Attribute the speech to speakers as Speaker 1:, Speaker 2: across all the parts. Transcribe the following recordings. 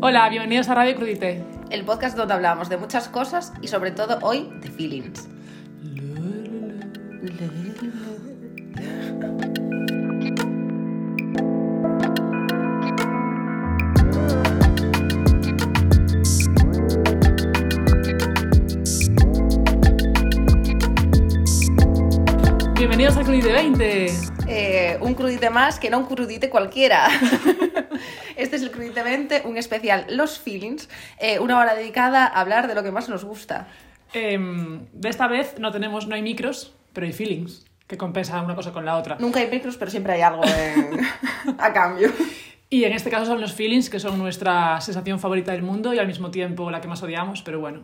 Speaker 1: Hola, bienvenidos a Radio Crudité.
Speaker 2: El podcast donde hablamos de muchas cosas y sobre todo hoy de feelings.
Speaker 1: Bienvenidos a Crudité 20.
Speaker 2: Eh, un crudite más que no un crudite cualquiera. este es el crudite 20, un especial Los Feelings, eh, una hora dedicada a hablar de lo que más nos gusta.
Speaker 1: Em, de esta vez no tenemos, no hay micros, pero hay feelings, que compensa una cosa con la otra.
Speaker 2: Nunca hay micros, pero siempre hay algo en- a cambio.
Speaker 1: Y en este caso son los feelings, que son nuestra sensación favorita del mundo y al mismo tiempo la que más odiamos, pero bueno.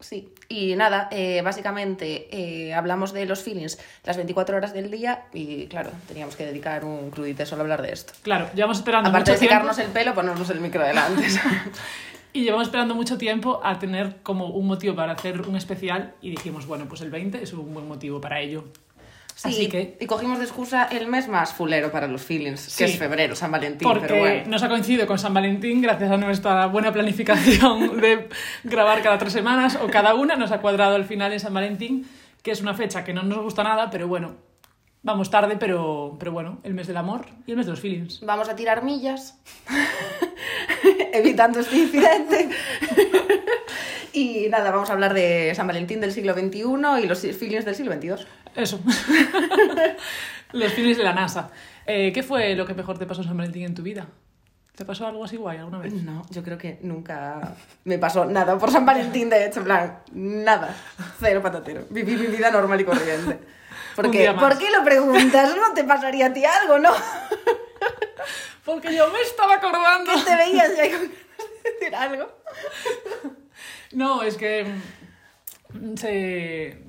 Speaker 2: Sí, y nada, eh, básicamente eh, hablamos de los feelings las 24 horas del día y claro, teníamos que dedicar un crudite solo a hablar de esto.
Speaker 1: Claro, llevamos esperando
Speaker 2: Aparte de
Speaker 1: mucho tiempo
Speaker 2: secarnos el pelo, ponernos el micro delante. ¿sabes?
Speaker 1: y llevamos esperando mucho tiempo a tener como un motivo para hacer un especial y dijimos, bueno, pues el 20 es un buen motivo para ello.
Speaker 2: Sí,
Speaker 1: Así que
Speaker 2: Y cogimos de excusa el mes más fulero para los feelings, que
Speaker 1: Sí.
Speaker 2: es febrero, San Valentín,
Speaker 1: Porque
Speaker 2: pero bueno.
Speaker 1: nos ha coincidido con San Valentín, gracias a nuestra buena planificación de grabar cada tres semanas o cada una, nos ha cuadrado al final en San Valentín, que es una fecha que no nos gusta nada, pero bueno, vamos tarde, pero, pero bueno, el mes del amor y el mes de los feelings.
Speaker 2: Vamos a tirar millas, evitando este incidente. y nada, vamos a hablar de San Valentín del siglo XXI y los feelings del siglo XXII.
Speaker 1: Eso. los feelings de la NASA. Eh, ¿Qué fue lo que mejor te pasó en San Valentín en tu vida? ¿Te pasó algo así guay alguna vez?
Speaker 2: No, yo creo que nunca me pasó nada por San Valentín, de hecho, en plan, nada, cero patatero. Viví mi vida normal y corriente. ¿Por
Speaker 1: Un
Speaker 2: qué?
Speaker 1: día más.
Speaker 2: ¿Por qué lo preguntas? ¿No te pasaría a ti algo, no?
Speaker 1: Porque yo me estaba acordando.
Speaker 2: ¿Qué te veías ya con ganas de decir algo?
Speaker 1: No, es que... mm, Se...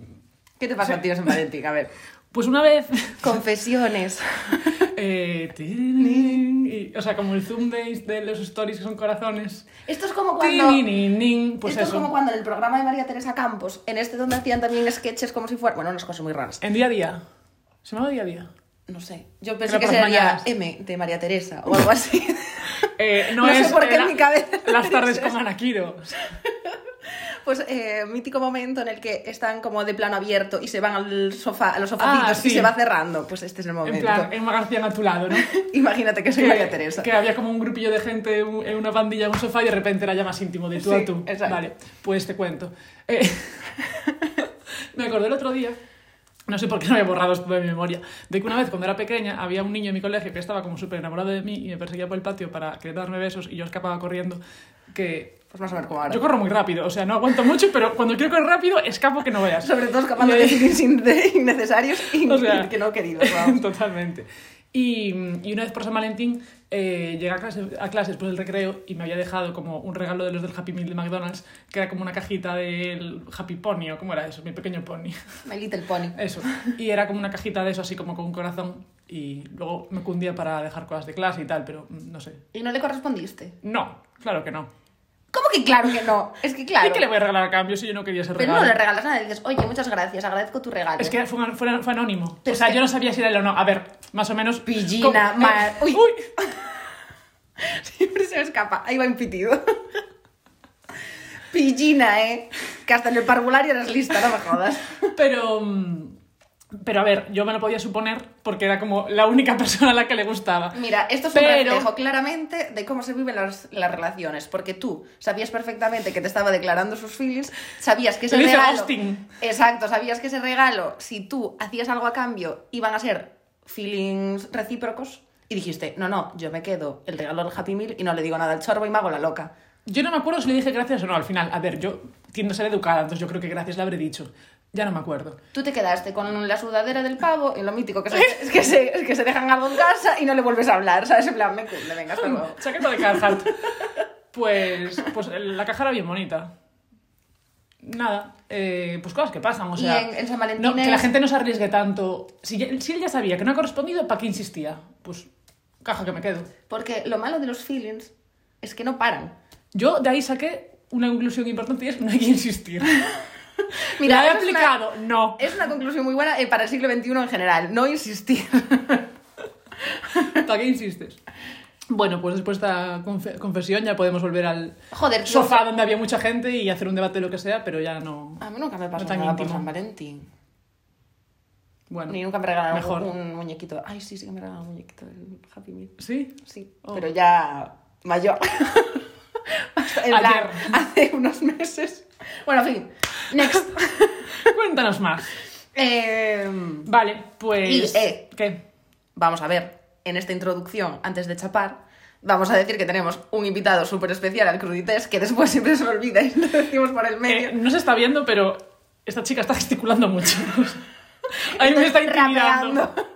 Speaker 2: ¿Qué te pasó a ti en San Valentín? A ver,
Speaker 1: Pues una vez...
Speaker 2: confesiones.
Speaker 1: Eh, tirinin, y- o sea, como el zoom de, de los stories que son corazones.
Speaker 2: Esto es como cuando...
Speaker 1: Tirinin, Pues
Speaker 2: Esto es como
Speaker 1: eso.
Speaker 2: cuando en el programa de María Teresa Campos, en este donde hacían también sketches como si fuera... Bueno, unas cosas muy raras.
Speaker 1: En día a día. Se llama día a día.
Speaker 2: No sé. Yo pensé
Speaker 1: Era
Speaker 2: que
Speaker 1: por las
Speaker 2: sería
Speaker 1: mañanas.
Speaker 2: M de María Teresa o algo así.
Speaker 1: Eh, no
Speaker 2: No sé
Speaker 1: es,
Speaker 2: por qué
Speaker 1: era
Speaker 2: en mi cabeza
Speaker 1: Las tardes
Speaker 2: dices.
Speaker 1: con Anakiro.
Speaker 2: Pues eh, mítico momento en el que están como de plano abierto y se van al sofá, a los sofacitos
Speaker 1: Ah,
Speaker 2: y
Speaker 1: sí.
Speaker 2: se va cerrando. Pues este es el momento.
Speaker 1: En plan, Emma García a tu lado, ¿no?
Speaker 2: Imagínate que soy
Speaker 1: Que-
Speaker 2: María Teresa.
Speaker 1: Que había como un grupillo de gente un- en una pandilla, en un sofá, y de repente era ya más íntimo de tú
Speaker 2: Sí,
Speaker 1: a tú.
Speaker 2: exacto.
Speaker 1: Vale, pues te cuento. Eh, me acordé el otro día, no sé por qué no había borrado esto de mi memoria, de que una vez cuando era pequeña había un niño en mi colegio que estaba como súper enamorado de mí y me perseguía por el patio para querer darme besos y yo escapaba corriendo. Que
Speaker 2: Pues más o menos como ahora.
Speaker 1: yo corro muy rápido, o sea, no aguanto mucho, pero cuando quiero correr rápido, escapo que no veas.
Speaker 2: Sobre todo escapando
Speaker 1: Y-
Speaker 2: de feelings in- de innecesarios y
Speaker 1: O sea,
Speaker 2: que no queridos. vamos.
Speaker 1: Totalmente. Y, y una vez por San Valentín eh, llegué a clase, a clase después del recreo y me había dejado como un regalo de los del Happy Meal de McDonald's, que era como una cajita del Happy Pony, o cómo era eso, mi pequeño pony.
Speaker 2: My Little Pony.
Speaker 1: Eso. Y era como una cajita de eso, así como con un corazón. Y luego me cundía para dejar cosas de clase y tal, pero mm, no sé.
Speaker 2: ¿Y no le correspondiste?
Speaker 1: No, claro que no.
Speaker 2: ¿Cómo que claro que no? Es que claro.
Speaker 1: ¿Y qué le voy a regalar a cambio si yo no quería ese
Speaker 2: Pero
Speaker 1: regalo?
Speaker 2: no le regalas nada. Dices, oye, muchas gracias, agradezco tu regalo.
Speaker 1: Es que fue, un- fue- fue anónimo.
Speaker 2: Pero
Speaker 1: o sea,
Speaker 2: es que-
Speaker 1: yo no sabía si era él o no. A ver, más o menos.
Speaker 2: Pues Pillina,
Speaker 1: ¿cómo?
Speaker 2: mal. Uy.
Speaker 1: uy.
Speaker 2: Siempre se me escapa. Ahí va impitido. Pillina, ¿eh? Que hasta en el parvulario eras lista, no me jodas.
Speaker 1: Pero, mm, pero a ver, yo me lo podía suponer porque era como la única persona a la que le gustaba.
Speaker 2: Mira, esto es un
Speaker 1: Pero-
Speaker 2: reflejo claramente de cómo se viven las, las relaciones, porque tú sabías perfectamente que te estaba declarando sus feelings, sabías que ese
Speaker 1: Le hice
Speaker 2: regalo...
Speaker 1: ghosting.
Speaker 2: Exacto, sabías que ese regalo, si tú hacías algo a cambio, iban a ser feelings recíprocos, y dijiste, no, no, yo me quedo el regalo del Happy Meal y no le digo nada al chorbo y me hago la loca.
Speaker 1: Yo no me acuerdo si le dije gracias o no al final. A ver, yo tiendo a ser educada, entonces yo creo que gracias le habré dicho. Ya no me acuerdo.
Speaker 2: Tú te quedaste con la sudadera del pavo y lo mítico que se, es que se, es que se dejan algo en casa y no le vuelves a hablar, ¿sabes? En plan, me cunde, venga, hasta luego.
Speaker 1: Chaqueta de Carhartt. Pues, pues la caja era bien bonita. Nada, eh, pues cosas que pasan, o
Speaker 2: Y
Speaker 1: sea...
Speaker 2: en- en San Valentín
Speaker 1: no, Que la
Speaker 2: es-
Speaker 1: gente no se arriesgue tanto. Si, ya- si él ya sabía que no ha correspondido, ¿para qué insistía? Pues caja que me quedo.
Speaker 2: Porque lo malo de los feelings es que no paran.
Speaker 1: Yo de ahí saqué una conclusión importante y es no hay que insistir.
Speaker 2: Mira,
Speaker 1: ¿La he
Speaker 2: eso es una-
Speaker 1: aplicado? No.
Speaker 2: Es una conclusión muy buena eh, para el siglo XXI en general, no insistir.
Speaker 1: ¿Para qué insistes? Bueno, pues después de esta confe- confesión ya podemos volver al
Speaker 2: Joder, tío,
Speaker 1: sofá donde había mucha gente y hacer un debate de lo que sea, pero ya no.
Speaker 2: A mí nunca me
Speaker 1: No
Speaker 2: pasa
Speaker 1: tan
Speaker 2: nada por
Speaker 1: íntimo.
Speaker 2: San Valentín.
Speaker 1: Bueno.
Speaker 2: Ni nunca me regalaron
Speaker 1: Mejor.
Speaker 2: un muñequito. Ay, sí, sí que me regalaron un muñequito del Happy Meal.
Speaker 1: ¿Sí?
Speaker 2: Sí,
Speaker 1: Oh.
Speaker 2: pero ya mayor. Hasta en
Speaker 1: Ayer.
Speaker 2: plan, hace unos meses. Bueno, en fin. Next.
Speaker 1: Cuéntanos más.
Speaker 2: Em,
Speaker 1: Vale, pues.
Speaker 2: Y, eh.
Speaker 1: ¿Qué?
Speaker 2: Vamos a ver, en esta introducción, antes de chapar, vamos a decir que tenemos un invitado súper especial al Crudites, que después siempre se me olvida y lo decimos por el medio.
Speaker 1: Eh, no se está viendo, pero esta chica está gesticulando mucho. Ahí me está intimidando.
Speaker 2: Rapeando.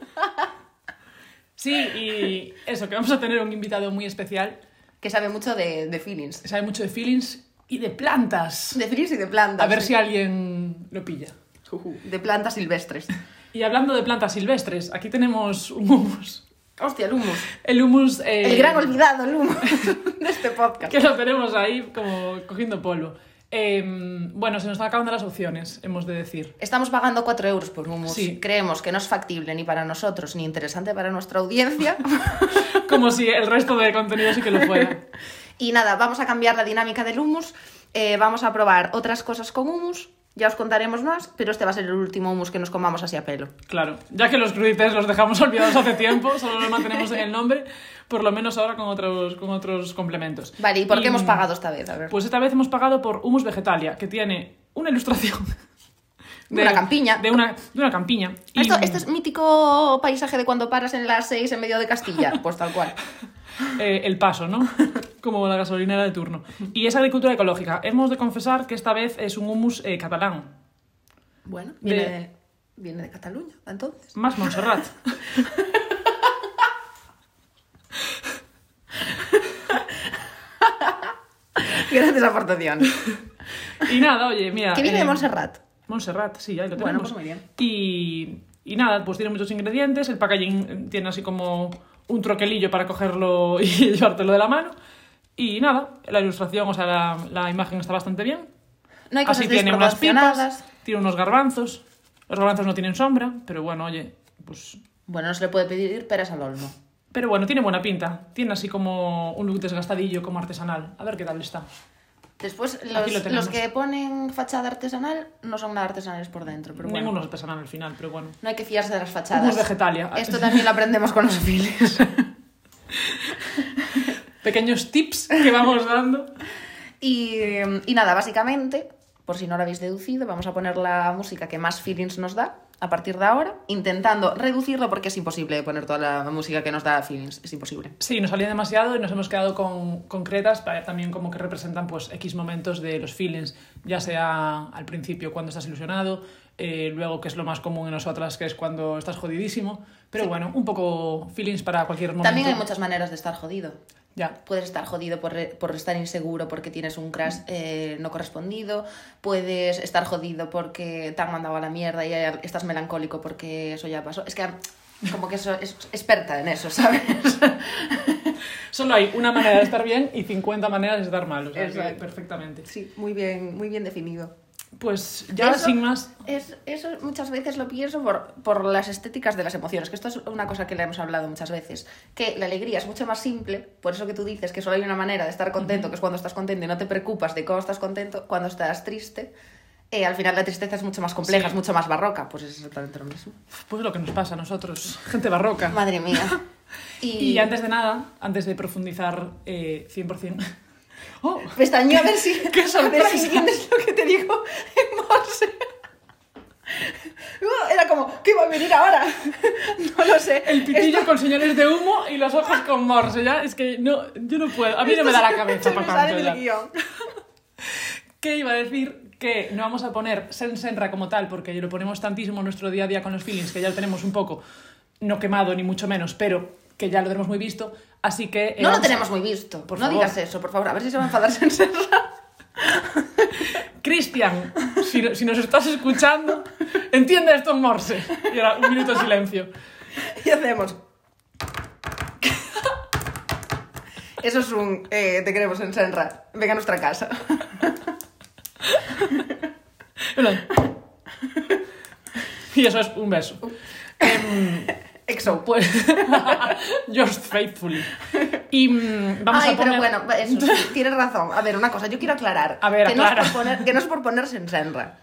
Speaker 1: Sí, y eso, que vamos a tener un invitado muy especial.
Speaker 2: Que sabe mucho de, de feelings.
Speaker 1: Sabe mucho de feelings y de plantas.
Speaker 2: De feelings y de plantas.
Speaker 1: A ver si alguien lo pilla.
Speaker 2: Ujú, De plantas silvestres.
Speaker 1: Y hablando de plantas silvestres, aquí tenemos un humus.
Speaker 2: Hostia, el humus.
Speaker 1: El humus. eh,
Speaker 2: El gran olvidado, el humus de este podcast.
Speaker 1: Que lo tenemos ahí como cogiendo polvo. Eh, bueno, se nos están acabando las opciones, hemos de decir.
Speaker 2: Estamos pagando 4 euros por humus.
Speaker 1: Sí.
Speaker 2: Creemos que no es factible ni para nosotros ni interesante para nuestra audiencia.
Speaker 1: Como si el resto de contenido sí que lo fuera.
Speaker 2: Y nada, vamos a cambiar la dinámica del humus. eh, vamos a probar otras cosas con humus. Ya os contaremos más, pero este va a ser el último humus que nos comamos así a pelo.
Speaker 1: Claro, ya que los crudites los dejamos olvidados hace tiempo, solo los mantenemos en el nombre, por lo menos ahora con otros, con otros complementos.
Speaker 2: Vale, ¿y por qué hemos pagado esta vez? A ver.
Speaker 1: Pues esta vez hemos pagado por Humus Vegetalia, que tiene una ilustración.
Speaker 2: De una campiña.
Speaker 1: De una, de una campiña. Y-
Speaker 2: Esto, este es mítico paisaje de cuando paras en las 6 en medio de Castilla, pues tal cual.
Speaker 1: eh, el paso, ¿no? Como la gasolinera de turno. Y es agricultura ecológica. Hemos de confesar que esta vez es un humus eh, catalán.
Speaker 2: Bueno,
Speaker 1: De-
Speaker 2: viene de, viene de Cataluña, entonces.
Speaker 1: Más Montserrat.
Speaker 2: Grandes aportaciones.
Speaker 1: Y nada, oye, mira.
Speaker 2: que viene
Speaker 1: eh,
Speaker 2: de Montserrat.
Speaker 1: Montserrat, sí, ahí lo
Speaker 2: Bueno,
Speaker 1: tenemos.
Speaker 2: pues muy bien.
Speaker 1: Y, y nada, pues tiene muchos ingredientes. El packaging eh, tiene así como un troquelillo para cogerlo y llevártelo de la mano. Y nada, la ilustración, o sea, la, la imagen está bastante bien.
Speaker 2: No hay cosas
Speaker 1: Así tiene unas pipas,
Speaker 2: desproporcionadas.
Speaker 1: tiene unos garbanzos. Los garbanzos no tienen sombra, pero bueno, oye, pues
Speaker 2: Bueno, no se le puede pedir peras al olmo.
Speaker 1: Pero bueno, tiene buena pinta. Tiene así como un look desgastadillo, como artesanal. A ver qué tal está.
Speaker 2: Después,
Speaker 1: lo
Speaker 2: los,
Speaker 1: tenemos.
Speaker 2: los que ponen fachada artesanal no son nada artesanales por dentro, pero bueno.
Speaker 1: Ninguno es artesanal al final, pero bueno.
Speaker 2: No hay que fiarse de las fachadas.
Speaker 1: Humus vegetalia.
Speaker 2: Esto también lo aprendemos con los files.
Speaker 1: Pequeños tips que vamos dando.
Speaker 2: Y, eh, y nada, básicamente, por si no lo habéis deducido, vamos a poner la música que más feelings nos da a partir de ahora, intentando reducirlo porque es imposible poner toda la música que nos da feelings, es imposible.
Speaker 1: Sí, nos salía demasiado y nos hemos quedado con concretas para también como que representan pues X momentos de los feelings, ya sea al principio cuando estás ilusionado, eh, luego que es lo más común en nosotras que es cuando estás jodidísimo, pero bueno, un poco feelings para cualquier momento.
Speaker 2: También hay muchas maneras de estar jodido.
Speaker 1: Ya,
Speaker 2: Puedes estar jodido por, re- por estar inseguro porque tienes un crash eh, no correspondido. Puedes estar jodido porque te han mandado a la mierda y eh, estás melancólico porque eso ya pasó. Es que como que eso es experta en eso, ¿sabes?
Speaker 1: solo hay una manera de estar bien y 50 maneras de estar mal, o sea, que
Speaker 2: Exacto.
Speaker 1: perfectamente.
Speaker 2: Sí, muy bien, muy bien definido.
Speaker 1: Pues ya
Speaker 2: Eso-
Speaker 1: sin más.
Speaker 2: Es, eso muchas veces lo pienso por, por las estéticas de las emociones, que esto es una cosa que le hemos hablado muchas veces, que la alegría es mucho más simple, por eso que tú dices que solo hay una manera de estar contento, que es cuando estás contento y no te preocupas de cómo estás contento, cuando estás triste, eh, al final la tristeza es mucho más compleja,
Speaker 1: Sí.
Speaker 2: es mucho más barroca, pues es exactamente lo mismo.
Speaker 1: Pues lo que nos pasa a nosotros, gente barroca.
Speaker 2: Madre mía. Y,
Speaker 1: Y antes de nada, antes de profundizar eh, 100%. ¡Oh!
Speaker 2: pestañeo a ver si,
Speaker 1: ¡Qué sorpresa!
Speaker 2: a ver si entiendes lo que te digo en Morse. Uh, Era como, ¿qué va a venir ahora? No lo sé.
Speaker 1: El pitillo con señales de humo y las hojas con morse, ya. Es que no, yo no puedo. A mí no me da la cabeza para tanto. ya. Eh, Que iba a decir que no vamos a poner sen senra como tal, porque lo ponemos tantísimo en nuestro día a día con los feelings, que ya lo tenemos un poco, no quemado ni mucho menos, pero que ya lo tenemos muy visto. Así que. eh,
Speaker 2: No lo
Speaker 1: vamos a-
Speaker 2: tenemos muy visto. pues
Speaker 1: Por
Speaker 2: no
Speaker 1: favor.
Speaker 2: digas eso, por favor. A ver si se va a enfadar Senserra.
Speaker 1: Cristian, si, si nos estás escuchando, entiende esto en morse. Y ahora un minuto de silencio.
Speaker 2: Y hacemos. Eso es un eh, te queremos en Senra. Venga a nuestra casa.
Speaker 1: En plan. Y eso es un beso. Em,
Speaker 2: Exo.
Speaker 1: pues. Just faithfully. Y mm, vamos
Speaker 2: Ay,
Speaker 1: a poner...
Speaker 2: pero bueno, eso sí, tienes razón. A ver, una cosa, yo quiero aclarar.
Speaker 1: A ver,
Speaker 2: que, no es
Speaker 1: aclara.
Speaker 2: por poner- que no es por ponerse en Senra.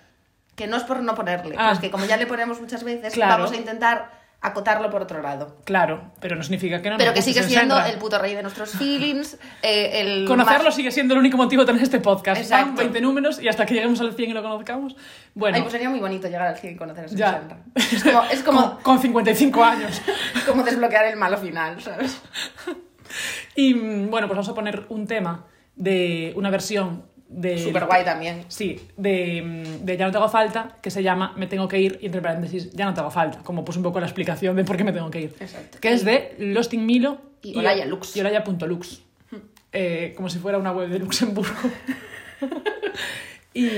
Speaker 2: Que no es por no ponerle.
Speaker 1: Ah.
Speaker 2: Es que como ya le ponemos muchas veces,
Speaker 1: Claro.
Speaker 2: vamos a intentar acotarlo por otro lado.
Speaker 1: Claro, pero no significa que no.
Speaker 2: Pero
Speaker 1: nos
Speaker 2: que
Speaker 1: guste
Speaker 2: sigue
Speaker 1: ser
Speaker 2: siendo
Speaker 1: Senra.
Speaker 2: el puto rey de nuestros feelings. eh, el
Speaker 1: Conocerlo
Speaker 2: más-
Speaker 1: sigue siendo el único motivo de tener este podcast.
Speaker 2: Exacto.
Speaker 1: Van 20 números y hasta que lleguemos al 100 y lo conozcamos. Bueno,
Speaker 2: Ay, pues sería muy bonito llegar al 100 y conocer a
Speaker 1: Ya.
Speaker 2: Senra. Es como, es como,
Speaker 1: con, con 55 años.
Speaker 2: como desbloquear el malo final, ¿sabes?
Speaker 1: Y mm, bueno, pues vamos a poner un tema de una versión de.
Speaker 2: Súper guay también.
Speaker 1: Sí, de, mm, de Ya no te hago falta, que se llama Me tengo que ir, y entre paréntesis, Ya no te hago falta, como puse un poco la explicación de por qué me tengo que ir.
Speaker 2: Exacto.
Speaker 1: Que es de Lost in Milo
Speaker 2: Y Olaya Lux.
Speaker 1: Y Olaya.lux. Eh, como si fuera una web de Luxemburgo. y,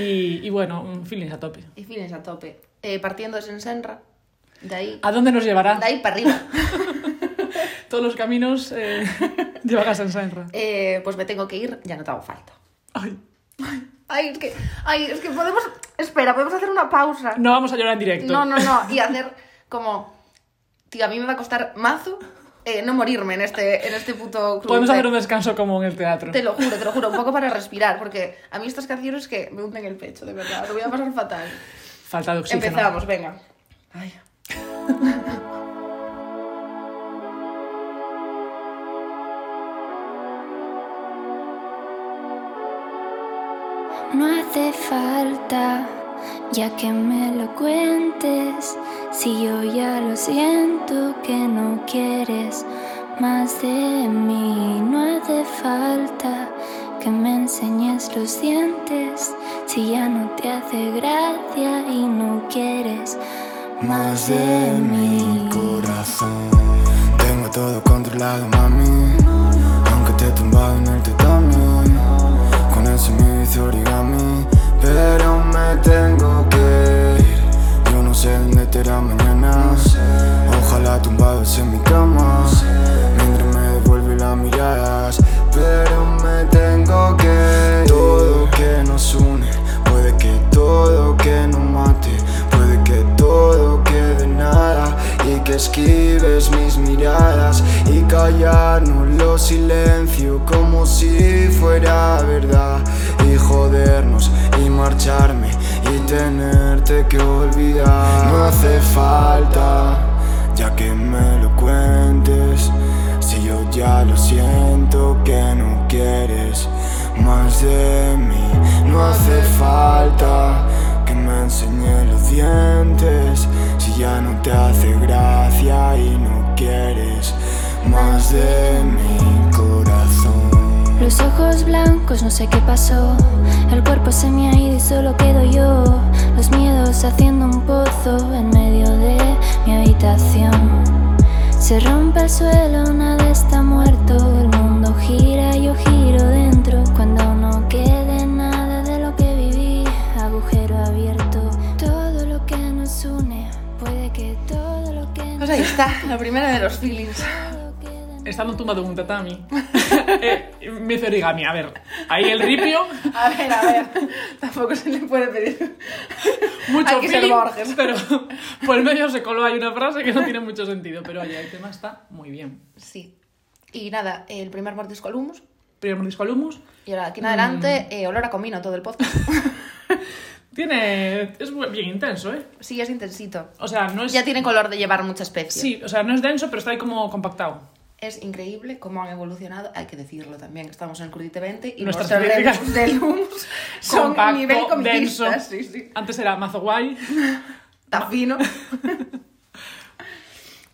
Speaker 1: y bueno, un feelings a tope.
Speaker 2: Y feelings a tope. Eh, partiendo de Senra, de ahí,
Speaker 1: ¿A dónde nos llevará?
Speaker 2: de ahí para arriba.
Speaker 1: Todos los caminos eh, llevan a San Senra.
Speaker 2: Eh, pues me tengo que ir, ya no te hago falta.
Speaker 1: Ay,
Speaker 2: Ay, es que, ay, es que podemos. Espera, podemos hacer una pausa.
Speaker 1: no vamos a llorar en directo.
Speaker 2: No, no, no. Y hacer como. Tío, a mí me va a costar mazo eh, no morirme en este, en este puto club.
Speaker 1: Podemos
Speaker 2: Te-
Speaker 1: hacer un descanso como en el teatro.
Speaker 2: Te lo juro, te lo juro, un poco para respirar, porque a mí estas canciones que me hunden el pecho, de verdad, lo voy a pasar fatal.
Speaker 1: Falta de oxígeno.
Speaker 2: Empezamos, venga. Ay.
Speaker 3: No hace falta ya que me lo cuentes, si yo ya lo siento que no quieres más de mí. No hace falta que me enseñes los dientes, si ya no te hace gracia y no quieres más de mí.
Speaker 4: corazón. Tengo todo controlado, mami. Aunque te he tumbado en el tatami. Con eso me hice origami. Pero me tengo que ir. Yo no sé dónde te irá mañana. Ojalá tumbados en mi cama. Mientras me devuelve las miradas. Pero me tengo que ir. Todo que nos une. Puede que todo que nos mate. Puede que todo quede en nada y que esquives mis miradas y callarnos los silencios como si fuera verdad y jodernos y marcharme y tenerte que olvidar. No hace falta ya que me lo cuentes. Si yo ya lo siento que no quieres más de mí, no hace falta que me enseñe los dientes. Si ya no te hace gracia y no quieres más de mi corazón.
Speaker 3: Los ojos blancos, no sé qué pasó. El cuerpo se me ha ido y solo quedo yo. Los miedos haciendo un pozo en medio de mi habitación. Se rompe el suelo, nada está muerto. El mundo gira, yo giro dentro. Cuando no quede nada de lo que viví, agujero abierto. Todo lo que nos une, puede que todo lo que nos
Speaker 2: Pues ahí está, la primera de los feelings.
Speaker 3: Todo quede en-
Speaker 1: Estando tumbado en un tatami, eh, me hice origami. A ver, ahí el ripio,
Speaker 2: A ver, a ver, tampoco se le puede pedir.
Speaker 1: mucho
Speaker 2: Hay que ser
Speaker 1: feeling,
Speaker 2: Borges.
Speaker 1: pero por el medio se coló hay una frase que no tiene mucho sentido. Pero oye, el tema está muy bien.
Speaker 2: Sí. Y nada, el primer Mortis Columbus.
Speaker 1: Primer disco Lumus
Speaker 2: Y ahora,
Speaker 1: Mm.
Speaker 2: aquí en adelante, eh, olor a comino todo el podcast.
Speaker 1: tiene. es bu- bien intenso, ¿eh?
Speaker 2: sí, es intensito.
Speaker 1: O sea, no es.
Speaker 2: Ya tiene color de llevar mucha especie.
Speaker 1: Sí, o sea, no es denso, pero está ahí como compactado.
Speaker 2: Es increíble cómo han evolucionado, hay que decirlo también, que estamos en el Crudite 20 y
Speaker 1: Nuestras
Speaker 2: nuestras redes
Speaker 1: críticas.
Speaker 2: del humus son
Speaker 1: Compacto,
Speaker 2: nivel
Speaker 1: denso.
Speaker 2: comidista. Sí, sí.
Speaker 1: Antes era mazo guay.
Speaker 2: Está fino.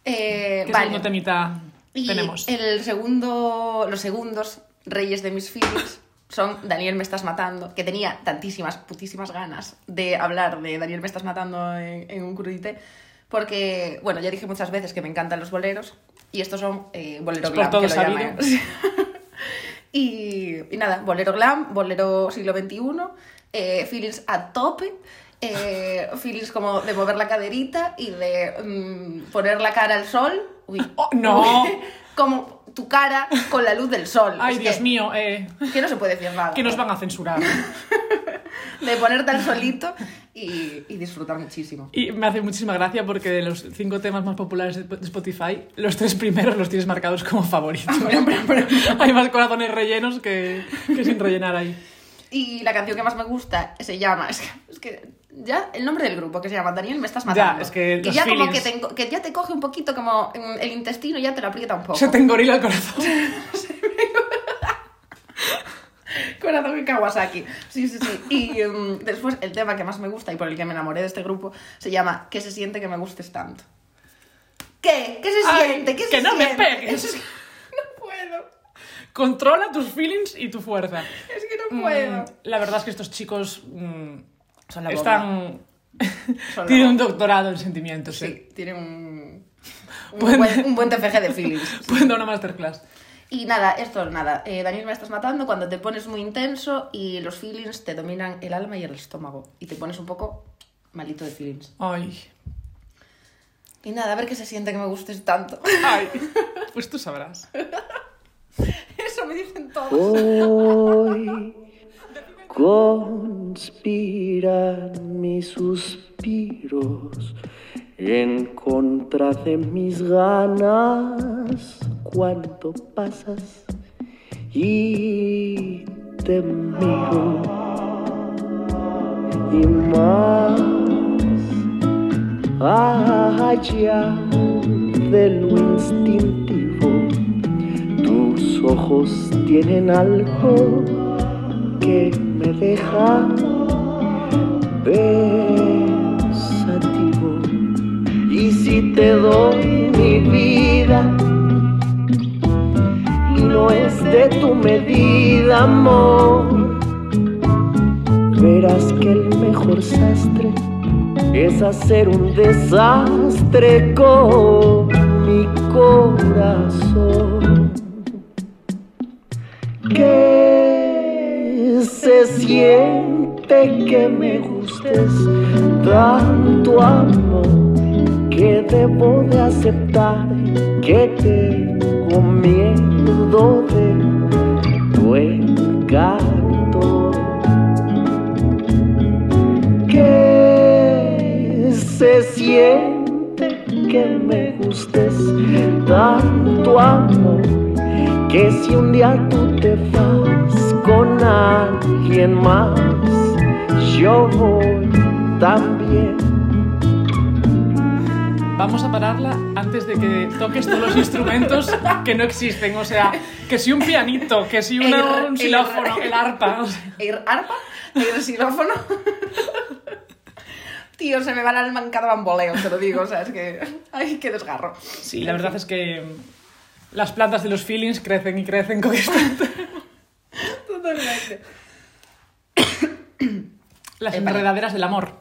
Speaker 2: eh,
Speaker 1: ¿Qué
Speaker 2: vale.
Speaker 1: segundo temita
Speaker 2: Y
Speaker 1: tenemos?
Speaker 2: el segundo, los segundos reyes de mis feelings son Daniel me estás matando, que tenía tantísimas putísimas ganas de hablar de Daniel me estás matando en, en un crudite, porque, bueno, ya dije muchas veces que me encantan los boleros, y estos son eh, bolero
Speaker 1: Es por
Speaker 2: glam, que
Speaker 1: todo
Speaker 2: lo
Speaker 1: sabido.
Speaker 2: llaman. y, y nada, bolero glam, bolero siglo XXI, eh, feelings a tope, eh, feelings como de mover la caderita y de mm, poner la cara al sol. Uy,
Speaker 1: Oh, no.
Speaker 2: Uy, como tu cara con la luz del sol.
Speaker 1: Ay,
Speaker 2: Es
Speaker 1: Dios
Speaker 2: que-
Speaker 1: mío, eh,
Speaker 2: Que no se puede decir nada.
Speaker 1: que nos van a censurar.
Speaker 2: De ponerte al solito y, y disfrutar muchísimo.
Speaker 1: Y me hace muchísima gracia porque de los cinco temas más populares de Spotify, los tres primeros los tienes marcados como favoritos.
Speaker 2: Hombre, hombre, hombre.
Speaker 1: Hay más corazones rellenos que, que sin rellenar ahí.
Speaker 2: Y la canción que más me gusta se llama. Es que, es que ya el nombre del grupo que se llama Daniel me estás matando.
Speaker 1: es que los
Speaker 2: ya como que,
Speaker 1: feelings.
Speaker 2: te enco- que ya te coge un poquito como mm, el intestino ya te lo aprieta un poco.
Speaker 1: Se te engorila el corazón.
Speaker 2: Corazón en Kawasaki. Sí, sí, sí. Y mm, después el tema que más me gusta y por el que me enamoré de este grupo se llama ¿Qué se siente que me gustes tanto? ¿Qué? ¿Qué se
Speaker 1: Ay,
Speaker 2: siente? ¿Qué se
Speaker 1: que no me
Speaker 2: siente?
Speaker 1: pegues.
Speaker 2: Es que no puedo.
Speaker 1: Controla tus feelings y tu fuerza.
Speaker 2: Es que no puedo.
Speaker 1: Mm, La verdad es que estos chicos mm,
Speaker 2: Son la bomba.
Speaker 1: están...
Speaker 2: Son la
Speaker 1: Tienen un
Speaker 2: bomba.
Speaker 1: doctorado en sentimientos.
Speaker 2: Sí,
Speaker 1: eh.
Speaker 2: tienen un, un,
Speaker 1: Pueden-
Speaker 2: buen, un buen TFG de feelings.
Speaker 1: Pueden dar una masterclass.
Speaker 2: Y nada, esto nada. Eh, Daniel, me estás matando cuando te pones muy intenso y los feelings te dominan el alma y el estómago. Y te pones un poco malito de feelings.
Speaker 1: Ay,
Speaker 2: Y nada, a ver qué se siente que me gustes tanto.
Speaker 1: ay. Pues tú sabrás.
Speaker 2: Eso me dicen todos.
Speaker 5: Oh. Hoy conspiran mis suspiros en contra de mis ganas. Cuando pasas y te miro y más allá de lo instintivo. Tus ojos tienen algo que me deja pensativo. Y si te doy mi vida y no es de tu medida, amor, verás que el mejor sastre es hacer un desastre con mi corazón. Que se siente que me gustes tanto amor que debo de aceptar que tengo miedo de tu encanto que se siente que me gustes tanto amor que si un día tú te vas con alguien más yo voy también
Speaker 1: Vamos a pararla antes de que toques todos los instrumentos que no existen. O sea, que si un pianito, que si una-
Speaker 2: El-
Speaker 1: un xilófono, el arpa. o sea,
Speaker 2: El arpa, el xilófono. Tío, se me va el alma en cada bamboleo, te lo digo. O sea, es que. ¡Ay, qué desgarro!
Speaker 1: Sí, la verdad es que mm, las plantas de los feelings crecen y crecen con esto.
Speaker 2: Totalmente.
Speaker 1: Las
Speaker 2: Eh, vale.
Speaker 1: enredaderas del amor.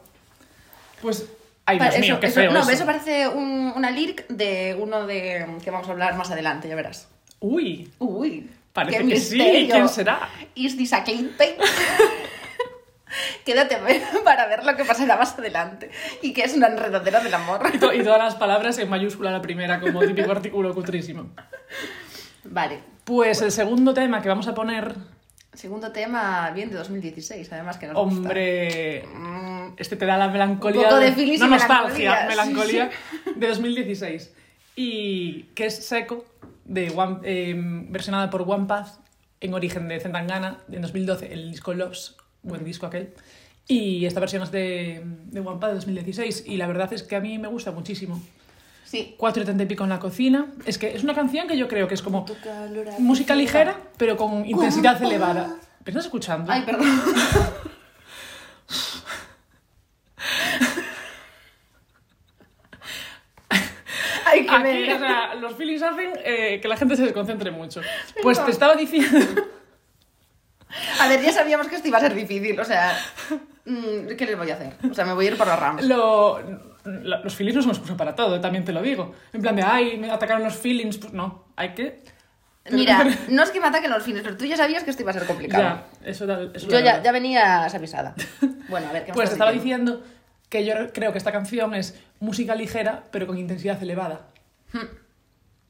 Speaker 1: Pues, ay,
Speaker 2: Pa-
Speaker 1: Dios mío, qué feo
Speaker 2: no,
Speaker 1: eso.
Speaker 2: eso parece un- una lyric de uno de que vamos a hablar más adelante, ya verás.
Speaker 1: Uy,
Speaker 2: Uy,
Speaker 1: Parece
Speaker 2: qué
Speaker 1: que sí,
Speaker 2: misterio.
Speaker 1: ¿quién será?
Speaker 2: Is this a clickbait? Quédate a ver- para ver lo que pasará más adelante y que es una enredadera del amor.
Speaker 1: y, to- y todas las palabras en mayúscula la primera, como típico artículo cutrísimo.
Speaker 2: Vale,
Speaker 1: Pues el segundo tema que vamos a poner,
Speaker 2: segundo tema bien de 2016, además que nos gusta.
Speaker 1: hombre,
Speaker 2: Mm,
Speaker 1: este te da la melancolía,
Speaker 2: Un poco de feelings
Speaker 1: no
Speaker 2: y
Speaker 1: nostalgia, melancolía
Speaker 2: melancolía,
Speaker 1: de 2016 y que es Seco de One- eh, versionada por One Path en origen de Zetangana en 2012 el disco Loves, buen disco aquel. Y esta versión es de, de One Path de 2016 y la verdad es que a mí me gusta muchísimo.
Speaker 2: Sí,
Speaker 1: Cuatro y treinta y pico en la cocina. Es que es una canción que yo creo que es como música ligera, pero con intensidad elevada. ¿Me estás escuchando?
Speaker 2: ay, perdón. ay, qué
Speaker 1: Aquí,
Speaker 2: ver-
Speaker 1: o sea, los feelings hacen eh, que la gente se desconcentre mucho. Pues te estaba diciendo...
Speaker 2: A ver, ya sabíamos que esto iba a ser difícil, o sea, mm, ¿qué les voy a hacer? O sea, me voy a ir por las ramas.
Speaker 1: Lo, lo- los feelings no son excusa para todo, también te lo digo. En plan de, ay, me atacaron los feelings. Pues no, hay que...
Speaker 2: Mira, no es que me ataquen los fines, pero tú ya sabías que esto iba a ser complicado.
Speaker 1: Ya, eso da- eso
Speaker 2: Yo
Speaker 1: da
Speaker 2: ya,
Speaker 1: verdad.
Speaker 2: ya venías avisada. Bueno, a ver, ¿qué me
Speaker 1: Pues te
Speaker 2: estás
Speaker 1: estaba diciendo que yo creo que esta canción es música ligera, pero con intensidad elevada.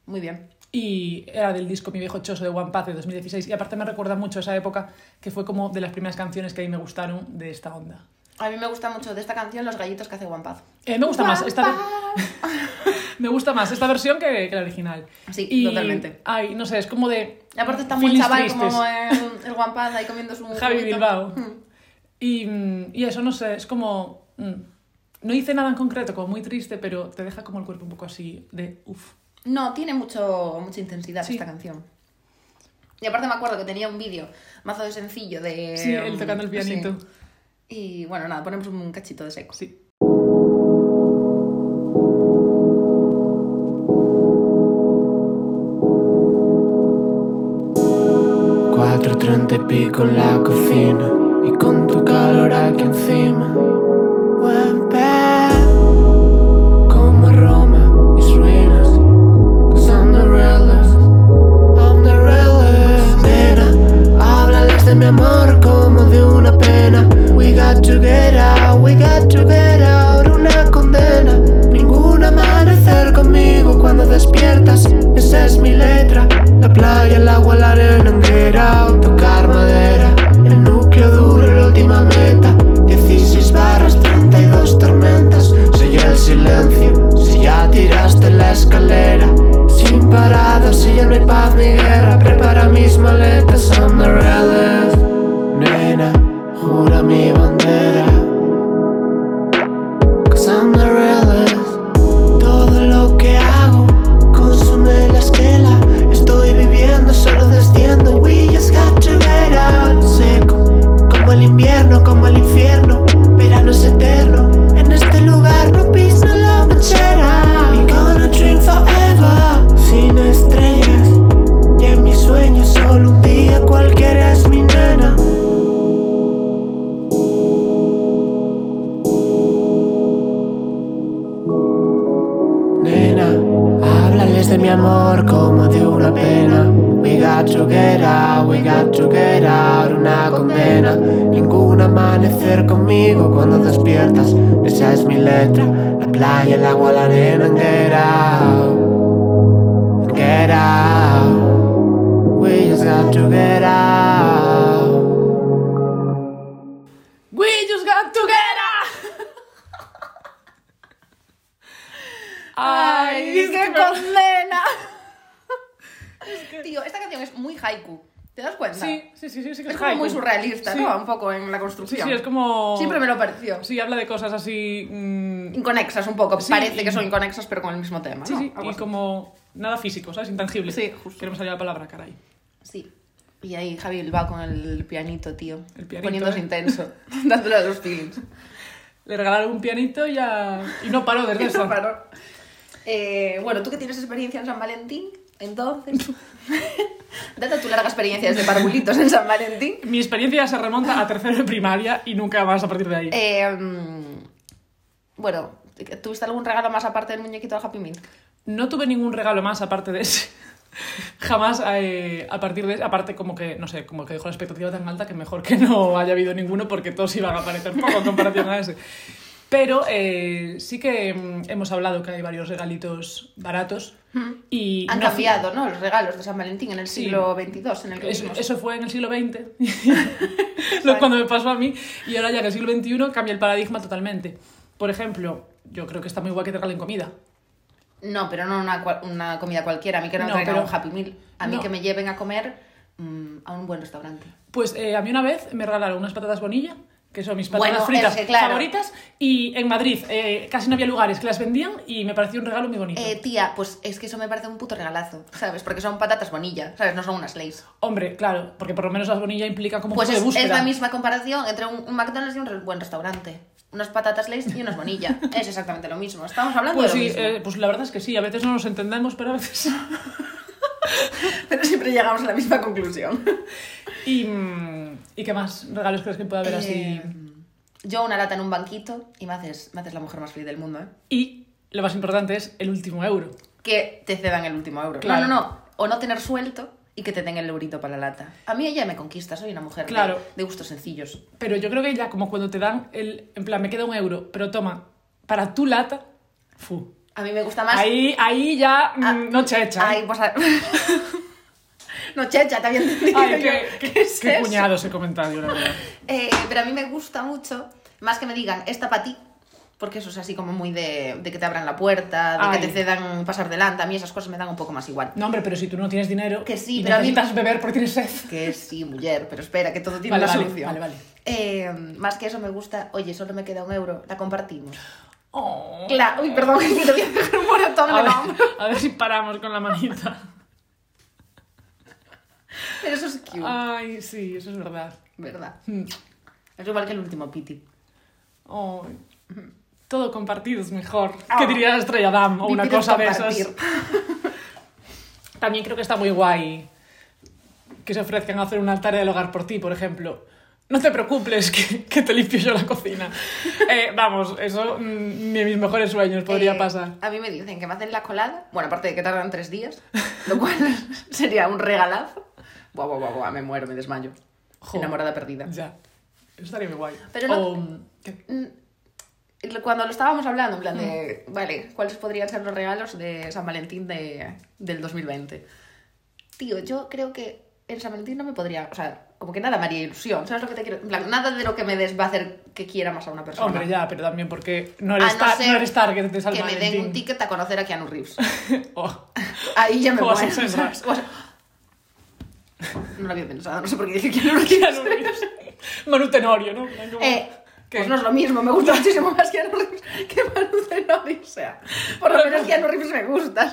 Speaker 2: Muy bien.
Speaker 1: Y era del disco Mi viejo choso de One Path de 2016. Y aparte me recuerda mucho a esa época que fue como de las primeras canciones que a mí me gustaron de esta onda.
Speaker 2: A mí me gusta mucho de esta canción los gallitos que hace Guampaz.
Speaker 1: Eh, me gusta más esta me gusta más esta versión que, que la original.
Speaker 2: Sí, totalmente.
Speaker 1: Ay, no sé, es como de
Speaker 2: Y aparte está muy
Speaker 1: feelings
Speaker 2: chaval
Speaker 1: tristes.
Speaker 2: como eh, el, el Guampaz ahí comiendo su
Speaker 1: Javi
Speaker 2: juguito.
Speaker 1: Bilbao.
Speaker 2: Mm.
Speaker 1: Y, mm, y eso, no sé, es como... mm, no dice nada en concreto, como muy triste, pero te deja como el cuerpo un poco así de... Uf.
Speaker 2: No, tiene mucho, mucha intensidad
Speaker 1: Sí.
Speaker 2: esta canción. Y aparte me acuerdo que tenía un vídeo, mazo de sencillo, de...
Speaker 1: Sí, él tocando el
Speaker 2: Eh, sí.
Speaker 1: pianito.
Speaker 2: Y bueno, nada, ponemos un cachito de seco.
Speaker 1: Sí.
Speaker 6: Cuatro treinta y pico en la cocina y con tu calor aquí encima. Guapa, como Roma, mis ruinas, cause I'm the realest, I'm the realest. Nena, háblales de mi amor como de una pena. We got to get out, we got to get out, una condena. Ningún amanecer conmigo cuando despiertas, esa es mi letra. La playa, el agua, la arena, en get out, tocar madera. El núcleo duro, la última meta. 16 barras, 32 tormentas. Soy el silencio, si ya tiraste la escalera. Sin parada, si ya no hay paz ni guerra. Prepara mis maletas, I'm the realest. Nena, jura mi bandera. Cause I'm the realest. Todo lo que hago consume la esquela. Estoy viviendo, solo desciendo. We just got to get out. Seco, como el invierno, como el infierno. Verano es eterno. En este lugar no pisa la manchera. We gonna dream forever. Sin estrellas. Y en mis sueños, solo un día cualquiera es mi nena. Nena, háblales de mi amor como de una pena. We got to get out, we got to get out, una condena. Ningún amanecer conmigo cuando despiertas. Esa es mi letra. La playa, el agua, la arena, and get out. and Get out. We just got to get out.
Speaker 1: We just got together! Ay,
Speaker 2: ¡Ay,
Speaker 1: es
Speaker 2: qué
Speaker 1: que me-
Speaker 2: condena! Tío, esta canción es muy haiku. ¿Te das cuenta?
Speaker 1: Sí, sí, sí, sí, sí que
Speaker 2: Es
Speaker 1: es,
Speaker 2: como muy
Speaker 1: haiku.
Speaker 2: surrealista,
Speaker 1: Sí.
Speaker 2: ¿no? Un poco en la
Speaker 1: Sí,
Speaker 2: construcción.
Speaker 1: sí, es como...
Speaker 2: Siempre me lo pareció.
Speaker 1: Sí, habla de cosas así... mm,
Speaker 2: Inconexas un poco.
Speaker 1: Sí,
Speaker 2: Parece
Speaker 1: y-
Speaker 2: que son inconexas, pero con el mismo tema,
Speaker 1: sí,
Speaker 2: ¿no?
Speaker 1: sí,
Speaker 2: Algo
Speaker 1: Ah, y
Speaker 2: así.
Speaker 1: como nada físico, ¿sabes? Intangible.
Speaker 2: Sí, justo.
Speaker 1: Queremos salir la palabra, caray.
Speaker 2: Sí. Y ahí Javi va con el pianito, tío.
Speaker 1: El pianito,
Speaker 2: Poniéndose
Speaker 1: ¿eh?
Speaker 2: intenso. Dándole a los feelings.
Speaker 1: Le regalaron un pianito y ya... Y no paró desde
Speaker 2: Eso
Speaker 1: eso.
Speaker 2: paró. Eh, bueno, tú que tienes experiencia en San Valentín, entonces. Data tu larga experiencia desde parvulitos en San Valentín.
Speaker 1: Mi experiencia se remonta a tercero de primaria y nunca más a partir de ahí.
Speaker 2: Eh, mm, bueno, ¿tuviste algún regalo más aparte del muñequito de Happy Meal?
Speaker 1: No tuve ningún regalo más aparte de ese. Jamás eh, a partir de ese. Aparte, como que, no sé, como que dejó la expectativa tan alta que mejor que no haya habido ninguno porque todos iban a aparecer poco en comparación a ese. Pero eh, sí que mm, hemos hablado que hay varios regalitos baratos y
Speaker 2: Hmm. Han
Speaker 1: no-
Speaker 2: cambiado, ¿no? Los regalos de San Valentín en el
Speaker 1: Sí.
Speaker 2: siglo XXII, en el que
Speaker 1: Eso,
Speaker 2: vivimos.
Speaker 1: eso fue en el siglo XX, lo, cuando me pasó a mí, y ahora ya en el siglo XXI cambia el paradigma totalmente. Por ejemplo, yo creo que está muy guay que te regalen comida.
Speaker 2: No, pero no una, cua- una comida cualquiera. A mí que no, me
Speaker 1: No,
Speaker 2: traigan
Speaker 1: pero-
Speaker 2: un Happy Meal. A mí
Speaker 1: no.
Speaker 2: que me lleven a comer mm, a un buen restaurante.
Speaker 1: Pues eh, a mí una vez me regalaron unas patatas bonilla, que son mis patatas
Speaker 2: Bueno,
Speaker 1: fritas
Speaker 2: es que claro.
Speaker 1: favoritas, y en Madrid eh, casi no había lugares que las vendían y me pareció un regalo muy bonito.
Speaker 2: Eh, tía, pues es que eso me parece un puto regalazo, ¿sabes? Porque son patatas bonilla, ¿sabes? No son unas leis.
Speaker 1: Hombre, claro, porque por lo menos las bonilla implican como un
Speaker 2: Pues
Speaker 1: poco
Speaker 2: es,
Speaker 1: de
Speaker 2: es
Speaker 1: búsqueda.
Speaker 2: la misma comparación entre un, un McDonald's y un re- buen restaurante. Unas patatas leis y unas bonilla. es exactamente lo mismo. Estamos hablando
Speaker 1: Pues
Speaker 2: de lo
Speaker 1: sí,
Speaker 2: mismo.
Speaker 1: eh, pues la verdad es que sí, a veces no nos entendemos, pero a veces...
Speaker 2: Pero siempre llegamos a la misma conclusión.
Speaker 1: y, mm, ¿Y qué más regalos crees que puede haber así?
Speaker 2: Eh, Yo una lata en un banquito y me haces, me haces la mujer más feliz del mundo, ¿eh?
Speaker 1: Y lo más importante es el último euro.
Speaker 2: Que te cedan el último euro. No,
Speaker 1: Claro.
Speaker 2: no, no. O no tener suelto y que te den el eurito para la lata. A mí ella me conquista, soy una mujer de-
Speaker 1: Claro.
Speaker 2: de, gustos sencillos.
Speaker 1: Pero yo creo que ya como cuando te dan el... En plan, me queda un euro, pero toma, para tu lata... Fu.
Speaker 2: A mí me gusta más...
Speaker 1: Ahí, ahí ya
Speaker 2: Ah,
Speaker 1: mm, noche hecha. ¿eh?
Speaker 2: Ay, pues a- No, checha, también te digo
Speaker 1: Ay,
Speaker 2: yo.
Speaker 1: qué, qué-
Speaker 2: ¿Qué es
Speaker 1: qué
Speaker 2: eso?
Speaker 1: cuñado ese comentario, la verdad.
Speaker 2: Eh, pero a mí me gusta mucho Más que me digan, esta para ti, porque eso es así como muy de, de que te abran la puerta, de
Speaker 1: Ay.
Speaker 2: que te cedan pasar delante. A mí esas cosas me dan un poco más igual.
Speaker 1: No, hombre, pero si tú no tienes dinero
Speaker 2: Que sí,
Speaker 1: y
Speaker 2: pero a mí-
Speaker 1: necesitas beber porque tienes sed.
Speaker 2: Que sí, mujer, pero espera, que todo tiene
Speaker 1: Vale,
Speaker 2: una
Speaker 1: vale,
Speaker 2: solución.
Speaker 1: vale, vale.
Speaker 2: Eh, más que eso me gusta, oye, solo me queda un euro, la compartimos.
Speaker 1: Oh.
Speaker 2: Claro, uy, perdón, que te voy a dejar un moretón en
Speaker 1: A
Speaker 2: el
Speaker 1: ver,
Speaker 2: hombro.
Speaker 1: a ver si paramos con la manita.
Speaker 2: Pero eso es cute,
Speaker 1: Ay, sí, eso es verdad.
Speaker 2: ¿verdad?
Speaker 1: Mm.
Speaker 2: Es igual que el último piti.
Speaker 1: Oh, todo compartido es mejor.
Speaker 2: Ah.
Speaker 1: ¿Qué diría Estrella Damm o una
Speaker 2: Vivir es
Speaker 1: cosa de esas?
Speaker 2: compartir.
Speaker 1: También creo que está muy guay que se ofrezcan a hacer una tarea del hogar por ti, por ejemplo. No te preocupes, que, que te limpio yo la cocina. Eh, vamos, eso mm, ni en mis mejores sueños podría
Speaker 2: Eh,
Speaker 1: pasar.
Speaker 2: A mí me dicen que me hacen la colada. Bueno, aparte de que tardan tres días, lo cual sería un regalazo. Buah, buah, buah, buah, me muero, me desmayo.
Speaker 1: Jo.
Speaker 2: Enamorada perdida.
Speaker 1: Ya, eso estaría muy guay.
Speaker 2: Pero no-
Speaker 1: O, mm, ¿qué?
Speaker 2: Mm, y lo- Cuando lo estábamos hablando, en plan de,
Speaker 1: Mm.
Speaker 2: vale, ¿cuáles podrían ser los regalos de San Valentín de, del 2020? Tío, yo creo que en San Valentín no me podría, o sea, como que nada me haría ilusión, ¿sabes lo que te quiero? En plan, nada de lo que me des va a hacer que quiera más a una persona.
Speaker 1: Hombre, ya, pero también porque no
Speaker 2: A
Speaker 1: eres, tar-
Speaker 2: ser
Speaker 1: no eres target de San
Speaker 2: Que me den un
Speaker 1: Valentín.
Speaker 2: ticket a conocer a Keanu Reeves.
Speaker 1: Oh.
Speaker 2: Ahí ya me
Speaker 1: Cosas
Speaker 2: muero.
Speaker 1: esas.
Speaker 2: ¿sabes? O sea, no lo había pensado, no sé por qué dije Keanu Reeves.
Speaker 1: Keanu Reeves. Manu Tenorio, ¿no? Como-
Speaker 2: Eh,
Speaker 1: ¿Qué?
Speaker 2: Pues no es lo mismo, me gusta muchísimo más Keanu Reeves que Manu Zenori, o sea, por lo menos Keanu Reeves me gusta.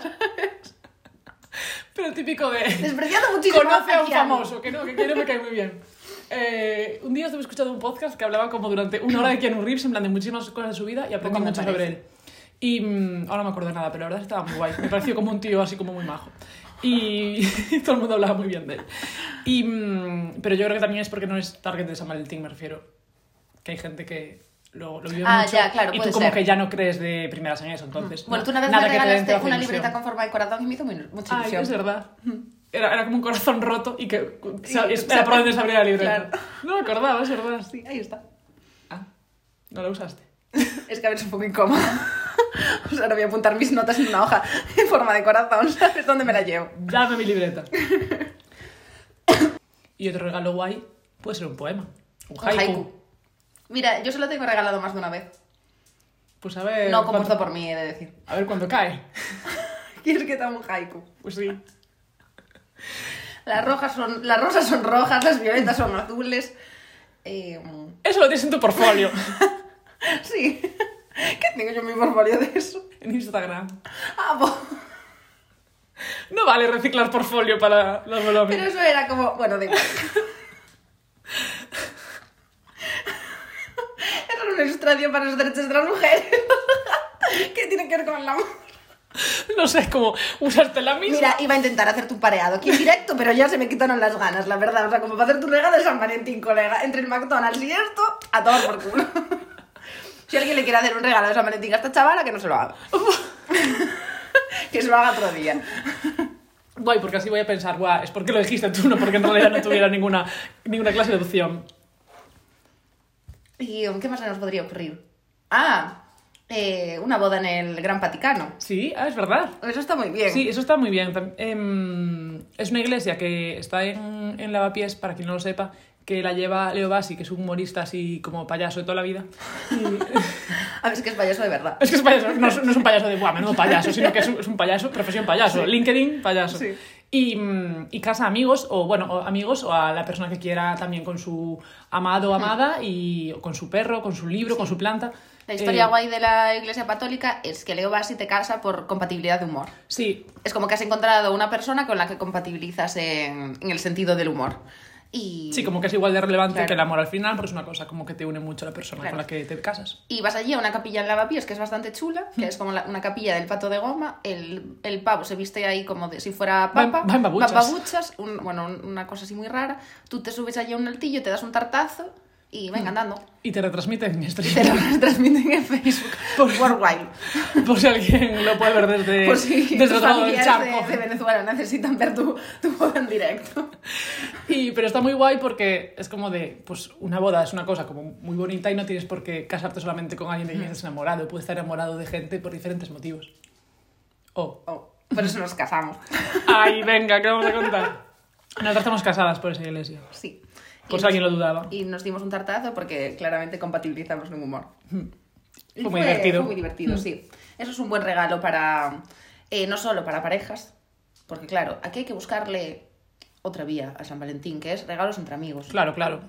Speaker 1: Pero típico de...
Speaker 2: Despreciando muchísimo
Speaker 1: Conoce a un
Speaker 2: Keanu.
Speaker 1: famoso, que no, que Keanu me cae muy bien. Eh, un día estuve escuchando un podcast que hablaba como durante una hora de Keanu Reeves, en plan de muchísimas cosas de su vida y
Speaker 2: Poco
Speaker 1: aprendí
Speaker 2: me
Speaker 1: mucho sobre él. Y mm, ahora no me acuerdo de nada, pero la verdad estaba muy guay. Me pareció como un tío así como muy majo. Y todo el mundo hablaba muy bien de él. Y, mm, pero yo creo que también es porque no es target de San Valentín, me refiero. Que hay gente que lo, lo vive
Speaker 2: Ah,
Speaker 1: mucho.
Speaker 2: ya, claro,
Speaker 1: y tú
Speaker 2: puede
Speaker 1: como
Speaker 2: ser.
Speaker 1: que ya no crees de primeras en eso, entonces.
Speaker 2: Bueno,
Speaker 1: no,
Speaker 2: tú una vez
Speaker 1: nada
Speaker 2: me
Speaker 1: que te den te
Speaker 2: regalaste
Speaker 1: hace
Speaker 2: una
Speaker 1: ilusión.
Speaker 2: libreta con forma de corazón y me hizo muy- mucha
Speaker 1: Ay,
Speaker 2: ilusión.
Speaker 1: es verdad. Era, era como un corazón roto y que o sea,
Speaker 2: Y-
Speaker 1: es- era por donde se abría la libreta.
Speaker 2: Claro.
Speaker 1: No me acordaba, es verdad.
Speaker 2: Sí, ahí está.
Speaker 1: Ah, no la usaste.
Speaker 2: Es que a ver, es un poco incómoda. O sea, no voy a apuntar mis notas en una hoja en forma de corazón, ¿sabes dónde me la llevo?
Speaker 1: Dame mi libreta. y otro regalo guay puede ser un poema. Un
Speaker 2: Un
Speaker 1: haiku.
Speaker 2: haiku. Mira, yo se lo tengo regalado más de una vez.
Speaker 1: Pues a ver.
Speaker 2: No compuesto
Speaker 1: cuándo-
Speaker 2: por mí, he de decir.
Speaker 1: A ver cuándo cae.
Speaker 2: ¿Quieres que te haga un haiku?
Speaker 1: Pues sí.
Speaker 2: Las, rojas son, las rosas son rojas, las violetas son azules. Eh,
Speaker 1: Eso lo tienes en tu portfolio.
Speaker 2: sí. ¿Qué tengo yo en mi portfolio de eso?
Speaker 1: en Instagram.
Speaker 2: Ah, bo-
Speaker 1: No vale reciclar portfolio para los volúmenes.
Speaker 2: pero eso era como... Bueno, de... Eso era una ilustración para los derechos de las mujeres. ¿Qué tiene que ver con el amor?
Speaker 1: No sé cómo usaste la misma.
Speaker 2: Mira, iba a intentar hacerte un pareado aquí en directo, pero ya se me quitaron las ganas, la verdad. O sea, como para hacer tu regalo de San Valentín, colega. Entre el McDonald's y esto, a tomar por culo. Si alguien le quiere hacer un regalo de San Valentín a esta chavala, que no se lo haga. que se lo haga otro día.
Speaker 1: Guay, porque así voy a pensar, guau, es porque lo dijiste tú, no porque en realidad no tuviera ninguna, ninguna clase de opción.
Speaker 2: ¿Y um, qué más se nos podría ocurrir? Ah, eh, una boda en el Gran Vaticano.
Speaker 1: Sí, ah, es verdad.
Speaker 2: Eso está muy bien.
Speaker 1: Sí, eso está muy bien. Tam- em, es una iglesia que está en, en Lavapiés, para quien no lo sepa, que la lleva Leo Bassi, que es un humorista así como payaso de toda la vida.
Speaker 2: A ver, es que es payaso de verdad.
Speaker 1: Es que es payaso, no es, no es un payaso de guau, menudo payaso, sino que es un, es un payaso, profesión payaso, LinkedIn payaso.
Speaker 2: Sí.
Speaker 1: Y, mm, y casa a amigos, o bueno, o amigos, o a la persona que quiera también con su amado o amada, y o con su perro, con su libro, con su planta.
Speaker 2: La historia
Speaker 1: Eh,
Speaker 2: guay de la Iglesia Católica es que Leo Bassi te casa por compatibilidad de humor.
Speaker 1: Sí,
Speaker 2: Es como que has encontrado una persona con la que compatibilizas en, en el sentido del humor. Y,
Speaker 1: sí, como que es igual de relevante
Speaker 2: Claro.
Speaker 1: que el amor al final, porque es una cosa como que te une mucho a la persona
Speaker 2: Claro.
Speaker 1: con la que te casas.
Speaker 2: y vas allí a una capilla en Lavapiés que es bastante chula, que es como la- una capilla del pato de goma. El, el pavo se viste ahí como de si fuera
Speaker 1: Va en-
Speaker 2: papa.
Speaker 1: va en babuchas.
Speaker 2: babuchas, un- bueno, un- una cosa así muy rara. Tú te subes allí a un altillo, te das un tartazo y
Speaker 1: Mm.
Speaker 2: venga andando.
Speaker 1: Y te retransmiten en stream.
Speaker 2: Te lo transmiten en Facebook.
Speaker 1: Por-
Speaker 2: Worldwide.
Speaker 1: Por si alguien lo puede ver desde,
Speaker 2: Por si
Speaker 1: desde
Speaker 2: tus
Speaker 1: otro lado del
Speaker 2: familiares
Speaker 1: charco.
Speaker 2: de, de Venezuela necesitan ver tu, tu boda en directo.
Speaker 1: Y, pero está muy guay porque es como de, pues una boda es una cosa como muy bonita y no tienes por qué casarte solamente con alguien de quien estés enamorado. Puedes estar enamorado de gente por diferentes motivos. Oh.
Speaker 2: Oh, por eso nos casamos.
Speaker 1: Ay, venga, ¿qué vamos a contar? Nosotras estamos casadas por esa iglesia.
Speaker 2: Sí.
Speaker 1: Por si alguien lo dudaba.
Speaker 2: Y nos dimos un tartazo porque claramente compatibilizamos un humor. Y
Speaker 1: Fue muy divertido.
Speaker 2: Fue muy divertido, sí. Eso es un buen regalo para. eh, no solo para parejas, porque claro, aquí hay que buscarle otra vía a San Valentín, que es regalos entre amigos.
Speaker 1: Claro, claro.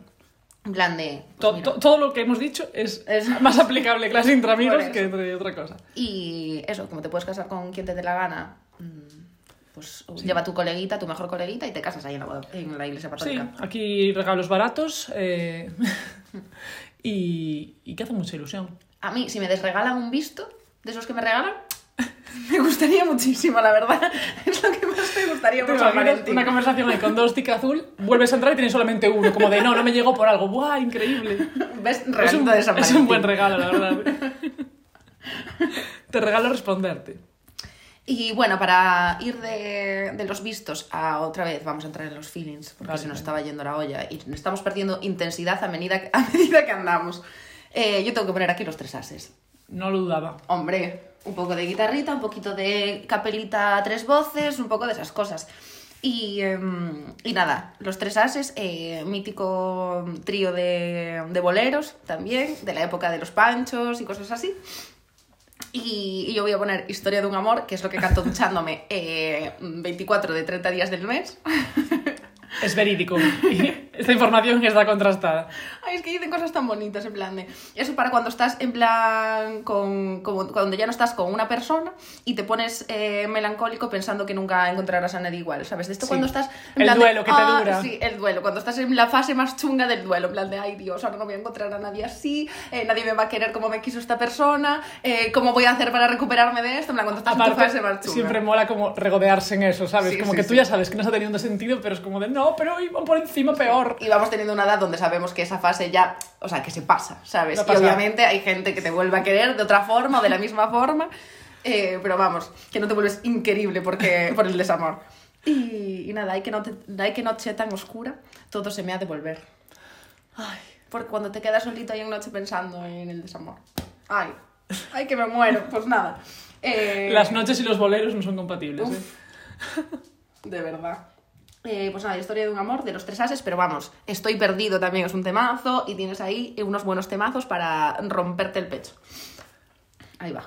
Speaker 2: En plan de. pues
Speaker 1: To-
Speaker 2: mira.
Speaker 1: to- todo lo que hemos dicho es,
Speaker 2: Es-
Speaker 1: más aplicable casi entre amigos
Speaker 2: eso.
Speaker 1: que entre otra cosa.
Speaker 2: Y eso, como te puedes casar con quien te dé la gana, mm, pues lleva tu coleguita, tu mejor coleguita, y te casas ahí en la, boda- en la iglesia
Speaker 1: Sí,
Speaker 2: católica.
Speaker 1: aquí regalos baratos eh, y, y que hace mucha ilusión.
Speaker 2: A mí, si me desregalan un visto, de esos que me regalan, me gustaría muchísimo, la verdad. Es lo que más me gustaría por
Speaker 1: Te
Speaker 2: San
Speaker 1: imaginas
Speaker 2: Valentín.
Speaker 1: Una conversación ahí con dos tica azul, vuelves a entrar y tienes solamente uno, como de no, no me llegó por algo. ¡Buah, increíble!
Speaker 2: ¿Ves?
Speaker 1: Es
Speaker 2: Regalito
Speaker 1: un,
Speaker 2: de San
Speaker 1: es
Speaker 2: Valentín.
Speaker 1: un buen regalo, la verdad. Te regalo responderte.
Speaker 2: Y bueno, para ir de, de los vistos a otra vez, vamos a entrar en los feelings, porque
Speaker 1: Vale,
Speaker 2: se nos
Speaker 1: vale.
Speaker 2: estaba yendo la olla y estamos perdiendo intensidad a medida, que- a medida que andamos. Eh, yo tengo que poner aquí los tres ases.
Speaker 1: No lo dudaba.
Speaker 2: Hombre, un poco de guitarrita, un poquito de capelita a tres voces, un poco de esas cosas. Y, em, y nada, los tres ases, eh, mítico trío de, de boleros también, de la época de los panchos y cosas así. Y, y yo voy a poner Historia de un amor, que es lo que canto duchándome eh, 24 de 30 días del mes.
Speaker 1: Es verídico. Esta información está contrastada.
Speaker 2: Ay, es que dicen cosas tan bonitas, en plan de... Eso para cuando estás en plan con... como- cuando ya no estás con una persona y te pones eh, melancólico pensando que nunca encontrarás a nadie igual, ¿sabes? De esto
Speaker 1: Sí.
Speaker 2: cuando estás...
Speaker 1: El
Speaker 2: plan
Speaker 1: duelo que te
Speaker 2: "Ah",
Speaker 1: dura.
Speaker 2: Sí, el duelo. Cuando estás en la fase más chunga del duelo, en plan de, ay Dios, ahora no voy a encontrar a nadie así, eh, nadie me va a querer como me quiso esta persona, eh, ¿cómo voy a hacer para recuperarme de esto? En plan, cuando estás en tu fase más chunga.
Speaker 1: siempre mola como regodearse en eso, ¿sabes?
Speaker 2: Sí,
Speaker 1: como
Speaker 2: sí,
Speaker 1: que tú
Speaker 2: sí.
Speaker 1: ya sabes que no está teniendo sentido, pero es como de no, pero iban por encima peor.
Speaker 2: y vamos teniendo una edad donde sabemos que esa fase ya, o sea, que se pasa, ¿sabes?
Speaker 1: No
Speaker 2: y
Speaker 1: pasa.
Speaker 2: obviamente hay gente que te vuelve a querer de otra forma o de la misma forma, eh, pero vamos, que no te vuelves increíble porque, por el desamor. Y, y nada, hay que, no hay que noche tan oscura, todo se me ha de volver. Ay, porque cuando te quedas solito ahí en noche pensando en el desamor. Ay, ay que me muero, pues nada. Eh,
Speaker 1: Las noches y los boleros no son compatibles.
Speaker 2: Uf.
Speaker 1: ¿eh?
Speaker 2: de verdad. Eh, pues nada, historia de un amor de los tres ases, pero vamos, estoy perdido también, es un temazo y tienes ahí unos buenos temazos para romperte el pecho. Ahí va.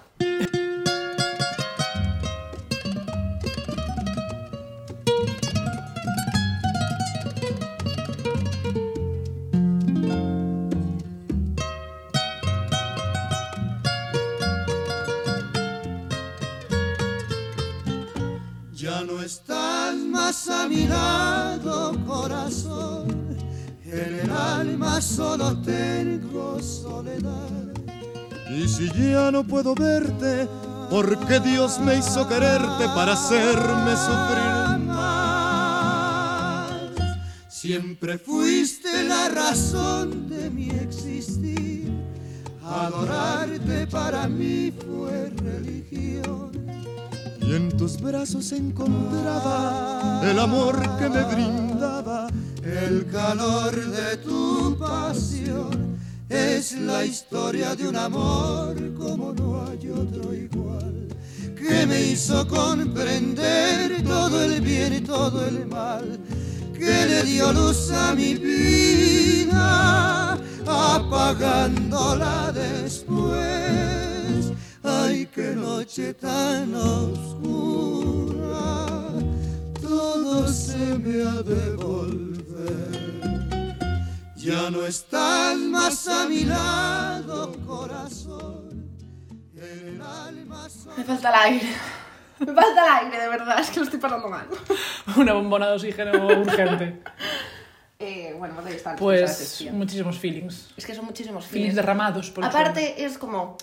Speaker 7: Ya no estás más a mi lado, corazón. En el alma solo tengo soledad. Y si ya no puedo verte, porque Dios me hizo quererte para hacerme sufrir más. Siempre fuiste la razón de mi existir. Adorarte para mí fue religión y en tus brazos encontraba el amor que me brindaba, el calor de tu pasión. Es la historia de un amor como no hay otro igual, que me hizo comprender todo el bien y todo el mal, que le dio luz a mi vida, apagándola después. Ay, qué noche tan oscura, todo se me ha de volver. Ya no estás más a mi lado, corazón, el alma sola.
Speaker 2: Me falta el aire. Me falta el aire, de verdad, es que lo estoy pasando mal.
Speaker 1: Una bombona de oxígeno urgente.
Speaker 2: Eh, bueno, pues ahí están los tres ases,
Speaker 1: Pues
Speaker 2: tía.
Speaker 1: muchísimos feelings.
Speaker 2: Es que son muchísimos fines.
Speaker 1: Feelings derramados por el suelo.
Speaker 2: Aparte, es como.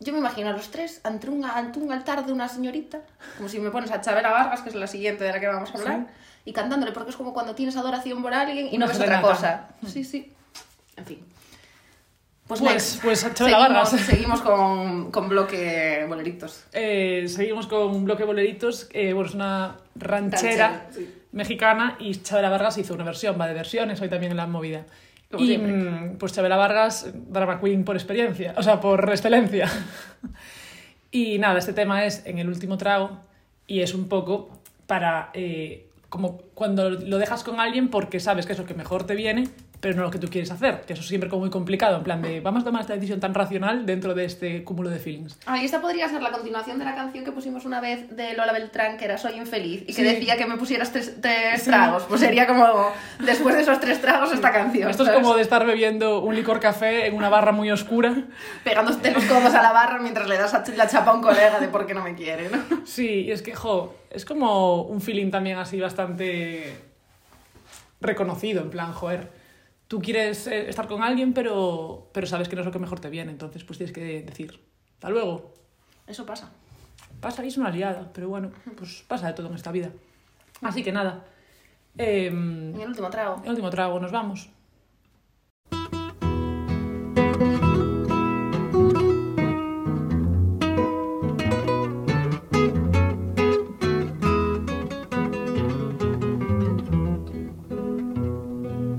Speaker 2: Yo me imagino a los tres ante un, ante un altar de una señorita, como si me pones a Chabela Vargas, que es la siguiente de la que vamos a hablar, y cantándole, porque es como cuando tienes adoración por alguien y no
Speaker 1: Una
Speaker 2: ves
Speaker 1: serenata.
Speaker 2: otra cosa. Sí, sí. En fin. Pues,
Speaker 1: Pues-
Speaker 2: next.
Speaker 1: pues a Chabela
Speaker 2: seguimos,
Speaker 1: Vargas.
Speaker 2: Seguimos con, con bloque boleritos.
Speaker 1: Eh, seguimos con un bloque de boleritos. eh, bueno, es una ranchera
Speaker 2: Ranchera, sí.
Speaker 1: mexicana y Chabela Vargas hizo una versión, va de versiones, hoy también en la movida.
Speaker 2: Como
Speaker 1: y
Speaker 2: siempre.
Speaker 1: mm, pues Chabela Vargas, drama queen por experiencia, o sea, por excelencia. y nada, este tema es en el último trago y es un poco para eh, como cuando lo dejas con alguien porque sabes que es lo que mejor te viene, pero no lo que tú quieres hacer, que eso es siempre como muy complicado, en plan de vamos a tomar esta decisión tan racional dentro de este cúmulo de feelings.
Speaker 2: Ah, y esta podría ser la continuación de la canción que pusimos una vez de Lola Beltrán, que era Soy infeliz, y que
Speaker 1: Sí.
Speaker 2: decía que me pusieras tres, tres tragos. Pues sería como, después de esos tres tragos, esta canción.
Speaker 1: Esto es
Speaker 2: ¿sabes?
Speaker 1: como de estar bebiendo un licor café en una barra muy oscura.
Speaker 2: Pegándote los codos a la barra mientras le das a- la chapa a un colega de por qué no me quiere, ¿no?
Speaker 1: Sí, y es que, jo, es como un feeling también así bastante reconocido, en plan, joder, tú quieres eh, estar con alguien, pero, pero sabes que no es lo que mejor te viene, entonces pues tienes que decir, hasta luego.
Speaker 2: Eso pasa.
Speaker 1: Pasa y es una liada, pero bueno, pues pasa de todo en esta vida. Así que nada, em,
Speaker 2: Y el último trago.
Speaker 1: el último trago, nos vamos.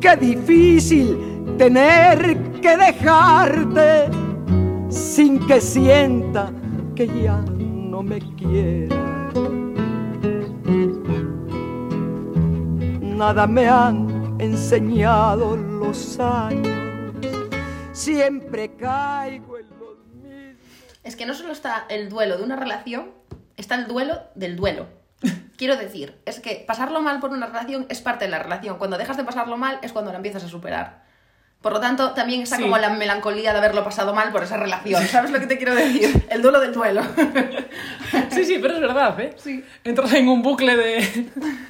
Speaker 8: Qué difícil tener que dejarte sin que sienta que ya no me quieras. Nada me han enseñado los años. Siempre caigo en los mismos.
Speaker 2: Es que no solo está el duelo de una relación, está el duelo del duelo. Quiero decir, es que pasarlo mal por una relación es parte de la relación. Cuando dejas de pasarlo mal es cuando la empiezas a superar. Por lo tanto, también está
Speaker 1: Sí.
Speaker 2: como la melancolía de haberlo pasado mal por esa relación. ¿Sabes lo que te quiero decir? El duelo del duelo.
Speaker 1: Sí, sí, pero es verdad, ¿eh?
Speaker 2: Sí.
Speaker 1: Entras en un bucle de...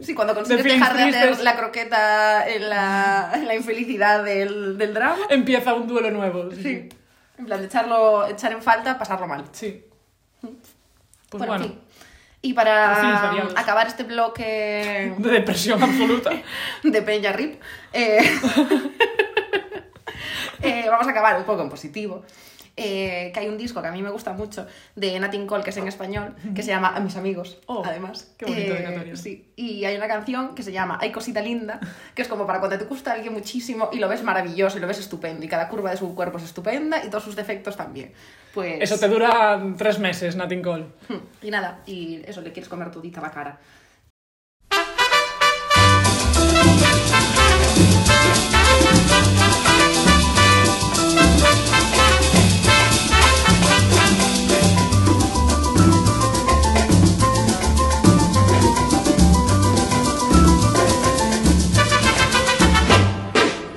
Speaker 2: Sí, cuando consigues
Speaker 1: feelings
Speaker 2: dejar de hacer
Speaker 1: tristes.
Speaker 2: la croqueta en la, en la infelicidad del, del drama.
Speaker 1: Empieza un duelo nuevo.
Speaker 2: Sí. En plan, de echarlo, echar en falta, pasarlo mal.
Speaker 1: Sí. Pues
Speaker 2: Por
Speaker 1: bueno, Pues
Speaker 2: aquí. Y para
Speaker 1: Recién sabiados.
Speaker 2: acabar este bloque
Speaker 1: de depresión absoluta.
Speaker 2: de Peña Rip, eh, eh, vamos a acabar un poco en positivo. eh, que hay un disco que a mí me gusta mucho de Natin Cole, que es en español, que se llama A mis amigos,
Speaker 1: Oh,
Speaker 2: además.
Speaker 1: qué bonito
Speaker 2: Eh,
Speaker 1: dedicatoria.
Speaker 2: Sí, y hay una canción que se llama Hay cosita linda, que es como para cuando te gusta alguien muchísimo y lo ves maravilloso y lo ves estupendo, y cada curva de su cuerpo es estupenda y todos sus defectos también. Pues...
Speaker 1: Eso te dura tres meses, Natin Cole.
Speaker 2: Y nada, y eso le quieres comer todita la cara.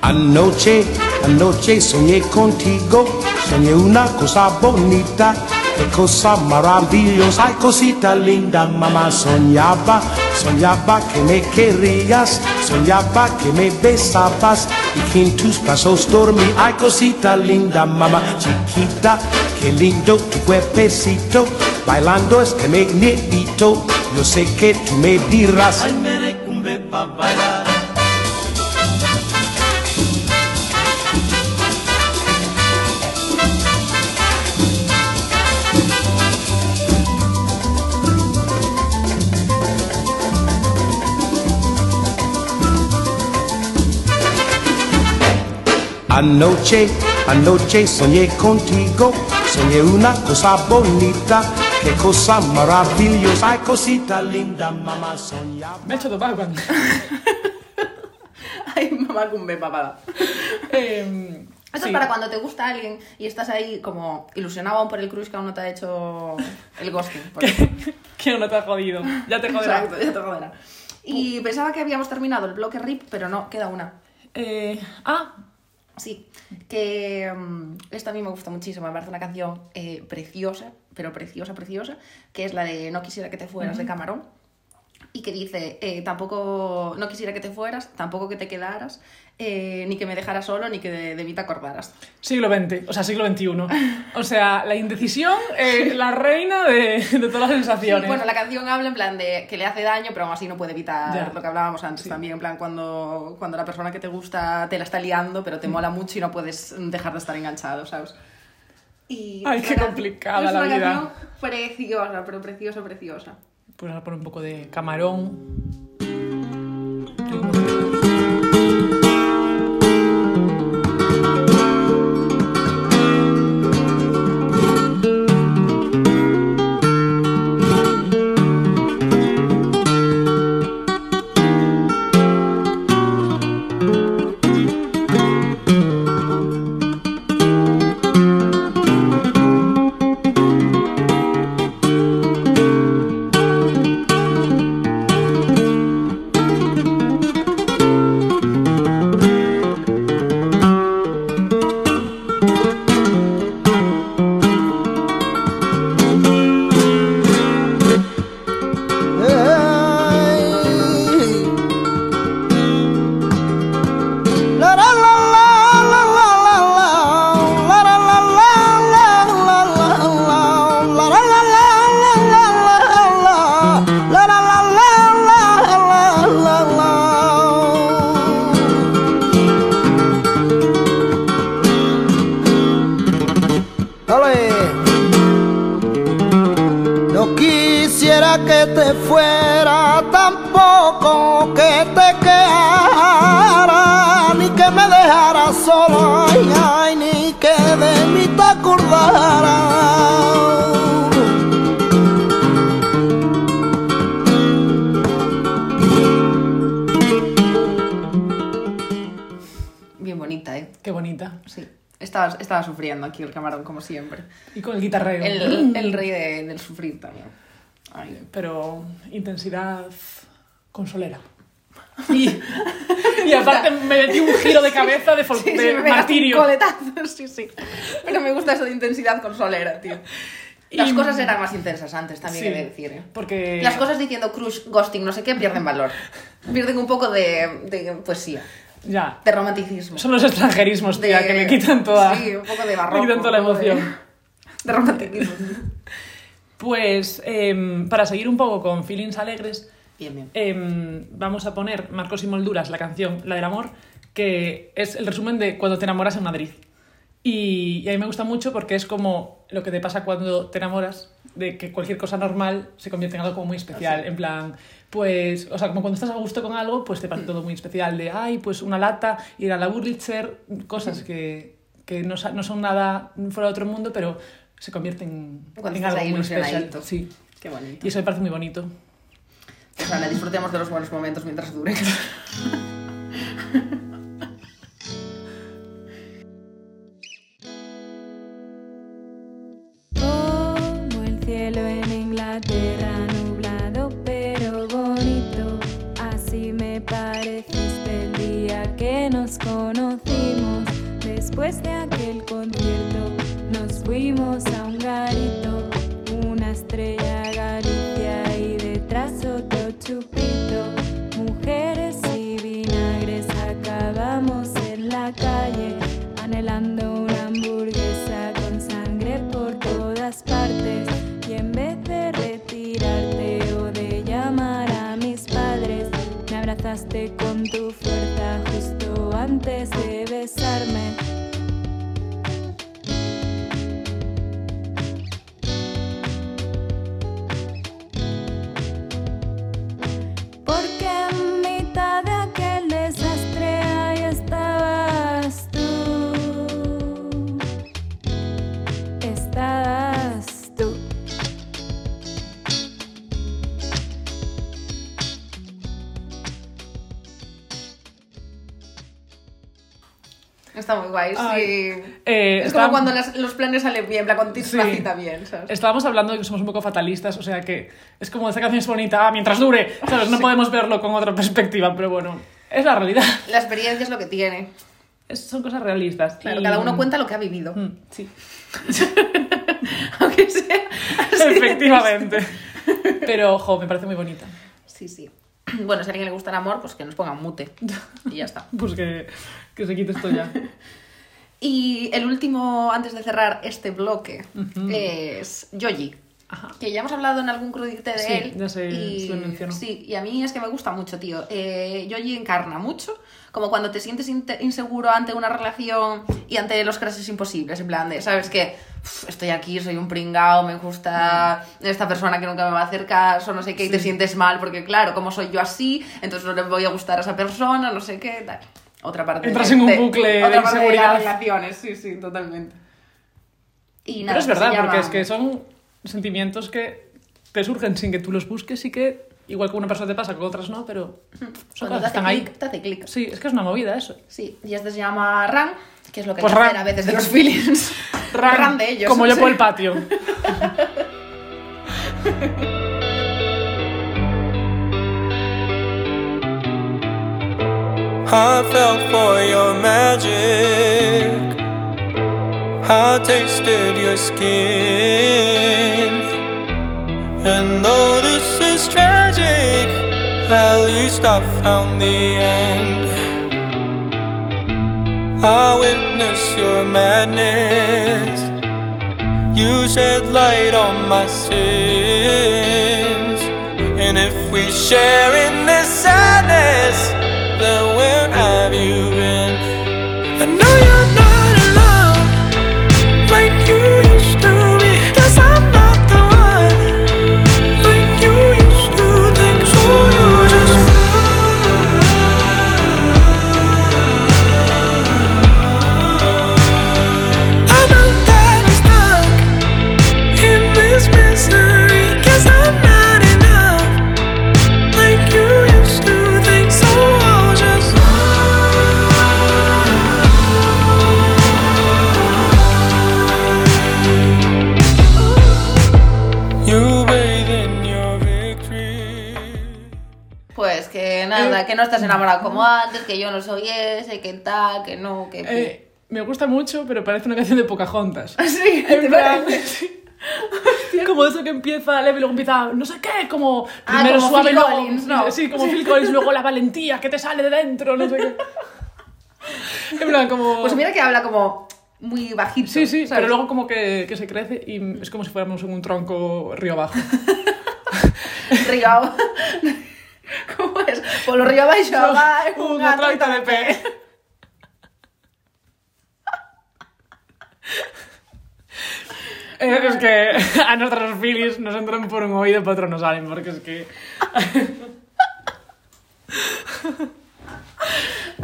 Speaker 9: Anoche, anoche soñé contigo, soñé una cosa bonita, qué cosa maravillosa, ay cosita linda, mamá soñaba, soñaba que me querías, soñaba que me besabas y que en tus brazos dormí, ay cosita linda, mamá chiquita, qué lindo tu cuerpecito, bailando este magnetito, yo sé que tú me dirás. Anoche, anoche soñé contigo, soñé una cosa bonita, qué cosa maravillosa, ay cosita linda, mamá soñaba.
Speaker 1: Me ha hecho Topaguan.
Speaker 2: Ah, Ay, mamá, cumbe papada.
Speaker 1: Eh,
Speaker 2: Eso
Speaker 1: sí.
Speaker 2: es para cuando te gusta alguien y estás ahí como ilusionado aún por el crush que aún no te ha hecho el ghosting. por ejemplo.
Speaker 1: Que no te ha jodido. Ya te joderá. Uh.
Speaker 2: Exacto, ya te joderá. Y pensaba que habíamos terminado el bloque RIP, pero no, queda una.
Speaker 1: Eh, ah,
Speaker 2: Sí, que mm, esta a mí me gusta muchísimo, me parece una canción eh, preciosa, pero preciosa, preciosa, que es la de No quisiera que te fueras de Camarón. y que dice, eh, tampoco, no quisiera que te fueras, tampoco que te quedaras, eh, ni que me dejaras solo, ni que de, de mí te acordaras.
Speaker 1: Siglo XX, o sea, siglo XXI. O sea, la indecisión, eh, la reina de, de todas las
Speaker 2: Sí,
Speaker 1: sensaciones.
Speaker 2: bueno, la canción habla en plan de que le hace daño, pero aún así no puede evitar
Speaker 1: Ya.
Speaker 2: lo que hablábamos antes también, en plan cuando, cuando la persona que te gusta te la está liando, pero te mola mucho y no puedes dejar de estar enganchado, ¿sabes? Y
Speaker 1: Ay,
Speaker 2: es
Speaker 1: qué
Speaker 2: una-
Speaker 1: complicada
Speaker 2: es
Speaker 1: la
Speaker 2: una
Speaker 1: vida.
Speaker 2: canción preciosa, pero preciosa, preciosa.
Speaker 1: Pues ahora poner un poco de camarón.
Speaker 7: Hey. La la la la la la la la. La la la la la la la la. La la la la la la la la. La la la la la la la la. Ole. No quisiera que te fuera, tampoco que te quedara, ni que me dejara solo, ay, ay, ni que de mí te acordara.
Speaker 2: Bien bonita, ¿eh?
Speaker 1: Qué bonita.
Speaker 2: Sí. Estaba, estaba sufriendo aquí el camarón, como siempre.
Speaker 1: Y con el guitarreo.
Speaker 2: El, el rey de- del sufrir también. Ay.
Speaker 1: Pero intensidad consolera. Y, y aparte me metí un giro de cabeza de, fol-
Speaker 2: Sí, sí,
Speaker 1: de
Speaker 2: me pegaste un
Speaker 1: martirio.
Speaker 2: coletazo, sí, sí. Pero me gusta eso de intensidad consolera, tío. Las
Speaker 1: Y-
Speaker 2: cosas eran más intensas antes, también
Speaker 1: Sí,
Speaker 2: he de decir. ¿eh?
Speaker 1: Porque
Speaker 2: Las cosas diciendo crush, ghosting, no sé qué, pierden valor. Pierden un poco de, de poesía,
Speaker 1: ya
Speaker 2: de romanticismo.
Speaker 1: son los extranjerismos, tía,
Speaker 2: de-
Speaker 1: que le quitan toda
Speaker 2: Sí, un poco de barroco.
Speaker 1: le quitan toda la
Speaker 2: un poco de-
Speaker 1: emoción.
Speaker 2: De, romanticismo.
Speaker 1: Pues em, para seguir un poco con feelings alegres,
Speaker 2: Bien, bien.
Speaker 1: em, vamos a poner Marcos y Molduras, la canción La del Amor, que es el resumen de Cuando te enamoras en Madrid. Y, y a mí me gusta mucho porque es como lo que te pasa cuando te enamoras, de que cualquier cosa normal se convierte en algo como muy especial. En plan, pues, o sea, como cuando estás a gusto con algo, pues te parece todo muy especial. De, ay, pues una lata, ir a la Burlitzer, cosas que, que no, sa- no son nada fuera de otro mundo, pero se convierten en,
Speaker 2: Cuando
Speaker 1: en
Speaker 2: estás
Speaker 1: algo
Speaker 2: ahí
Speaker 1: muy especial.
Speaker 2: ilusionadito.
Speaker 1: Sí.
Speaker 2: Qué bonito.
Speaker 1: Y eso me parece muy bonito.
Speaker 2: O sea, le disfrutemos de los buenos momentos mientras duren.
Speaker 10: Como el cielo en Inglaterra, nublado pero bonito. Así me pareciste el día que nos conocimos. Después de aquel concierto, nos fuimos a un garito. Una estrella Galicia y detrás otro chupito. Mujeres y vinagres acabamos en la calle, anhelando una hamburguesa con sangre por todas partes. Y en vez de retirarte o de llamar a mis padres, me abrazaste con tu fuerza justo antes de besarme. Porque en mitad de aquel desastre ahí estabas tú. Estabas tú.
Speaker 2: Está muy guay,
Speaker 1: Ay.
Speaker 2: sí.
Speaker 1: Eh,
Speaker 2: es
Speaker 1: está-
Speaker 2: como cuando las- los planes salen bien, en plan, cuando tienes una
Speaker 1: Sí.
Speaker 2: cita bien, ¿sabes?
Speaker 1: Estábamos hablando de que somos un poco fatalistas, o sea que es como esta canción es bonita ah, mientras dure, ¿sabes? No podemos verlo con otra perspectiva, pero bueno, es la realidad.
Speaker 2: La experiencia es lo que tiene.
Speaker 1: Es- son cosas realistas.
Speaker 2: Claro,
Speaker 1: Y-
Speaker 2: cada uno cuenta lo que ha vivido.
Speaker 1: Mm, Sí,
Speaker 2: Aunque sea. así de
Speaker 1: efectivamente. Pero, ojo, me parece muy bonita.
Speaker 2: triste. Sí, sí. Bueno, si a alguien le gusta el amor, pues que nos ponga mute. Y ya está.
Speaker 1: Pues que, que se quite esto ya.
Speaker 2: Y el último, antes de cerrar este bloque, es Yoji.
Speaker 1: Ajá.
Speaker 2: Que ya hemos hablado en algún crudite de
Speaker 1: Sí,
Speaker 2: él.
Speaker 1: ya se-
Speaker 2: y,
Speaker 1: se lo mencionó.
Speaker 2: Sí, y a mí es que me gusta mucho, tío. Eh, Yoji encarna mucho, como cuando te sientes inte- inseguro ante una relación y ante los creces imposibles, en plan de, ¿sabes qué? Uf, Estoy aquí, soy un pringao, me gusta
Speaker 1: Mm.
Speaker 2: esta persona que nunca me va a hacer caso, no sé qué, y te sientes mal, porque claro, como soy yo así, entonces no le voy a gustar a esa persona, no sé qué, tal. Otra parte
Speaker 1: Entras en un
Speaker 2: de-
Speaker 1: bucle de
Speaker 2: Este, otra parte
Speaker 1: inseguridad.
Speaker 2: las relaciones, sí, sí, totalmente. Y nada,
Speaker 1: Pero es
Speaker 2: se
Speaker 1: verdad,
Speaker 2: llama-
Speaker 1: porque es que son sentimientos que te surgen sin que tú los busques y que, igual que una persona te pasa, que otras no, pero son
Speaker 2: Cuando
Speaker 1: cosas
Speaker 2: te
Speaker 1: que
Speaker 2: hace
Speaker 1: están ahí.
Speaker 2: clic, te hace clic.
Speaker 1: Sí, es que es una movida eso.
Speaker 2: Sí, y este se llama Ran, que es lo que
Speaker 1: Pues
Speaker 2: hay que
Speaker 1: Ran.
Speaker 2: hacer a veces de los feelings. Ran, de ellos.
Speaker 1: Como yo
Speaker 2: sí.
Speaker 1: por el patio.
Speaker 11: I fell for your magic. I tasted your skin. And though this is tragic, at least I found the end. I witnessed your madness. You shed light on my sins. And if we share in this sadness, then where have you been? I know you're not alone, like you used to be. Guess I'm not the one, like you used to think. So you just I know that it's stuck in this misery. Guess I'm not enough. Like you used to think so I'll just You bathe in your victory
Speaker 2: Pues que nada,
Speaker 1: Eh,
Speaker 2: que no estás enamorado como antes, que yo no soy ese, que tal, que no, que.
Speaker 1: Eh, me gusta mucho, pero parece una canción de Pocahontas.
Speaker 2: sí,
Speaker 1: En
Speaker 2: ¿te
Speaker 1: plan,
Speaker 2: parece?
Speaker 1: sí. Como eso que empieza leve y luego empieza, no sé qué, como
Speaker 2: Ah,
Speaker 1: primero
Speaker 2: como
Speaker 1: suave
Speaker 2: Phil
Speaker 1: y luego.
Speaker 2: Collins, ¿no?
Speaker 1: Sí, como Phil Collins, luego la valentía que te sale de dentro, no sé qué. En plan, como.
Speaker 2: Pues mira que habla como muy bajito.
Speaker 1: sí, sí,
Speaker 2: ¿sabes?
Speaker 1: pero luego como que, que se crece y es como si fuéramos en un tronco río abajo.
Speaker 2: Río abajo. ¿Cómo es? Por los río abajo va un
Speaker 1: Una
Speaker 2: gato.
Speaker 1: troita de pe. Eh, Es que a nuestros filis nos entran por un oído y por otro no salen, porque es que.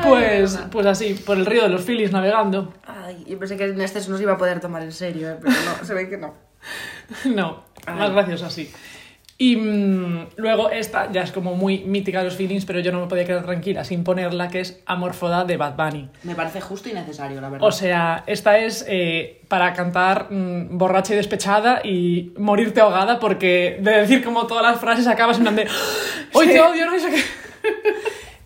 Speaker 1: Pues, pues así, por el río de los filis navegando.
Speaker 2: Ay, yo pensé que en este no se iba a poder tomar en serio, eh, pero no, se ve que no.
Speaker 1: No, más graciosa así. Y mm, luego esta ya es como muy mítica de los feelings, pero yo no me podía quedar tranquila sin ponerla, que es Amorfoda de Bad Bunny.
Speaker 2: Me parece justo y necesario, la verdad.
Speaker 1: O sea, esta es eh, para cantar mm, borracha y despechada y morirte ahogada porque de decir como todas las frases acabas en plan de ¡Hoy te odio! No sé qué.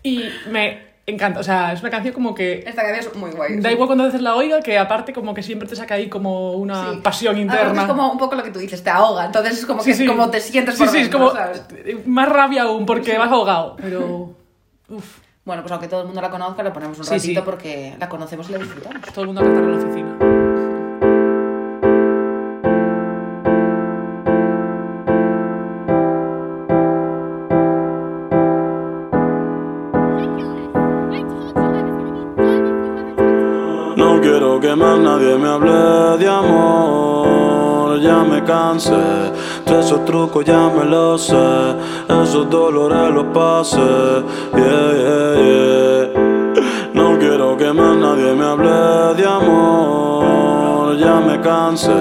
Speaker 1: Y me encanta. O sea, es una canción como que
Speaker 2: Esta canción es muy guay.
Speaker 1: da
Speaker 2: sí.
Speaker 1: igual cuando veces la oiga que aparte como que siempre te saca ahí como una
Speaker 2: Sí.
Speaker 1: pasión
Speaker 2: Aparte
Speaker 1: interna.
Speaker 2: Es como un poco lo que tú dices, te ahoga. Entonces es como que
Speaker 1: Sí, sí.
Speaker 2: como te sientes
Speaker 1: Sí,
Speaker 2: por
Speaker 1: sí, es
Speaker 2: dentro,
Speaker 1: como
Speaker 2: ¿sabes?
Speaker 1: más rabia aún porque vas ahogado. Pero uf,
Speaker 2: Bueno, pues aunque todo el mundo la conozca, la ponemos un
Speaker 1: Sí,
Speaker 2: ratito
Speaker 1: sí.
Speaker 2: porque la conocemos y la disfrutamos.
Speaker 1: todo el mundo a cantar en la oficina.
Speaker 12: No quiero que más nadie me hable de amor. Ya me cansé de esos trucos, ya me los sé. Esos dolores los pasé. Yeah, yeah, yeah. No quiero que más nadie me hable de amor. Ya me cansé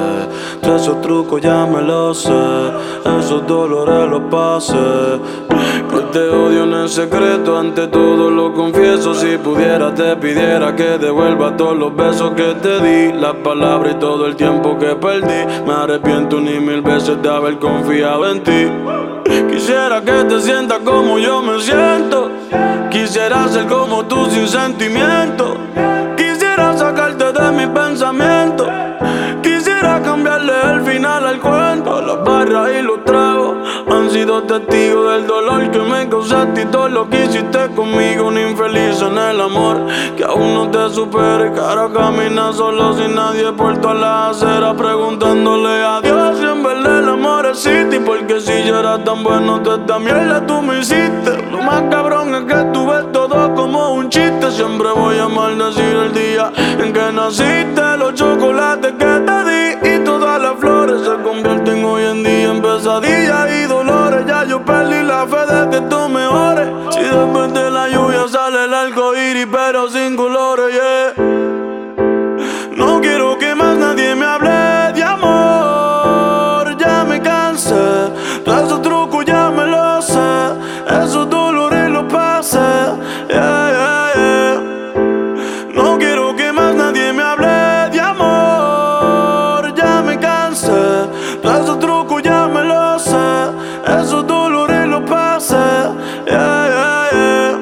Speaker 12: de esos trucos, ya me los sé. Esos dolores los pasé. Que te odio no es secreto, ante todo lo confieso. Si pudiera, te pidiera que devuelva todos los besos que te di, las palabras y todo el tiempo que perdí. Me arrepiento ni mil veces de haber confiado en ti. Quisiera que te sientas como yo me siento. Quisiera ser como tú sin sentimiento. Quisiera sacarte de mis pensamientos. Quisiera cambiarle el final al cuento. Las barras y los tragos han han sido testigos del dolor que me causaste y todo lo que hiciste conmigo. Un infeliz en el amor que aún no te supere. Cara camina solo sin nadie por toda la acera preguntándole a Dios si en verdad el amor existe. Y porque si yo era tan bueno, toda esta mierda tú me hiciste. Lo más cabrón es que tú ves todo como un chiste. Siempre voy a maldecir el día en que naciste, los chocolates que te di y todas las flores se convierten hoy en día en pesadillas y dolores. Ya yo perdí la fe de que tú mejores. Si después de la lluvia sale el arco iris, pero sin colores, yeah. No quiero que más nadie me hable de amor. Ya me cansé, todos esos trucos ya me los sé. Esos dolores los pasé, yeah, yeah, yeah. No quiero que más nadie me hable de amor. Ya me cansé. Todos esos trucos ya me los sé. Esos dolores los pasé. Yeah, yeah, yeah.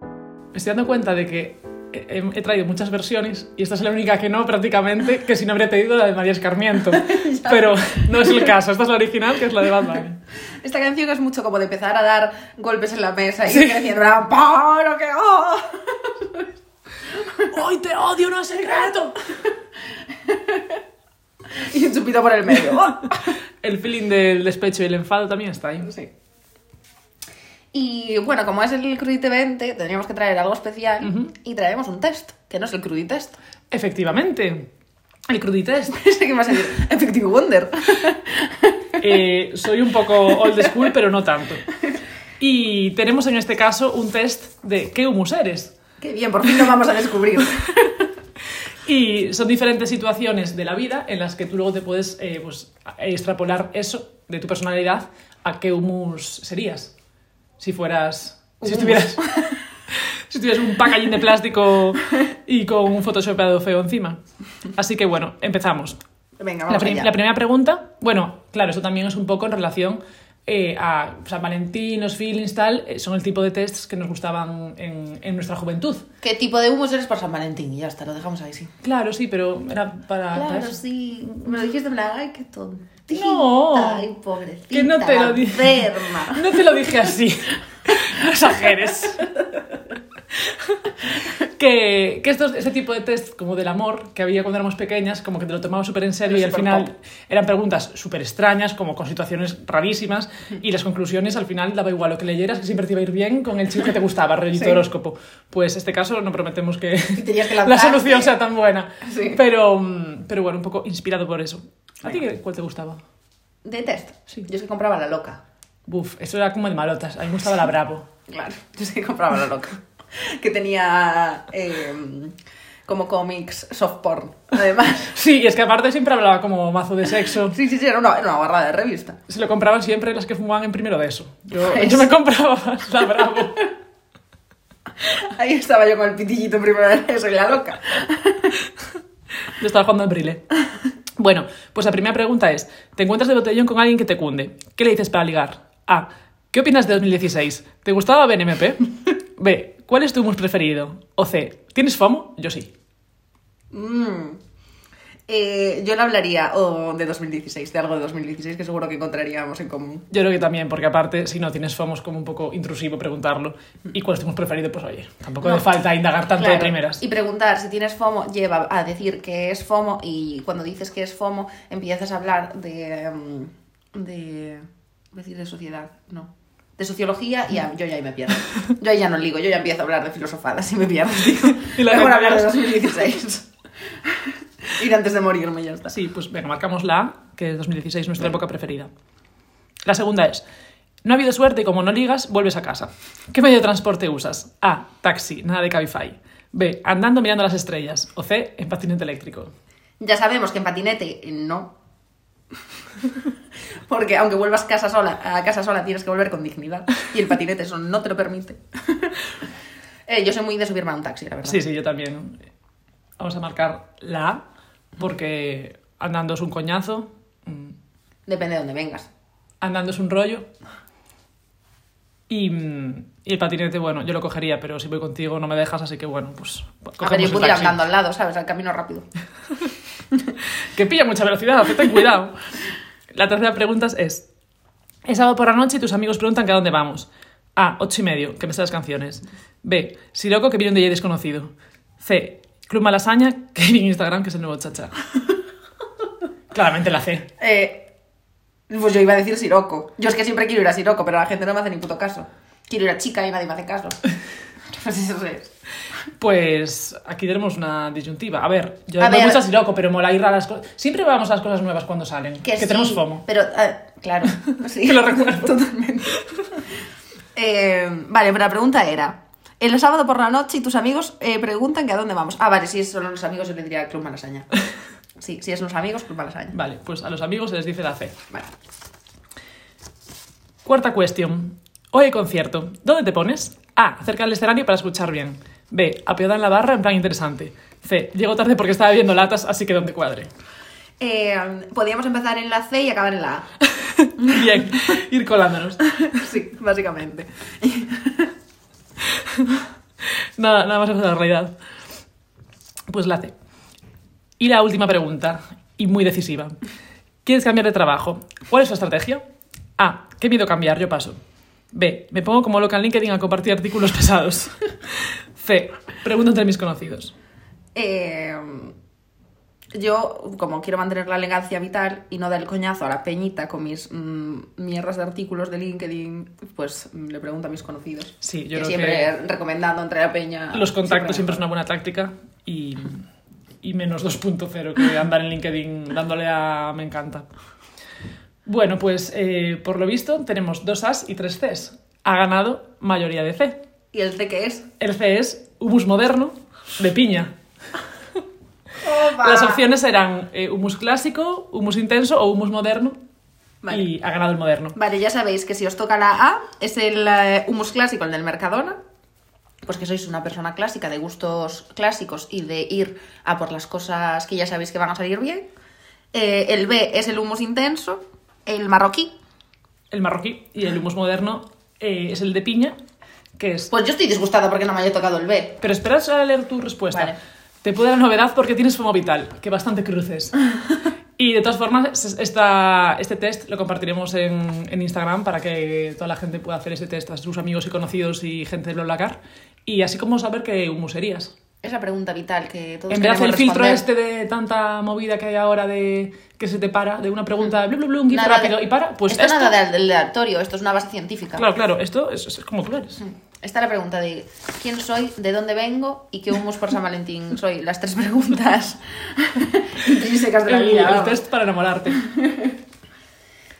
Speaker 1: Me estoy dando cuenta de que he, he- he traído muchas versiones y esta es la única que no, prácticamente, que si no habría pedido la de María Escarmiento. Pero no es el caso, esta es la original, que es la de Bad Bunny.
Speaker 2: Esta canción es mucho como de empezar a dar golpes en la mesa y ir diciendo, "Ah, ¡Paro, que oh".
Speaker 1: ¡Hoy te odio, no es secreto!
Speaker 2: Y un chupito por el medio. ¡Oh!
Speaker 1: El feeling del despecho y el enfado también está ahí.
Speaker 2: Sí. Y bueno, como es el crudite 20, tendríamos que traer algo especial y traemos un test, que no es el crudite test.
Speaker 1: Efectivamente, el cruditest.
Speaker 2: Pensé que ibas a decir, Effective Wonder.
Speaker 1: Eh, soy un poco old school, pero no tanto. Y tenemos en este caso un test de qué humus eres.
Speaker 2: Qué bien, por fin lo vamos a descubrir.
Speaker 1: Y son diferentes situaciones de la vida en las que tú luego te puedes eh, pues, extrapolar eso de tu personalidad a qué humus serías. Si fueras. Si estuvieras. Si tuvieras un packaging de plástico y con un photoshopeado feo encima. Así que bueno, empezamos.
Speaker 2: Venga,
Speaker 1: La,
Speaker 2: vamos
Speaker 1: prim-
Speaker 2: allá.
Speaker 1: la primera pregunta, bueno, claro, eso también es un poco en relación eh, a San Valentín, los feelings, tal, eh, son el tipo de tests que nos gustaban en, en nuestra juventud.
Speaker 2: ¿Qué tipo de humus eres por San Valentín? Y ya está, lo dejamos ahí, sí.
Speaker 1: Claro, sí, pero era para... para eso.
Speaker 2: sí. Me lo dijiste en plan, ay, qué tontita.
Speaker 1: No.
Speaker 2: pobrecita.
Speaker 1: Que no te lo dije. No te lo dije así. No exageres. que que estos, ese tipo de test como del amor que había cuando éramos pequeñas, como que te lo tomamos súper en serio
Speaker 2: Era
Speaker 1: y al
Speaker 2: súper
Speaker 1: final
Speaker 2: pop.
Speaker 1: eran preguntas súper extrañas, como con situaciones rarísimas y las conclusiones al final daba igual lo que leyeras, que siempre te iba a ir bien con el chico que te gustaba, rollito horóscopo. Pues este caso no prometemos que,
Speaker 2: tenías que
Speaker 1: la
Speaker 2: lanzarte.
Speaker 1: solución sea tan buena.
Speaker 2: Sí.
Speaker 1: Pero, mm, pero bueno, un poco inspirado por eso. ¿A ti qué- cuál te gustaba?
Speaker 2: De test.
Speaker 1: Sí.
Speaker 2: Yo es que compraba la loca.
Speaker 1: Buf, eso era como de malotas. A mí me gustaba la Bravo.
Speaker 2: Claro, yo sí que compraba la loca. Que tenía eh, como cómics soft porn, además.
Speaker 1: Sí, y es que aparte siempre hablaba como mazo de sexo.
Speaker 2: Sí, sí, sí, era una, era una barra de revista.
Speaker 1: Se lo compraban siempre las que fumaban en primero de eso. Yo,
Speaker 2: Pues.
Speaker 1: yo me compraba la Bravo.
Speaker 2: Ahí estaba yo con el pitillito primero de soy la loca.
Speaker 1: Yo estaba jugando en Brile. Bueno, pues la primera pregunta es, ¿te encuentras de botellón con alguien que te cunde? ¿Qué le dices para ligar? A. ¿Qué opinas de 2016? ¿Te gustaba BNMP? B. ¿Cuál es tu mus preferido? O C. ¿Tienes FOMO? Yo sí.
Speaker 2: Eh, yo le hablaría o de 2016, de algo de 2016 que seguro que encontraríamos en común.
Speaker 1: Yo creo que también, porque aparte, si no tienes FOMO es como un poco intrusivo preguntarlo. ¿Y cuál es tu mus preferido? Pues oye, tampoco hace falta indagar tanto de
Speaker 2: Claro.
Speaker 1: primeras.
Speaker 2: Y preguntar si tienes FOMO lleva a decir que es FOMO y cuando dices que es FOMO empiezas a hablar de... mm, de... voy a decir de sociedad, no. De sociología y a- yo ya ahí me pierdo. Yo ahí ya no ligo, yo ya empiezo a hablar de filosofadas y me pierdo, tío.
Speaker 1: Y la
Speaker 2: Mejor
Speaker 1: gente
Speaker 2: hablar de
Speaker 1: ya-
Speaker 2: 2016. Ir antes de morirme ya está.
Speaker 1: Sí, pues venga, marcamos la A, que es 2016, nuestra época preferida. La segunda es, no ha habido suerte y como no ligas, vuelves a casa. ¿Qué medio de transporte usas? A, taxi, nada de Cabify. B, andando mirando las estrellas. O C, en patinete eléctrico.
Speaker 2: Ya sabemos que en patinete eh, no. Porque aunque vuelvas casa sola, a casa sola tienes que volver con dignidad. Y el patinete eso no te lo permite. Eh, yo soy muy de subirme a un taxi, la verdad.
Speaker 1: Sí, sí, yo también. Vamos a marcar la A, porque andando es un coñazo,
Speaker 2: Depende de dónde vengas.
Speaker 1: andando es un rollo, Y, mm, y el patinete, bueno, yo lo cogería, pero si voy contigo no me dejas, así que bueno, pues
Speaker 2: A ver,
Speaker 1: cogemos
Speaker 2: yo
Speaker 1: el
Speaker 2: puedo ir
Speaker 1: taxi.
Speaker 2: andando al lado, ¿sabes? Al camino rápido.
Speaker 1: Que pilla mucha velocidad, que ten cuidado. La tercera pregunta es: Es sábado por la noche y tus amigos preguntan que a dónde vamos. A. 8 y medio, que me sé las canciones. B. Siroco, que viene un DJ desconocido. C. Club Malasaña, que viene en Instagram, que es el nuevo chacha. Claramente la C.
Speaker 2: Eh, pues yo iba a decir Siroco. Yo es que siempre quiero ir a Siroco, pero la gente no me hace ni puto caso. Quiero ir a chica y nadie me hace caso. Pues eso es.
Speaker 1: Pues aquí tenemos una disyuntiva. A ver, yo
Speaker 2: A
Speaker 1: me
Speaker 2: ver.
Speaker 1: gusta Siroco, pero mola ir a las cosas. Siempre vamos a las cosas nuevas cuando salen. Que,
Speaker 2: sí,
Speaker 1: tenemos FOMO.
Speaker 2: Pero, ah, claro, sí.
Speaker 1: Que lo recuerdo.
Speaker 2: Totalmente. Eh, vale, pero la pregunta era... El sábado por la noche y tus amigos eh, preguntan que a dónde vamos. Ah, vale, si es solo los amigos yo le diría Club Malasaña. Sí, si es los amigos, Club Malasaña.
Speaker 1: Vale, pues a los amigos se les dice la C.
Speaker 2: Vale.
Speaker 1: Cuarta cuestión. Hoy hay concierto. ¿Dónde te pones? A. Cerca del escenario para escuchar bien. B. Apiada en la barra en plan interesante. C. Llego tarde porque estaba viendo latas, así que donde cuadre.
Speaker 2: Eh, podríamos empezar en la C y acabar en la A.
Speaker 1: Bien, ir colándonos.
Speaker 2: Sí, básicamente.
Speaker 1: Nada, nada más lejos de la realidad. Pues la C. Y la última pregunta, y muy decisiva. ¿Quieres cambiar de trabajo? ¿Cuál es tu estrategia? A. Qué miedo cambiar, yo paso. B. Me pongo como loca en LinkedIn a compartir artículos pesados. C. Pregunto entre mis conocidos.
Speaker 2: Eh, yo, como quiero mantener la elegancia vital y no dar el coñazo a la peñita con mis mm, mierdas de artículos de LinkedIn, pues mm, le pregunto a mis conocidos.
Speaker 1: Sí, yo
Speaker 2: que
Speaker 1: creo
Speaker 2: siempre
Speaker 1: que-
Speaker 2: recomendando entre la peña.
Speaker 1: Los contactos
Speaker 2: Ah, siempre
Speaker 1: siempre es una buena táctica y, y menos 2.0 que andar en LinkedIn dándole a me encanta. Bueno, pues eh, por lo visto tenemos dos As y tres Cs. Ha ganado mayoría de C.
Speaker 2: ¿Y el C qué es?
Speaker 1: El C es humus moderno de piña.
Speaker 2: ¡Opa!
Speaker 1: Las opciones eran eh, humus clásico, humus intenso o humus moderno
Speaker 2: Vale.
Speaker 1: y ha ganado el moderno.
Speaker 2: Vale, ya sabéis que si os toca la A, es el eh, humus clásico, el del Mercadona. Pues que sois una persona clásica, de gustos clásicos y de ir a por las cosas que ya sabéis que van a salir bien. Eh, el B es el humus intenso, el marroquí.
Speaker 1: El marroquí y el humus moderno eh, es el de piña, que es
Speaker 2: Pues yo estoy disgustada porque no me haya tocado el B.
Speaker 1: Pero esperas a leer tu respuesta.
Speaker 2: Vale.
Speaker 1: Te puedo dar novedad porque tienes FOMO vital, que bastante cruces. Y de todas formas, es- esta, este test lo compartiremos en, en Instagram para que toda la gente pueda hacer este test a sus amigos y conocidos y gente de Blablacar. Y así como saber qué humus serías.
Speaker 2: Esa pregunta vital que todos
Speaker 1: En vez de hacer el
Speaker 2: Pues queremos
Speaker 1: filtro este
Speaker 2: responder.
Speaker 1: de tanta movida que hay ahora de que se te para, de una pregunta, blu, blu, blu, un gif
Speaker 2: Nada
Speaker 1: rápido
Speaker 2: de-
Speaker 1: y para, pues
Speaker 2: esto,
Speaker 1: esto...
Speaker 2: nada de al- del aleatorio, esto es una base científica.
Speaker 1: Claro, claro, esto es, es como tú eres.
Speaker 2: Está la pregunta de quién soy, de dónde vengo y qué humus por San Valentín soy. Las tres preguntas intrínsecas de la
Speaker 1: El,
Speaker 2: vida.
Speaker 1: el
Speaker 2: vamos.
Speaker 1: test para enamorarte.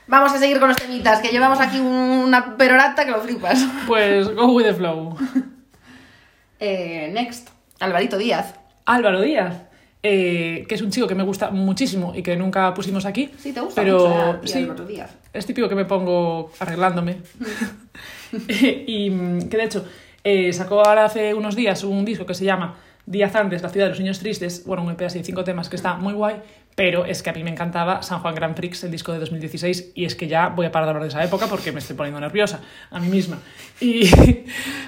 Speaker 2: Vamos a seguir con los temitas, que llevamos aquí una perorata que lo flipas.
Speaker 1: Pues go with the flow.
Speaker 2: Eh, next, Alvarito Díaz.
Speaker 1: Álvaro Díaz, eh, que es un chico que me gusta muchísimo y que nunca pusimos aquí.
Speaker 2: Sí, te gusta
Speaker 1: pero
Speaker 2: mucho, eh,
Speaker 1: sí,
Speaker 2: Álvaro Díaz.
Speaker 1: Es típico que me pongo arreglándome. y mm, que de hecho eh, sacó ahora hace unos días un disco que se llama Días antes, la ciudad de los niños tristes. Bueno, un EP así de cinco temas que está muy guay. Pero es que a mí me encantaba San Juan Grand Prix, el disco de 2016, y es que ya voy a parar de hablar de esa época porque me estoy poniendo nerviosa a mí misma. Y,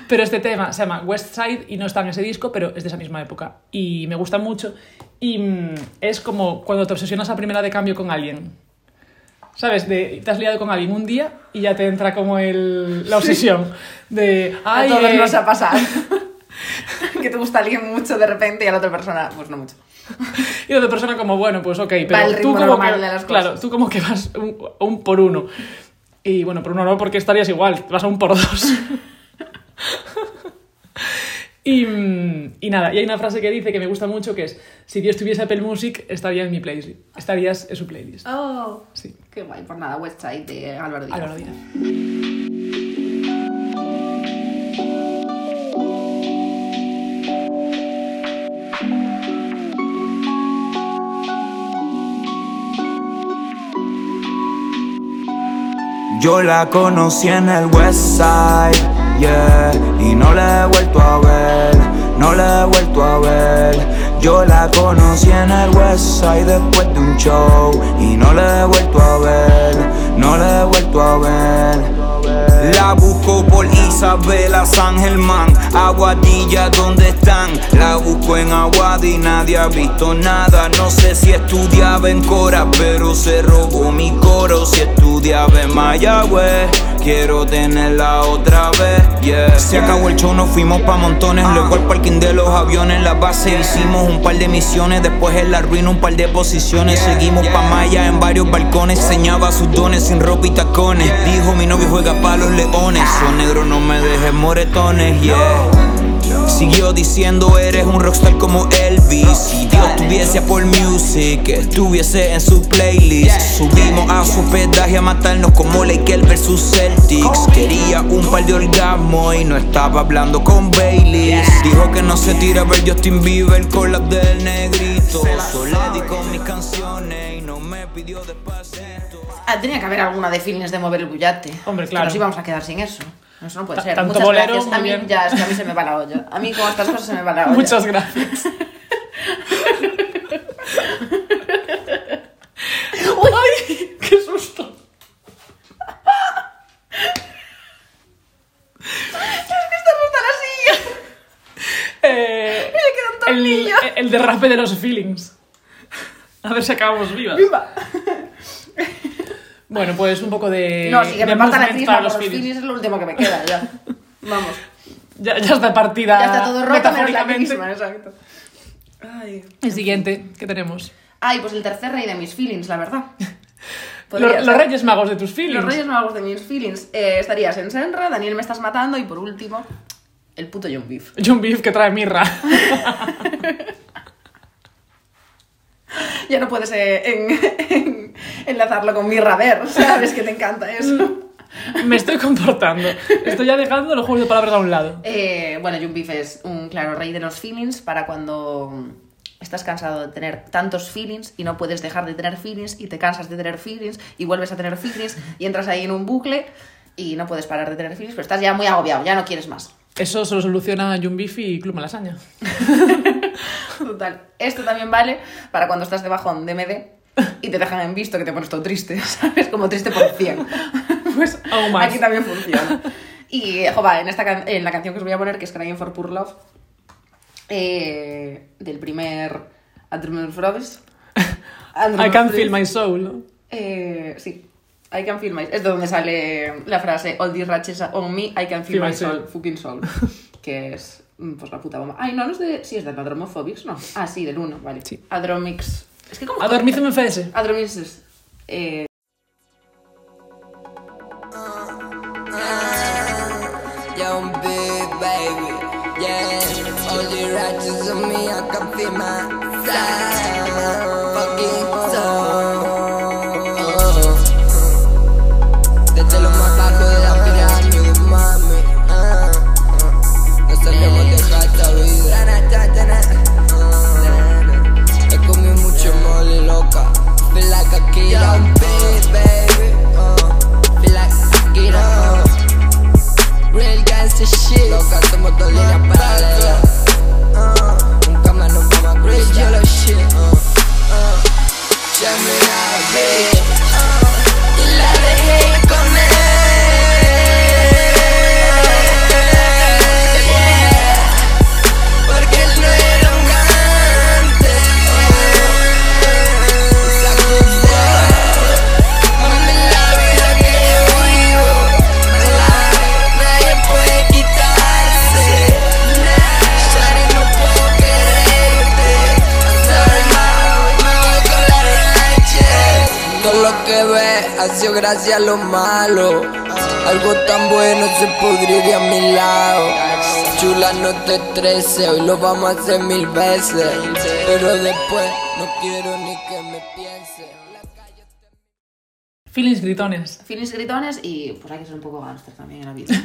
Speaker 1: pero este tema se llama West Side y no está en ese disco, pero es de esa misma época. Y me gusta mucho. Y mm, es como cuando te obsesionas a primera de cambio con alguien. ¿Sabes? De, te has liado con alguien un día y ya te entra como el, la obsesión de...
Speaker 2: A
Speaker 1: "Ay,
Speaker 2: todos
Speaker 1: eh,
Speaker 2: nos ha pasado. que te gusta alguien mucho de repente y a la otra persona, pues no mucho.
Speaker 1: Y la otra persona como, bueno, pues ok, pero
Speaker 2: el
Speaker 1: tú
Speaker 2: ritmo
Speaker 1: como que...
Speaker 2: normal de las
Speaker 1: claro,
Speaker 2: cosas.
Speaker 1: tú como que vas un, un por uno. Y bueno, por uno no, porque estarías igual, vas a un por dos. y, mm, y nada, y hay una frase que dice que me gusta mucho que es, si Dios tuviese Apple Music, estaría en mi playlist. Estarías en su playlist.
Speaker 2: Oh,
Speaker 1: Sí.
Speaker 2: qué guay, por nada, website de Álvaro Díaz.
Speaker 1: Álvaro Díaz.
Speaker 4: Yo la conocí en el West Side, yeah, y no la he vuelto a ver, no la he vuelto a ver. Yo la conocí en el West Side después de un show y no la he vuelto a ver, no la he vuelto a ver.
Speaker 13: La busco por Isabela San Germán, Aguadilla, ¿dónde están? La busco en Aguada y nadie ha visto nada. No sé si estudiaba en Cora, pero se robó mi coro. Si estudiaba en Mayagüez, quiero tenerla otra vez. yeah. Se acabó el show, nos fuimos pa' montones. Luego al parking de los aviones, la base hicimos un par de misiones. Después en la ruina, un par de posiciones. Seguimos pa' Maya en varios balcones. Enseñaba sus dones sin ropa y tacones. Dijo mi novio juega pa' los leones. Son negro, no me dejes moretones, yeah. Siguió diciendo eres un rockstar como Elvis Si Dios tuviese Apple Music Estuviese en su playlist Subimos a su hospedaje a matarnos como Lakers versus Celtics Quería un par de orgasmo y no estaba hablando con Bailey Dijo que no se tira a ver Justin Bieber con las del negrito Solo le di con mis canciones y no me pidió despacito
Speaker 2: Ah, tenía que haber alguna de feelings de mover el bullate.
Speaker 1: Hombre,
Speaker 2: Es que
Speaker 1: claro.
Speaker 2: Nos íbamos a quedar sin eso. Eso no puede
Speaker 1: Ta-
Speaker 2: ser.
Speaker 1: tanto
Speaker 2: Muchas
Speaker 1: bolero,
Speaker 2: gracias.
Speaker 1: muy
Speaker 2: A mí
Speaker 1: bien.
Speaker 2: ya, es que a mí se me va la olla. A mí con estas cosas se me va la olla.
Speaker 1: Muchas gracias. ¡Ay! ¡Qué susto!
Speaker 2: Esta no está la silla. Me le
Speaker 1: Eh, el,
Speaker 2: queda un tornillo.
Speaker 1: el derrape de los feelings. A ver si acabamos vivas.
Speaker 2: Viva.
Speaker 1: Bueno, pues un poco de.
Speaker 2: No, si que
Speaker 1: de
Speaker 2: me partan
Speaker 1: movement
Speaker 2: el cisma
Speaker 1: para
Speaker 2: por los
Speaker 1: feelings.
Speaker 2: feelings es lo último que me queda ya. Vamos.
Speaker 1: Ya, ya está partida.
Speaker 2: Ya está todo roto menos la
Speaker 1: metafóricamente.
Speaker 2: misma, ¿eh? exacto. Ay.
Speaker 1: El siguiente, ¿qué tenemos?
Speaker 2: Ay, pues el tercer rey de mis feelings, la verdad.
Speaker 1: Los,
Speaker 2: Podría
Speaker 1: los
Speaker 2: ser.
Speaker 1: Reyes Magos de tus feelings.
Speaker 2: Los Reyes Magos de mis feelings. Eh, estarías en Senra, Daniel me estás matando y por último, el puto John Beef.
Speaker 1: John Beef que trae mirra.
Speaker 2: Ya no puedes eh, en- en- enlazarlo con mi raver, sabes que te encanta eso.
Speaker 1: Me estoy comportando. Estoy ya dejando los juegos de palabras a un lado.
Speaker 2: Eh, bueno, John Beef es un claro rey de los feelings para cuando estás cansado de tener tantos feelings y no puedes dejar de tener feelings y te cansas de tener feelings y vuelves a tener feelings y entras ahí en un bucle y no puedes parar de tener feelings, pero estás ya muy agobiado, ya no quieres más.
Speaker 1: Eso se lo soluciona John Beef y Club Malasaña.
Speaker 2: Total. Esto también vale para cuando estás de bajón de MD y te dejan en visto que te pones todo triste, ¿sabes? Como triste por 100. Pues
Speaker 1: Aún más.
Speaker 2: aquí también funciona. Y, jova, en, esta can- en la canción que os voy a poner, que es Crying for Poor Love, eh, del primer Andrew Frobes.
Speaker 1: I can feel my soul. ¿no?
Speaker 2: Eh, sí. I can feel my... Es de donde sale la frase All these ratchets on me, I can feel
Speaker 1: Feel
Speaker 2: my
Speaker 1: my
Speaker 2: soul,
Speaker 1: soul.
Speaker 2: fucking soul. Que es, mm, pues, la puta bomba. Ay, no, no es de... Sí, es de Adromophobics, ¿no? Ah, sí, del 1, vale.
Speaker 1: Sí.
Speaker 2: Adromix... Es que como...
Speaker 1: A dormir me fese.
Speaker 2: Adromix... Eh,
Speaker 14: Young big baby, yeah. Only righteous of me, I can feel my side. Fucking soul. Oh. Desde lo más bajo de la pirámide, mami. Uh-huh. ah. No sabemos de falta vida. Ah. He comido mucho mole loca. Feel like a kid. Young big baby, uh. feel like a kid. uh. Real gangsta shit. Loca, somos dos líneas paralelas. Uh, nunca más nos vamos a Real yellow shit. Uh, uh, ya me la ve. Uh, y la dejé con él. Yeah, Porque él no era un gante. Mami, la vida que yo vivo. Nadie puede quitarse Shari, no puedo quererte Sorry, ma, me voy con la rache Todo lo que ves ha sido gracias a lo malo Algo tan bueno se podría a mi lado Chula, no te estreses, hoy lo vamos a hacer mil veces Pero después no quiero ni que me pienses
Speaker 1: Feelings gritones.
Speaker 2: feelings gritones y pues hay que ser un poco gánster también en la vida.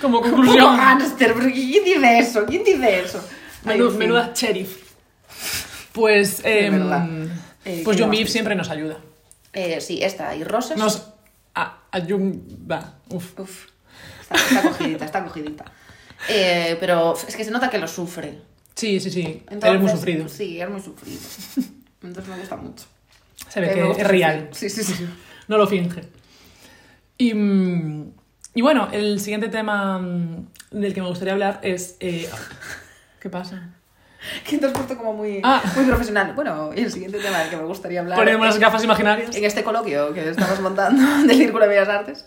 Speaker 1: Como
Speaker 2: un poco
Speaker 1: conclusión.
Speaker 2: gánster, porque ¿quién dice eso? ¿Quién dice eso? Ay,
Speaker 1: Menu-
Speaker 2: en fin.
Speaker 1: menuda sheriff. Pues.
Speaker 2: de
Speaker 1: em,
Speaker 2: verdad. Eh,
Speaker 1: pues
Speaker 2: ¿qué
Speaker 1: John
Speaker 2: más
Speaker 1: Beef
Speaker 2: dice?
Speaker 1: siempre nos ayuda.
Speaker 2: Eh, sí, esta y Rosas.
Speaker 1: Nos a- ayuda. Uf.
Speaker 2: Uf, está, está cogidita, está cogidita. Eh, pero es que se nota que lo sufre.
Speaker 1: Sí, sí, sí.
Speaker 2: Entonces,
Speaker 1: Eres muy sufrido.
Speaker 2: Sí, es muy sufrido. Entonces me gusta mucho.
Speaker 1: Se ve
Speaker 2: Eh, me
Speaker 1: que
Speaker 2: gusta
Speaker 1: es real.
Speaker 2: sufrir. Sí, sí, sí.
Speaker 1: No lo finge. Y, mm, y bueno, el siguiente tema mm, del que me gustaría hablar es... eh, ¿Qué pasa?
Speaker 2: Que te has puesto como muy,
Speaker 1: Ah.
Speaker 2: muy profesional. Bueno, y el siguiente tema del que me gustaría hablar.
Speaker 1: Ponemos las gafas imaginarias.
Speaker 2: En este coloquio que estamos montando del Círculo de Bellas Artes.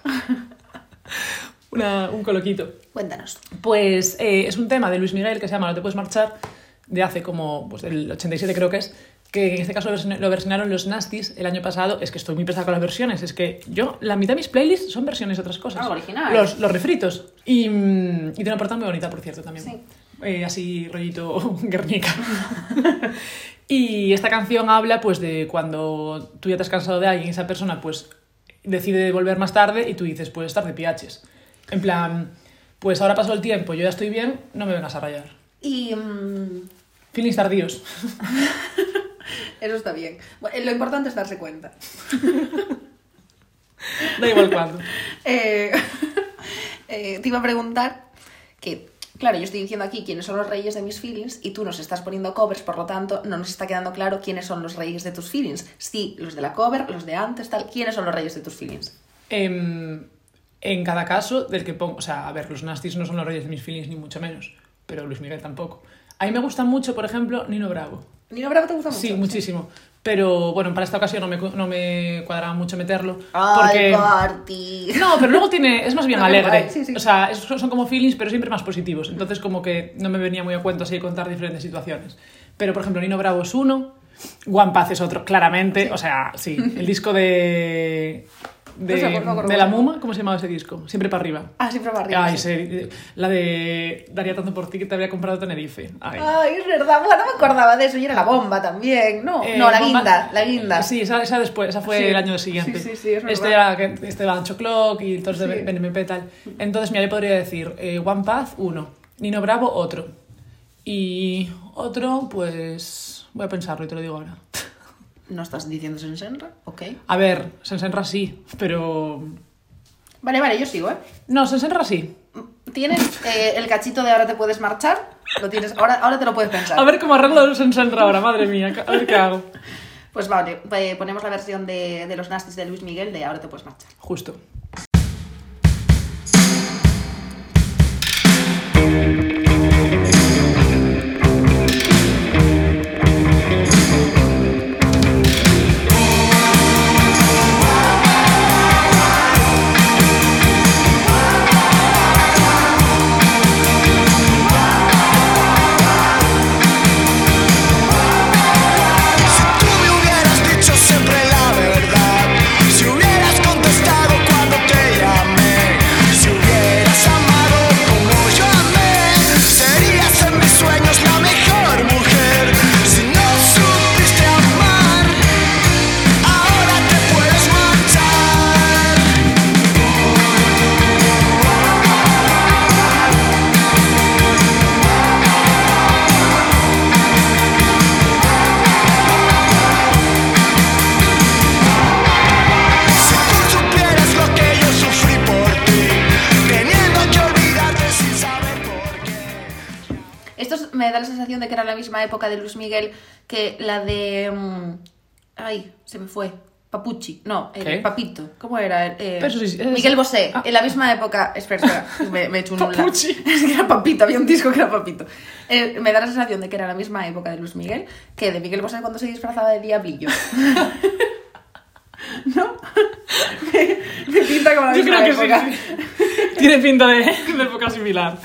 Speaker 1: Una- un coloquito.
Speaker 2: Cuéntanos.
Speaker 1: Pues eh, es un tema de Luis Miguel que se llama No te puedes marchar, de hace como pues, el 87 creo que es, que en este caso version- lo versionaron los Nasties el año pasado. Es que estoy muy pesada con las versiones, es que yo, la mitad de mis playlists son versiones de otras cosas.
Speaker 2: Ah, originales.
Speaker 1: Los, los refritos. Y, mm, y tiene una portada muy bonita, por cierto, también.
Speaker 2: Sí.
Speaker 1: Eh, así rollito Guernica. y esta canción habla pues de cuando tú ya te has cansado de alguien y esa persona pues decide volver más tarde y tú dices, pues tarde piaches. En plan, pues ahora pasó el tiempo, yo ya estoy bien, no me vengas a rayar.
Speaker 2: Y mm,
Speaker 1: Feelings tardíos.
Speaker 2: eso está bien. Bueno, eh, lo importante es darse cuenta.
Speaker 1: Da igual cuándo.
Speaker 2: Eh, eh, te iba a preguntar que, claro, yo estoy diciendo aquí quiénes son los reyes de mis feelings y tú nos estás poniendo covers, por lo tanto, no nos está quedando claro quiénes son los reyes de tus feelings. Sí, los de la cover, los de antes, tal. ¿Quiénes son los reyes de tus feelings?
Speaker 1: Em, en cada caso, del que pongo. O sea, a ver, los nasties no son los reyes de mis feelings, ni mucho menos. Pero Luis Miguel tampoco. A mí me gusta mucho, por ejemplo, Nino Bravo.
Speaker 2: ¿Nino Bravo te gusta mucho?
Speaker 1: Sí, muchísimo. Pero bueno, para esta ocasión no me, cu- no me cuadraba mucho meterlo.
Speaker 2: ¡Ay,
Speaker 1: porque...
Speaker 2: party!
Speaker 1: No, pero luego tiene, es más bien
Speaker 2: No, pero
Speaker 1: alegre.
Speaker 2: guay, sí, sí.
Speaker 1: O sea, es- son como feelings, pero siempre más positivos. Entonces, como que no me venía muy a cuento así contar diferentes situaciones. Pero, por ejemplo, Nino Bravo es uno, One Paz es otro, claramente. O sea, sí, el disco de. De,
Speaker 2: No sé, por favor,
Speaker 1: de la
Speaker 2: bueno.
Speaker 1: Muma, ¿cómo se llamaba ese disco? Siempre para arriba.
Speaker 2: Ah, siempre para arriba.
Speaker 1: Ay,
Speaker 2: sí.
Speaker 1: sí, la de Daría tanto por ti que te había comprado Tenerife. Ay.
Speaker 2: Ay, es verdad, bueno, no me acordaba de eso. Y era la bomba también, ¿no?
Speaker 1: Eh,
Speaker 2: no, la
Speaker 1: bomba-
Speaker 2: guinda, la guinda.
Speaker 1: Sí, esa, esa después, esa fue
Speaker 2: Sí.
Speaker 1: el año siguiente.
Speaker 2: Sí, sí, sí, es verdad.
Speaker 1: este era, que- este era Ancho Clock y todos
Speaker 2: Sí.
Speaker 1: de BNMP y tal. Entonces, mira, yo podría decir eh, One Path, uno. Nino Bravo, otro. Y otro, pues. Voy a pensarlo y te lo digo ahora.
Speaker 2: ¿No estás diciendo Sensenra? Ok.
Speaker 1: A ver, Sensenra sí, pero.
Speaker 2: Vale, vale, yo sigo, ¿eh?
Speaker 1: No, Sensenra sí.
Speaker 2: Tienes eh, el cachito de ahora te puedes marchar. Lo tienes, ahora, ahora te lo puedes pensar.
Speaker 1: A ver cómo arreglo el Sensenra ahora, madre mía, a ver qué hago.
Speaker 2: Pues vale, eh, ponemos la versión de, de los nastis de Luis Miguel de ahora te puedes marchar.
Speaker 1: Justo.
Speaker 14: Tú me hubieras dicho siempre la verdad Si hubieras contestado cuando te llamé Si hubieras amado como yo amé Serías en mis sueños la mejor mujer Si no supiste amar Ahora te puedes marchar Si tú supieras lo que yo sufrí por ti Teniendo que olvidarte sin saber por qué
Speaker 2: Estos me da la sensación de que era la misma época de Luis Miguel que la de. mm, ay, se me fue. Papuchi, no, el
Speaker 1: ¿Qué?
Speaker 2: Papito. ¿Cómo era? El, eh,
Speaker 1: Pero sí, sí, es-
Speaker 2: Miguel Bosé.
Speaker 1: Ah.
Speaker 2: En la misma época. Espera, espera, me, me he hecho un nula.
Speaker 1: Papuchi.
Speaker 2: Es que era Papito, había un disco que era Papito. Eh, me da la sensación de que era la misma época de Luis Miguel que de Miguel Bosé cuando se disfrazaba de Diablillo. ¿No? me, me pinta como la
Speaker 1: Yo
Speaker 2: misma
Speaker 1: creo que sí,
Speaker 2: época.
Speaker 1: sí. Tiene pinta de, de época similar.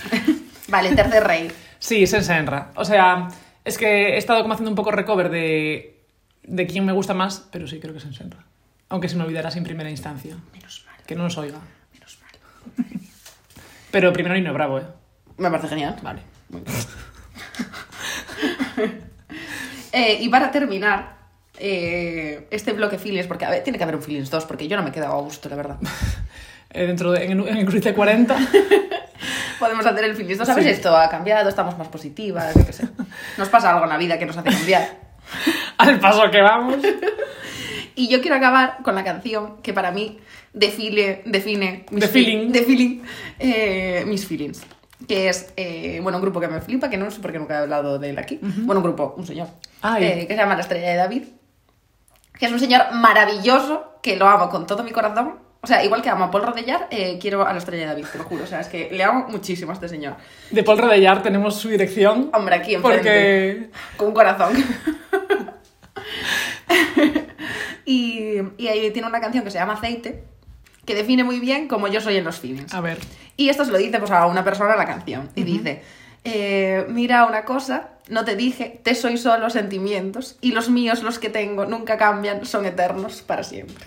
Speaker 2: Vale, tercer rey.
Speaker 1: Sí, Sensenra. O sea, es que he estado como haciendo un poco recover de, de quién me gusta más, pero sí creo que es Sensenra. Aunque se me olvidará sin primera instancia.
Speaker 2: Menos mal,
Speaker 1: Que no nos oiga.
Speaker 2: menos mal.
Speaker 1: Pero primero Nino Bravo, ¿eh?
Speaker 2: Me parece genial.
Speaker 1: Vale.
Speaker 2: Eh, y para terminar eh, este bloque feelings, porque a ver, tiene que haber un feelings 2, porque yo no me he quedado a gusto, la verdad.
Speaker 1: Eh, dentro de, en, en el cruce 40.
Speaker 2: Podemos hacer el feelings 2. ¿Sabes
Speaker 1: Sí.
Speaker 2: esto? Ha cambiado, estamos más positivas, yo qué sé. Nos pasa algo en la vida que nos hace cambiar.
Speaker 1: al paso que vamos.
Speaker 2: Y yo quiero acabar con la canción que para mí define, define
Speaker 1: The
Speaker 2: feel-
Speaker 1: feeling.
Speaker 2: the feeling, eh, mis feelings. Que es, eh, bueno, un grupo que me flipa, que no sé por qué nunca he hablado de él aquí. Bueno, un grupo, un señor,
Speaker 1: Ay.
Speaker 2: eh, que se llama La Estrella de David, que es un señor maravilloso, que lo amo con todo mi corazón. O sea, igual que amo a Paul Rodellar, eh, quiero a la estrella de David, te lo juro. O sea, es que le amo muchísimo a este señor.
Speaker 1: De Paul Rodellar tenemos su dirección.
Speaker 2: Hombre, aquí enfrente.
Speaker 1: Porque-
Speaker 2: Con un corazón. y, y ahí tiene una canción que se llama Aceite, que define muy bien como yo soy en los films.
Speaker 1: A ver.
Speaker 2: Y esto se lo dice pues, a una persona en la canción. Y dice, eh, mira una cosa, no te dije, te soy solo sentimientos, y los míos, los que tengo, nunca cambian, son eternos para siempre.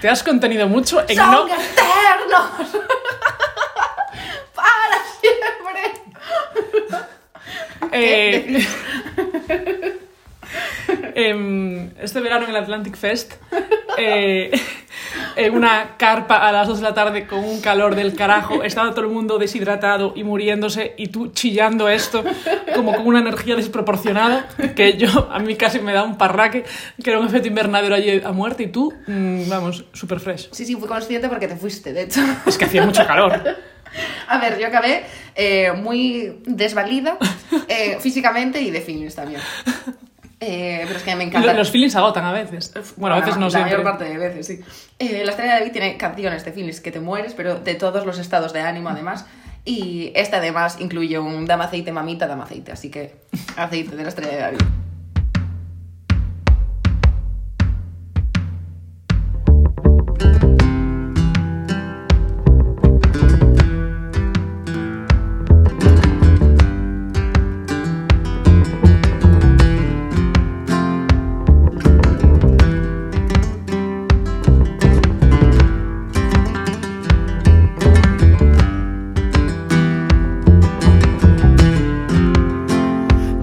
Speaker 1: Te has contenido mucho en
Speaker 2: ¡Son
Speaker 1: no.
Speaker 2: eternos! ¡Para siempre!
Speaker 1: Eh, em, este verano en el Atlantic Fest, eh, en una carpa a las 2 de la tarde con un calor del carajo, estaba todo el mundo deshidratado y muriéndose y tú chillando esto como con una energía desproporcionada que yo a mí casi me da un parraque, que era un efecto invernadero allí a muerte y tú, mm, vamos, súper fresh.
Speaker 2: Sí, sí, fui consciente porque te fuiste, de hecho.
Speaker 1: Es que hacía mucho calor.
Speaker 2: A ver, yo acabé eh, muy desvalida eh, físicamente y de feelings también. Eh, pero es que me encanta.
Speaker 1: Lo- Los feelings agotan a veces. Bueno, a veces
Speaker 2: la,
Speaker 1: no
Speaker 2: la
Speaker 1: siempre.
Speaker 2: mayor parte de veces, sí. Eh, la estrella de David tiene canciones de feelings que te mueres, pero de todos los estados de ánimo además. Y esta además incluye un dame aceite, mamita, dame aceite. Así que aceite de la estrella de David.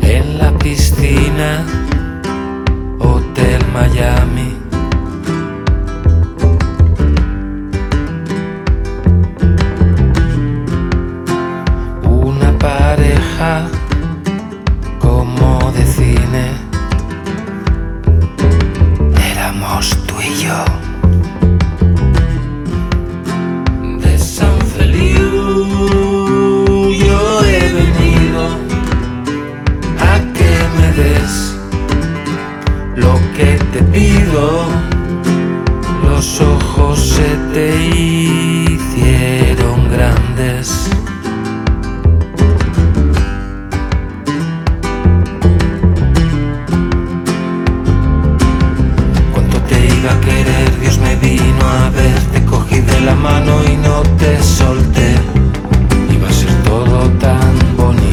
Speaker 15: en la piscina, Hotel Miami. Una pareja como de cine. Éramos tú y yo. De San Feliu yo he venido a que me des lo que te pido. Los ojos se te hicieron grandes. Cuando te iba a querer, Dios me vino a ver, te cogí de la mano y no te solté. Iba a ser todo tan bonito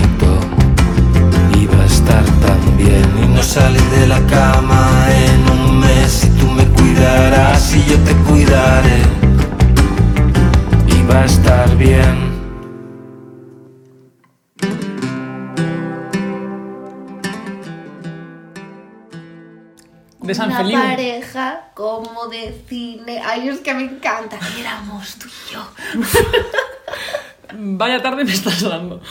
Speaker 15: iba a estar tan bien y no salí de la cama en un mes y tú me cuidarás y yo te cuidaré iba a estar bien
Speaker 1: De San
Speaker 2: Una
Speaker 1: Feliu.
Speaker 2: pareja como de cine. Ay, es que me encanta. Éramos tú y yo.
Speaker 1: Vaya tarde me estás dando.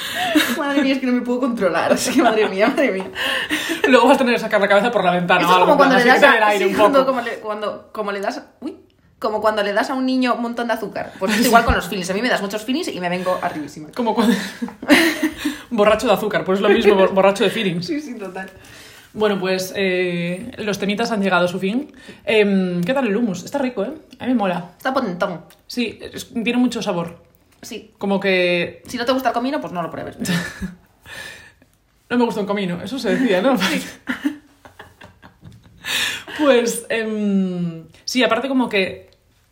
Speaker 2: Madre mía, es que no me puedo controlar. Es que madre mía, madre mía.
Speaker 1: Luego vas a tener que sacar la cabeza por la ventana.
Speaker 2: Esto
Speaker 1: o
Speaker 2: es
Speaker 1: algo,
Speaker 2: como cuando le
Speaker 1: así que
Speaker 2: das
Speaker 1: te dé el
Speaker 2: a,
Speaker 1: aire
Speaker 2: sí,
Speaker 1: un
Speaker 2: cuando,
Speaker 1: poco.
Speaker 2: como le, cuando, como le das, uy, como cuando le das a un niño un montón de azúcar. Pues es igual con los finis. A mí me das muchos finis y me vengo arribísima.
Speaker 1: Como cuando... Borracho de azúcar, pues es lo mismo, bor- borracho de feelings.
Speaker 2: Sí, sí, total.
Speaker 1: Bueno, pues eh, los temitas han llegado a su fin. Em, ¿Qué tal el hummus? Está rico, ¿eh? A mí me mola.
Speaker 2: Está potentón.
Speaker 1: Sí, es- tiene mucho sabor.
Speaker 2: Sí.
Speaker 1: Como que
Speaker 2: Si no te gusta el comino, pues no lo pruebes.
Speaker 1: No me gusta un camino, eso se decía, ¿no? pues em, sí, aparte como que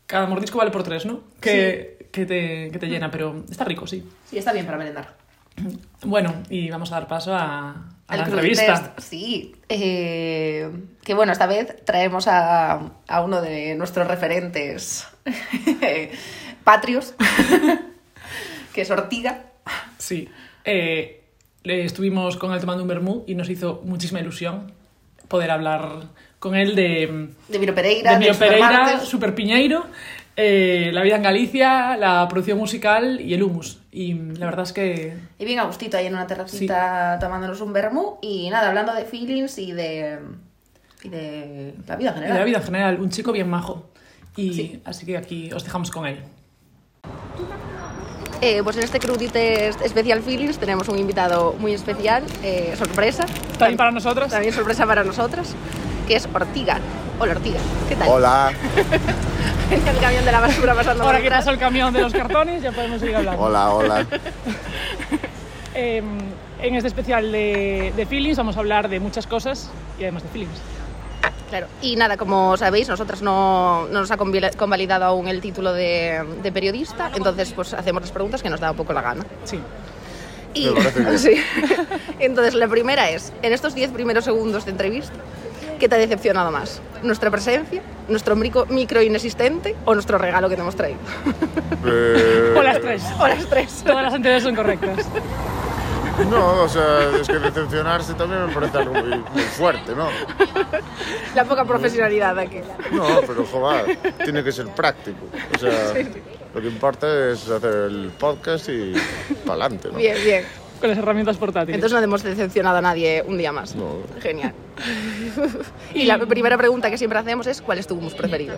Speaker 1: cada mordisco vale por tres, ¿no? Que, que, te, que te llena, pero está rico, sí.
Speaker 2: Sí, está bien para merendar.
Speaker 1: Bueno, y vamos a dar paso a, a
Speaker 2: Al
Speaker 1: la
Speaker 2: Cruel
Speaker 1: entrevista.
Speaker 2: Test, Sí. Eh, que bueno, esta vez traemos a, a uno de nuestros referentes patrios, que es Ortiga.
Speaker 1: Sí. Eh, le estuvimos con él tomando un vermú y nos hizo muchísima ilusión poder hablar con él de...
Speaker 2: De Miro Pereira,
Speaker 1: de Miro Pereira,
Speaker 2: Supermartes.
Speaker 1: Super Piñeiro, eh, la vida en Galicia, la producción musical y el humus. Y la verdad es que
Speaker 2: Y bien a gustito ahí en una terracita tomándonos un vermú y nada, hablando de feelings y de. y de la vida en
Speaker 1: Y
Speaker 2: general.
Speaker 1: de la vida en general, un chico bien majo. Y así que aquí os dejamos con él.
Speaker 2: Eh, pues en este Crudy Test especial feelings tenemos un invitado muy especial, eh, sorpresa.
Speaker 1: También para nosotras.
Speaker 2: También sorpresa para nosotras, que es Ortiga. Hola, Ortiga. ¿Qué tal?
Speaker 16: Hola,
Speaker 2: el camión de la basura pasando
Speaker 1: Ahora
Speaker 2: por
Speaker 1: que
Speaker 2: detrás.
Speaker 1: pasó el camión de los cartones, ya podemos seguir hablando.
Speaker 16: hola, hola.
Speaker 1: Eh, en este especial de, de feelings vamos a hablar de muchas cosas y además de feelings.
Speaker 2: Claro. Y nada, como sabéis, nosotras no, no nos ha convila- convalidado aún el título de, de periodista, entonces pues hacemos las preguntas que nos da un poco la gana.
Speaker 1: Sí.
Speaker 2: Y,
Speaker 14: Me parece bien.
Speaker 2: sí. Entonces, la primera es, en estos 10 primeros segundos de entrevista, ¿qué te ha decepcionado más? ¿Nuestra presencia, nuestro micro, micro inexistente o nuestro regalo que te hemos traído?
Speaker 1: O las tres.
Speaker 2: O las tres.
Speaker 1: Todas las anteriores son correctas.
Speaker 16: No, o sea, es que decepcionarse también me parece algo muy, muy fuerte, ¿no?
Speaker 2: La poca profesionalidad aquí.
Speaker 16: No, pero joder, tiene que ser práctico. O sea,
Speaker 2: Sí, sí.
Speaker 16: lo que importa es hacer el podcast y para adelante, ¿no?
Speaker 2: Bien, bien.
Speaker 1: Con las herramientas portátiles.
Speaker 2: Entonces no hemos decepcionado a nadie un día más.
Speaker 16: No.
Speaker 2: Genial. y la primera pregunta que siempre hacemos es, ¿cuál es tu hummus preferido?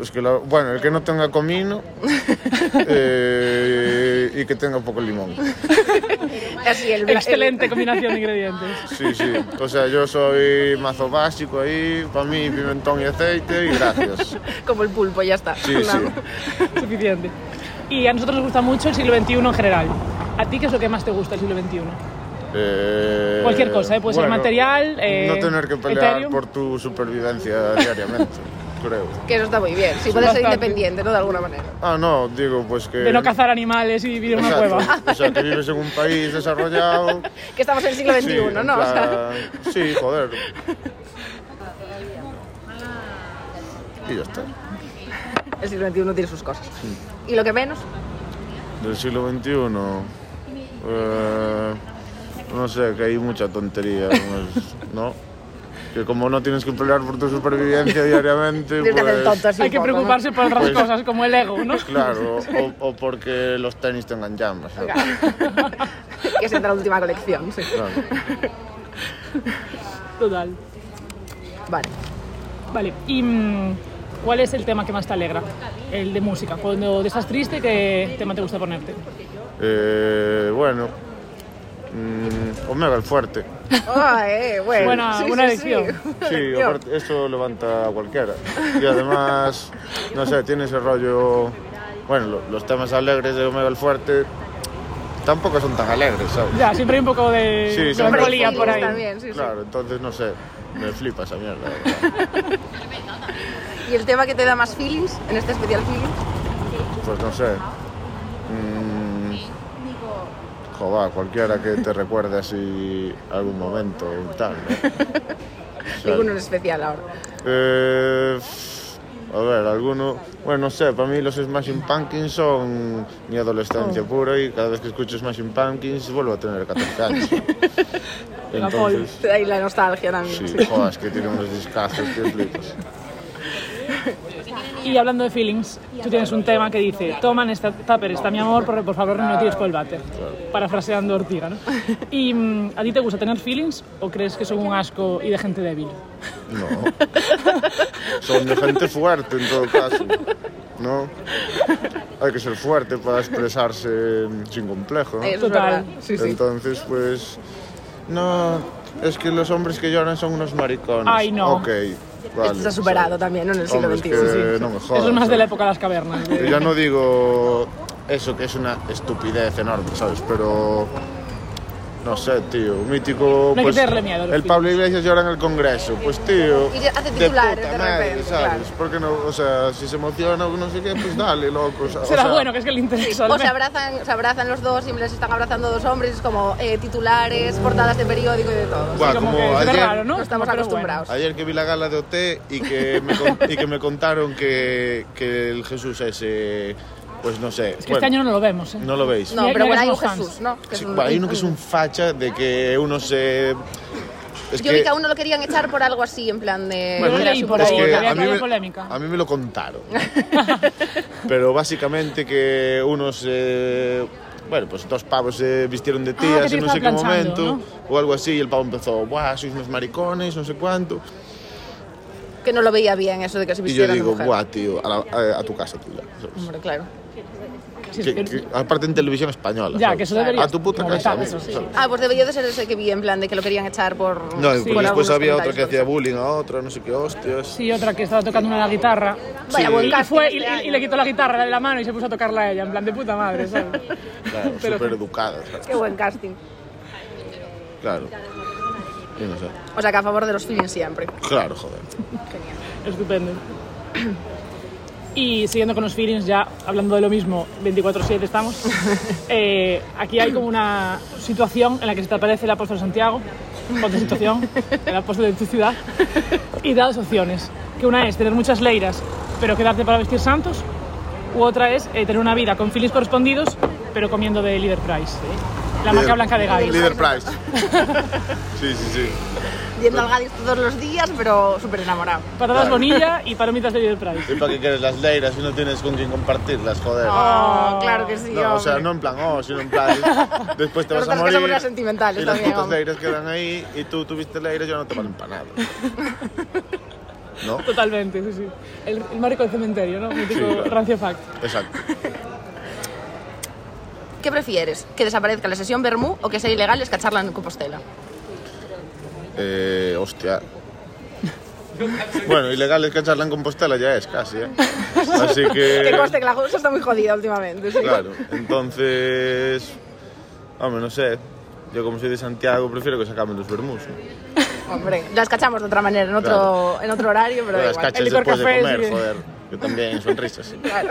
Speaker 16: Es que, la- bueno, el que no tenga comino eh, y que tenga poco limón.
Speaker 2: Así, el,
Speaker 1: Excelente combinación de ingredientes.
Speaker 16: Sí, sí. O sea, yo soy mazo básico ahí, para mí pimentón y aceite y gracias.
Speaker 2: Como el pulpo, ya está.
Speaker 16: Sí, sí.
Speaker 1: Suficiente. Y a nosotros nos gusta mucho el siglo XXI en general. ¿A ti qué es lo que más te gusta del siglo XXI?
Speaker 16: Eh,
Speaker 1: Cualquier cosa, ¿eh? puede ser
Speaker 16: bueno,
Speaker 1: material. eh,
Speaker 16: no tener que pelear
Speaker 1: Ethereum.
Speaker 16: por tu supervivencia diariamente, creo.
Speaker 2: Que eso está muy bien. Si
Speaker 1: Sí,
Speaker 2: puedes ser
Speaker 1: bastante.
Speaker 2: independiente, ¿no? De alguna manera.
Speaker 16: Ah, no, digo, pues que...
Speaker 1: De no cazar animales y vivir en una
Speaker 16: Exacto.
Speaker 1: cueva.
Speaker 16: O sea, que vives en un país desarrollado...
Speaker 2: Que estamos en el siglo XXI,
Speaker 16: Sí, en
Speaker 2: ¿no? O sea,
Speaker 16: plan, Sí, joder. Y ya está.
Speaker 2: el siglo XXI tiene sus cosas. ¿Y lo que menos?
Speaker 16: Del siglo XXI... eh, no sé, que hay mucha tontería, ¿no? ¿no? Que como no tienes que pelear por tu supervivencia diariamente,
Speaker 1: Tienes que hacer
Speaker 16: pues...
Speaker 1: tonto así un Hay que poco, ¿no? preocuparse por otras cosas, como el ego, ¿no?
Speaker 16: Claro, o, o porque los tenis tengan llamas. ¿no?
Speaker 2: que es de la última colección, sí.
Speaker 16: Claro.
Speaker 1: Total.
Speaker 2: Vale.
Speaker 1: Vale, ¿y mm, cuál es el tema que más te alegra? El de música. Cuando estás triste, ¿qué tema te gusta ponerte?
Speaker 16: Eh, bueno. mm, Omega el fuerte.
Speaker 2: Ah, eh, bueno.
Speaker 1: Buena-
Speaker 2: sí,
Speaker 1: buena
Speaker 2: sí, sí.
Speaker 1: elección.
Speaker 16: Sí, aparte, eso levanta a cualquiera. Y además, no sé, tiene ese rollo. Bueno, lo- los temas alegres de Omega el fuerte tampoco son tan alegres, ¿sabes?
Speaker 1: Ya, siempre hay un poco de
Speaker 16: Sí, sí.
Speaker 1: melancolía por ahí.
Speaker 16: Claro, entonces no sé, me flipa esa mierda.
Speaker 2: ¿Y el tema que te da más feelings en este especial feelings?
Speaker 16: Pues no sé. Mm, joder, cualquiera que te recuerde así algún momento o tal. ¿no? O sea,
Speaker 2: Ninguno en especial ahora.
Speaker 16: Eh, a ver, alguno. Bueno, no sé, para mí los Smashing Pumpkins son mi adolescencia pura y cada vez que escucho Smashing Pumpkins vuelvo a tener 14 años. Entonces,
Speaker 2: Te da ahí la nostalgia también.
Speaker 16: sí,
Speaker 2: sí.
Speaker 16: joder, es que tiene unos discazos que flipas.
Speaker 1: Y hablando de feelings, tú tienes un tema que dice: Toman esta tupper, está mi amor, por, por favor no me lo tires por el váter. Parafraseando a Ortiga, ¿no? ¿Y mm, a ti te gusta tener feelings o crees que son un asco y de gente débil?
Speaker 16: No. Son de gente fuerte en todo caso. ¿No? Hay que ser fuerte para expresarse sin complejo. ¿no?
Speaker 14: Eso es Total. verdad, sí, sí.
Speaker 16: Entonces, pues. No, es que los hombres que lloran son unos maricones.
Speaker 1: Ay, no.
Speaker 16: Ok, vale.
Speaker 2: Esto se ha superado también ¿no? en el siglo
Speaker 16: Hombre, es
Speaker 2: XXI.
Speaker 16: que no me jodas, ¿eh?
Speaker 1: Eso es más de
Speaker 16: ¿sabes?
Speaker 1: la época de las cavernas. de-
Speaker 16: Que ya no digo eso, que es una estupidez enorme, ¿sabes? Pero. No sé, tío. Un mítico.
Speaker 1: No hay que
Speaker 16: pues,
Speaker 1: tenerle miedo a los
Speaker 16: El Pablo Iglesias llora en el Congreso. Pues, tío.
Speaker 2: Y hace
Speaker 16: de
Speaker 2: titulares
Speaker 16: puta
Speaker 2: de
Speaker 16: madre,
Speaker 2: repente,
Speaker 16: ¿sabes?
Speaker 2: claro.
Speaker 16: Porque no, o sea, si se emociona o no sé qué, pues dale, loco. O sea,
Speaker 1: Será
Speaker 16: o sea,
Speaker 1: bueno, que es que le interesa. al
Speaker 2: O se
Speaker 1: menos.
Speaker 2: abrazan, se abrazan los dos, siempre se están abrazando dos hombres, es como eh, titulares, portadas de periódico y de todo.
Speaker 16: Buah, Sí, como como que es ayer- raro, ¿no?
Speaker 2: estamos
Speaker 16: Pero
Speaker 2: acostumbrados.
Speaker 16: Ayer que vi la gala de OT y que me, con- y que me contaron que, que el Jesús ese. Pues no sé.
Speaker 1: Es que este año no lo vemos, ¿eh?
Speaker 16: No lo veis.
Speaker 2: No,
Speaker 1: Mira-
Speaker 2: pero
Speaker 1: mira
Speaker 2: bueno,
Speaker 1: que
Speaker 2: hay un
Speaker 1: somos fans.
Speaker 2: Jesús, ¿no? Que es
Speaker 16: Sí,
Speaker 2: un-
Speaker 16: bueno, hay uno que es un facha de que uno se. Es
Speaker 2: Yo vi que a uno lo querían echar por algo así, en plan de...
Speaker 16: Bueno,
Speaker 2: de la
Speaker 16: es
Speaker 2: Super
Speaker 16: que
Speaker 2: Bowl,
Speaker 16: a, mí
Speaker 2: había
Speaker 16: me, a mí me lo contaron. Pero básicamente que unos, eh, bueno, pues dos pavos se vistieron de
Speaker 1: Ah, que
Speaker 16: tías
Speaker 1: te
Speaker 16: en no sé qué
Speaker 1: estaba planchando,
Speaker 16: momento o algo así y el pavo empezó, ¡buah, sois unos maricones, no sé cuánto!
Speaker 2: Que no lo veía bien eso de que se
Speaker 16: y yo
Speaker 2: vistieran de
Speaker 16: digo,
Speaker 2: mujer.
Speaker 16: ¡buah, tío, a, la- a- a tu casa, tío!
Speaker 2: Hombre, claro.
Speaker 1: Sí,
Speaker 16: Que- que- aparte en televisión española.
Speaker 1: Ya,
Speaker 16: ¿sabes?
Speaker 1: que eso debería
Speaker 16: A tu puta casa. ¿eh?
Speaker 1: molestar, eso
Speaker 16: ¿sabes?
Speaker 2: Ah, pues debió de ser ese que vi en plan de que lo querían echar por.
Speaker 16: No, y
Speaker 2: por
Speaker 16: pues después
Speaker 2: algunos
Speaker 16: había otra que
Speaker 2: comentarios.
Speaker 16: hacía bullying a otra, no sé qué hostias.
Speaker 1: Sí, otra que estaba tocando una la guitarra.
Speaker 16: Vaya
Speaker 1: Y-
Speaker 16: buen
Speaker 1: y,
Speaker 16: casting este
Speaker 1: fue, y, y- y le quitó la guitarra la de la mano y se puso a tocarla a ella, en plan de puta madre, ¿sabes?
Speaker 16: Claro,
Speaker 1: Pero-
Speaker 16: súper educadas.
Speaker 2: Qué buen casting.
Speaker 16: Claro. Y no sé.
Speaker 2: O sea, que a favor de los feelings siempre.
Speaker 16: Claro, joder.
Speaker 1: Estupendo. Y siguiendo con los feelings, ya hablando de lo mismo, 24-7 estamos. eh, aquí hay como una situación en la que se te aparece el apóstol Santiago, otra situación, el apóstol de tu ciudad, y da dos opciones. Que una es tener muchas leiras, pero quedarte para vestir santos, u otra es eh, tener una vida con feelings correspondidos, pero comiendo de Leader Price. ¿eh? La
Speaker 16: Líder-
Speaker 1: marca blanca de Gaia.
Speaker 16: Líder Price. Sí, sí, sí.
Speaker 2: Yendo al Gadis todos los días, pero súper enamorado.
Speaker 1: Patatas bonilla y palomitas de Leader Price.
Speaker 16: ¿Y para qué quieres las leiras si no tienes con quién compartirlas, joder?
Speaker 2: Oh, claro que sí,
Speaker 16: Ah. No, o sea,
Speaker 2: hombre.
Speaker 16: no en plan, oh, sino en plan. Después te vas
Speaker 2: Nosotras
Speaker 16: a
Speaker 2: que somos
Speaker 16: morir.
Speaker 2: las sentimentales
Speaker 16: y las
Speaker 2: también,
Speaker 16: putas
Speaker 2: hombre.
Speaker 16: leiras quedan ahí y tú tuviste leiras y ahora no te valen para nada. ¿No?
Speaker 1: Totalmente, sí, sí. El, el marico del cementerio, ¿no? Mítico
Speaker 16: claro.
Speaker 1: rancio fact.
Speaker 16: Exacto.
Speaker 2: ¿Qué prefieres? ¿Que desaparezca la sesión Bermú o que sea ilegal escacharla en Compostela?
Speaker 16: Eh, hostia. Bueno, ilegal es que charlan Compostela ya es casi, ¿eh? Así
Speaker 2: Que
Speaker 16: que.
Speaker 2: conste que la cosa está muy jodida últimamente. sí.
Speaker 16: Eh. Claro, entonces. Hombre, no sé. Yo, como soy de Santiago, prefiero que se acaben los vermús.
Speaker 2: Hombre, la escachamos de otra manera, en otro, en otro horario, pero da
Speaker 16: las
Speaker 2: igual.
Speaker 16: cachas después de comer, joder. Yo también, sonrisas.
Speaker 2: Claro.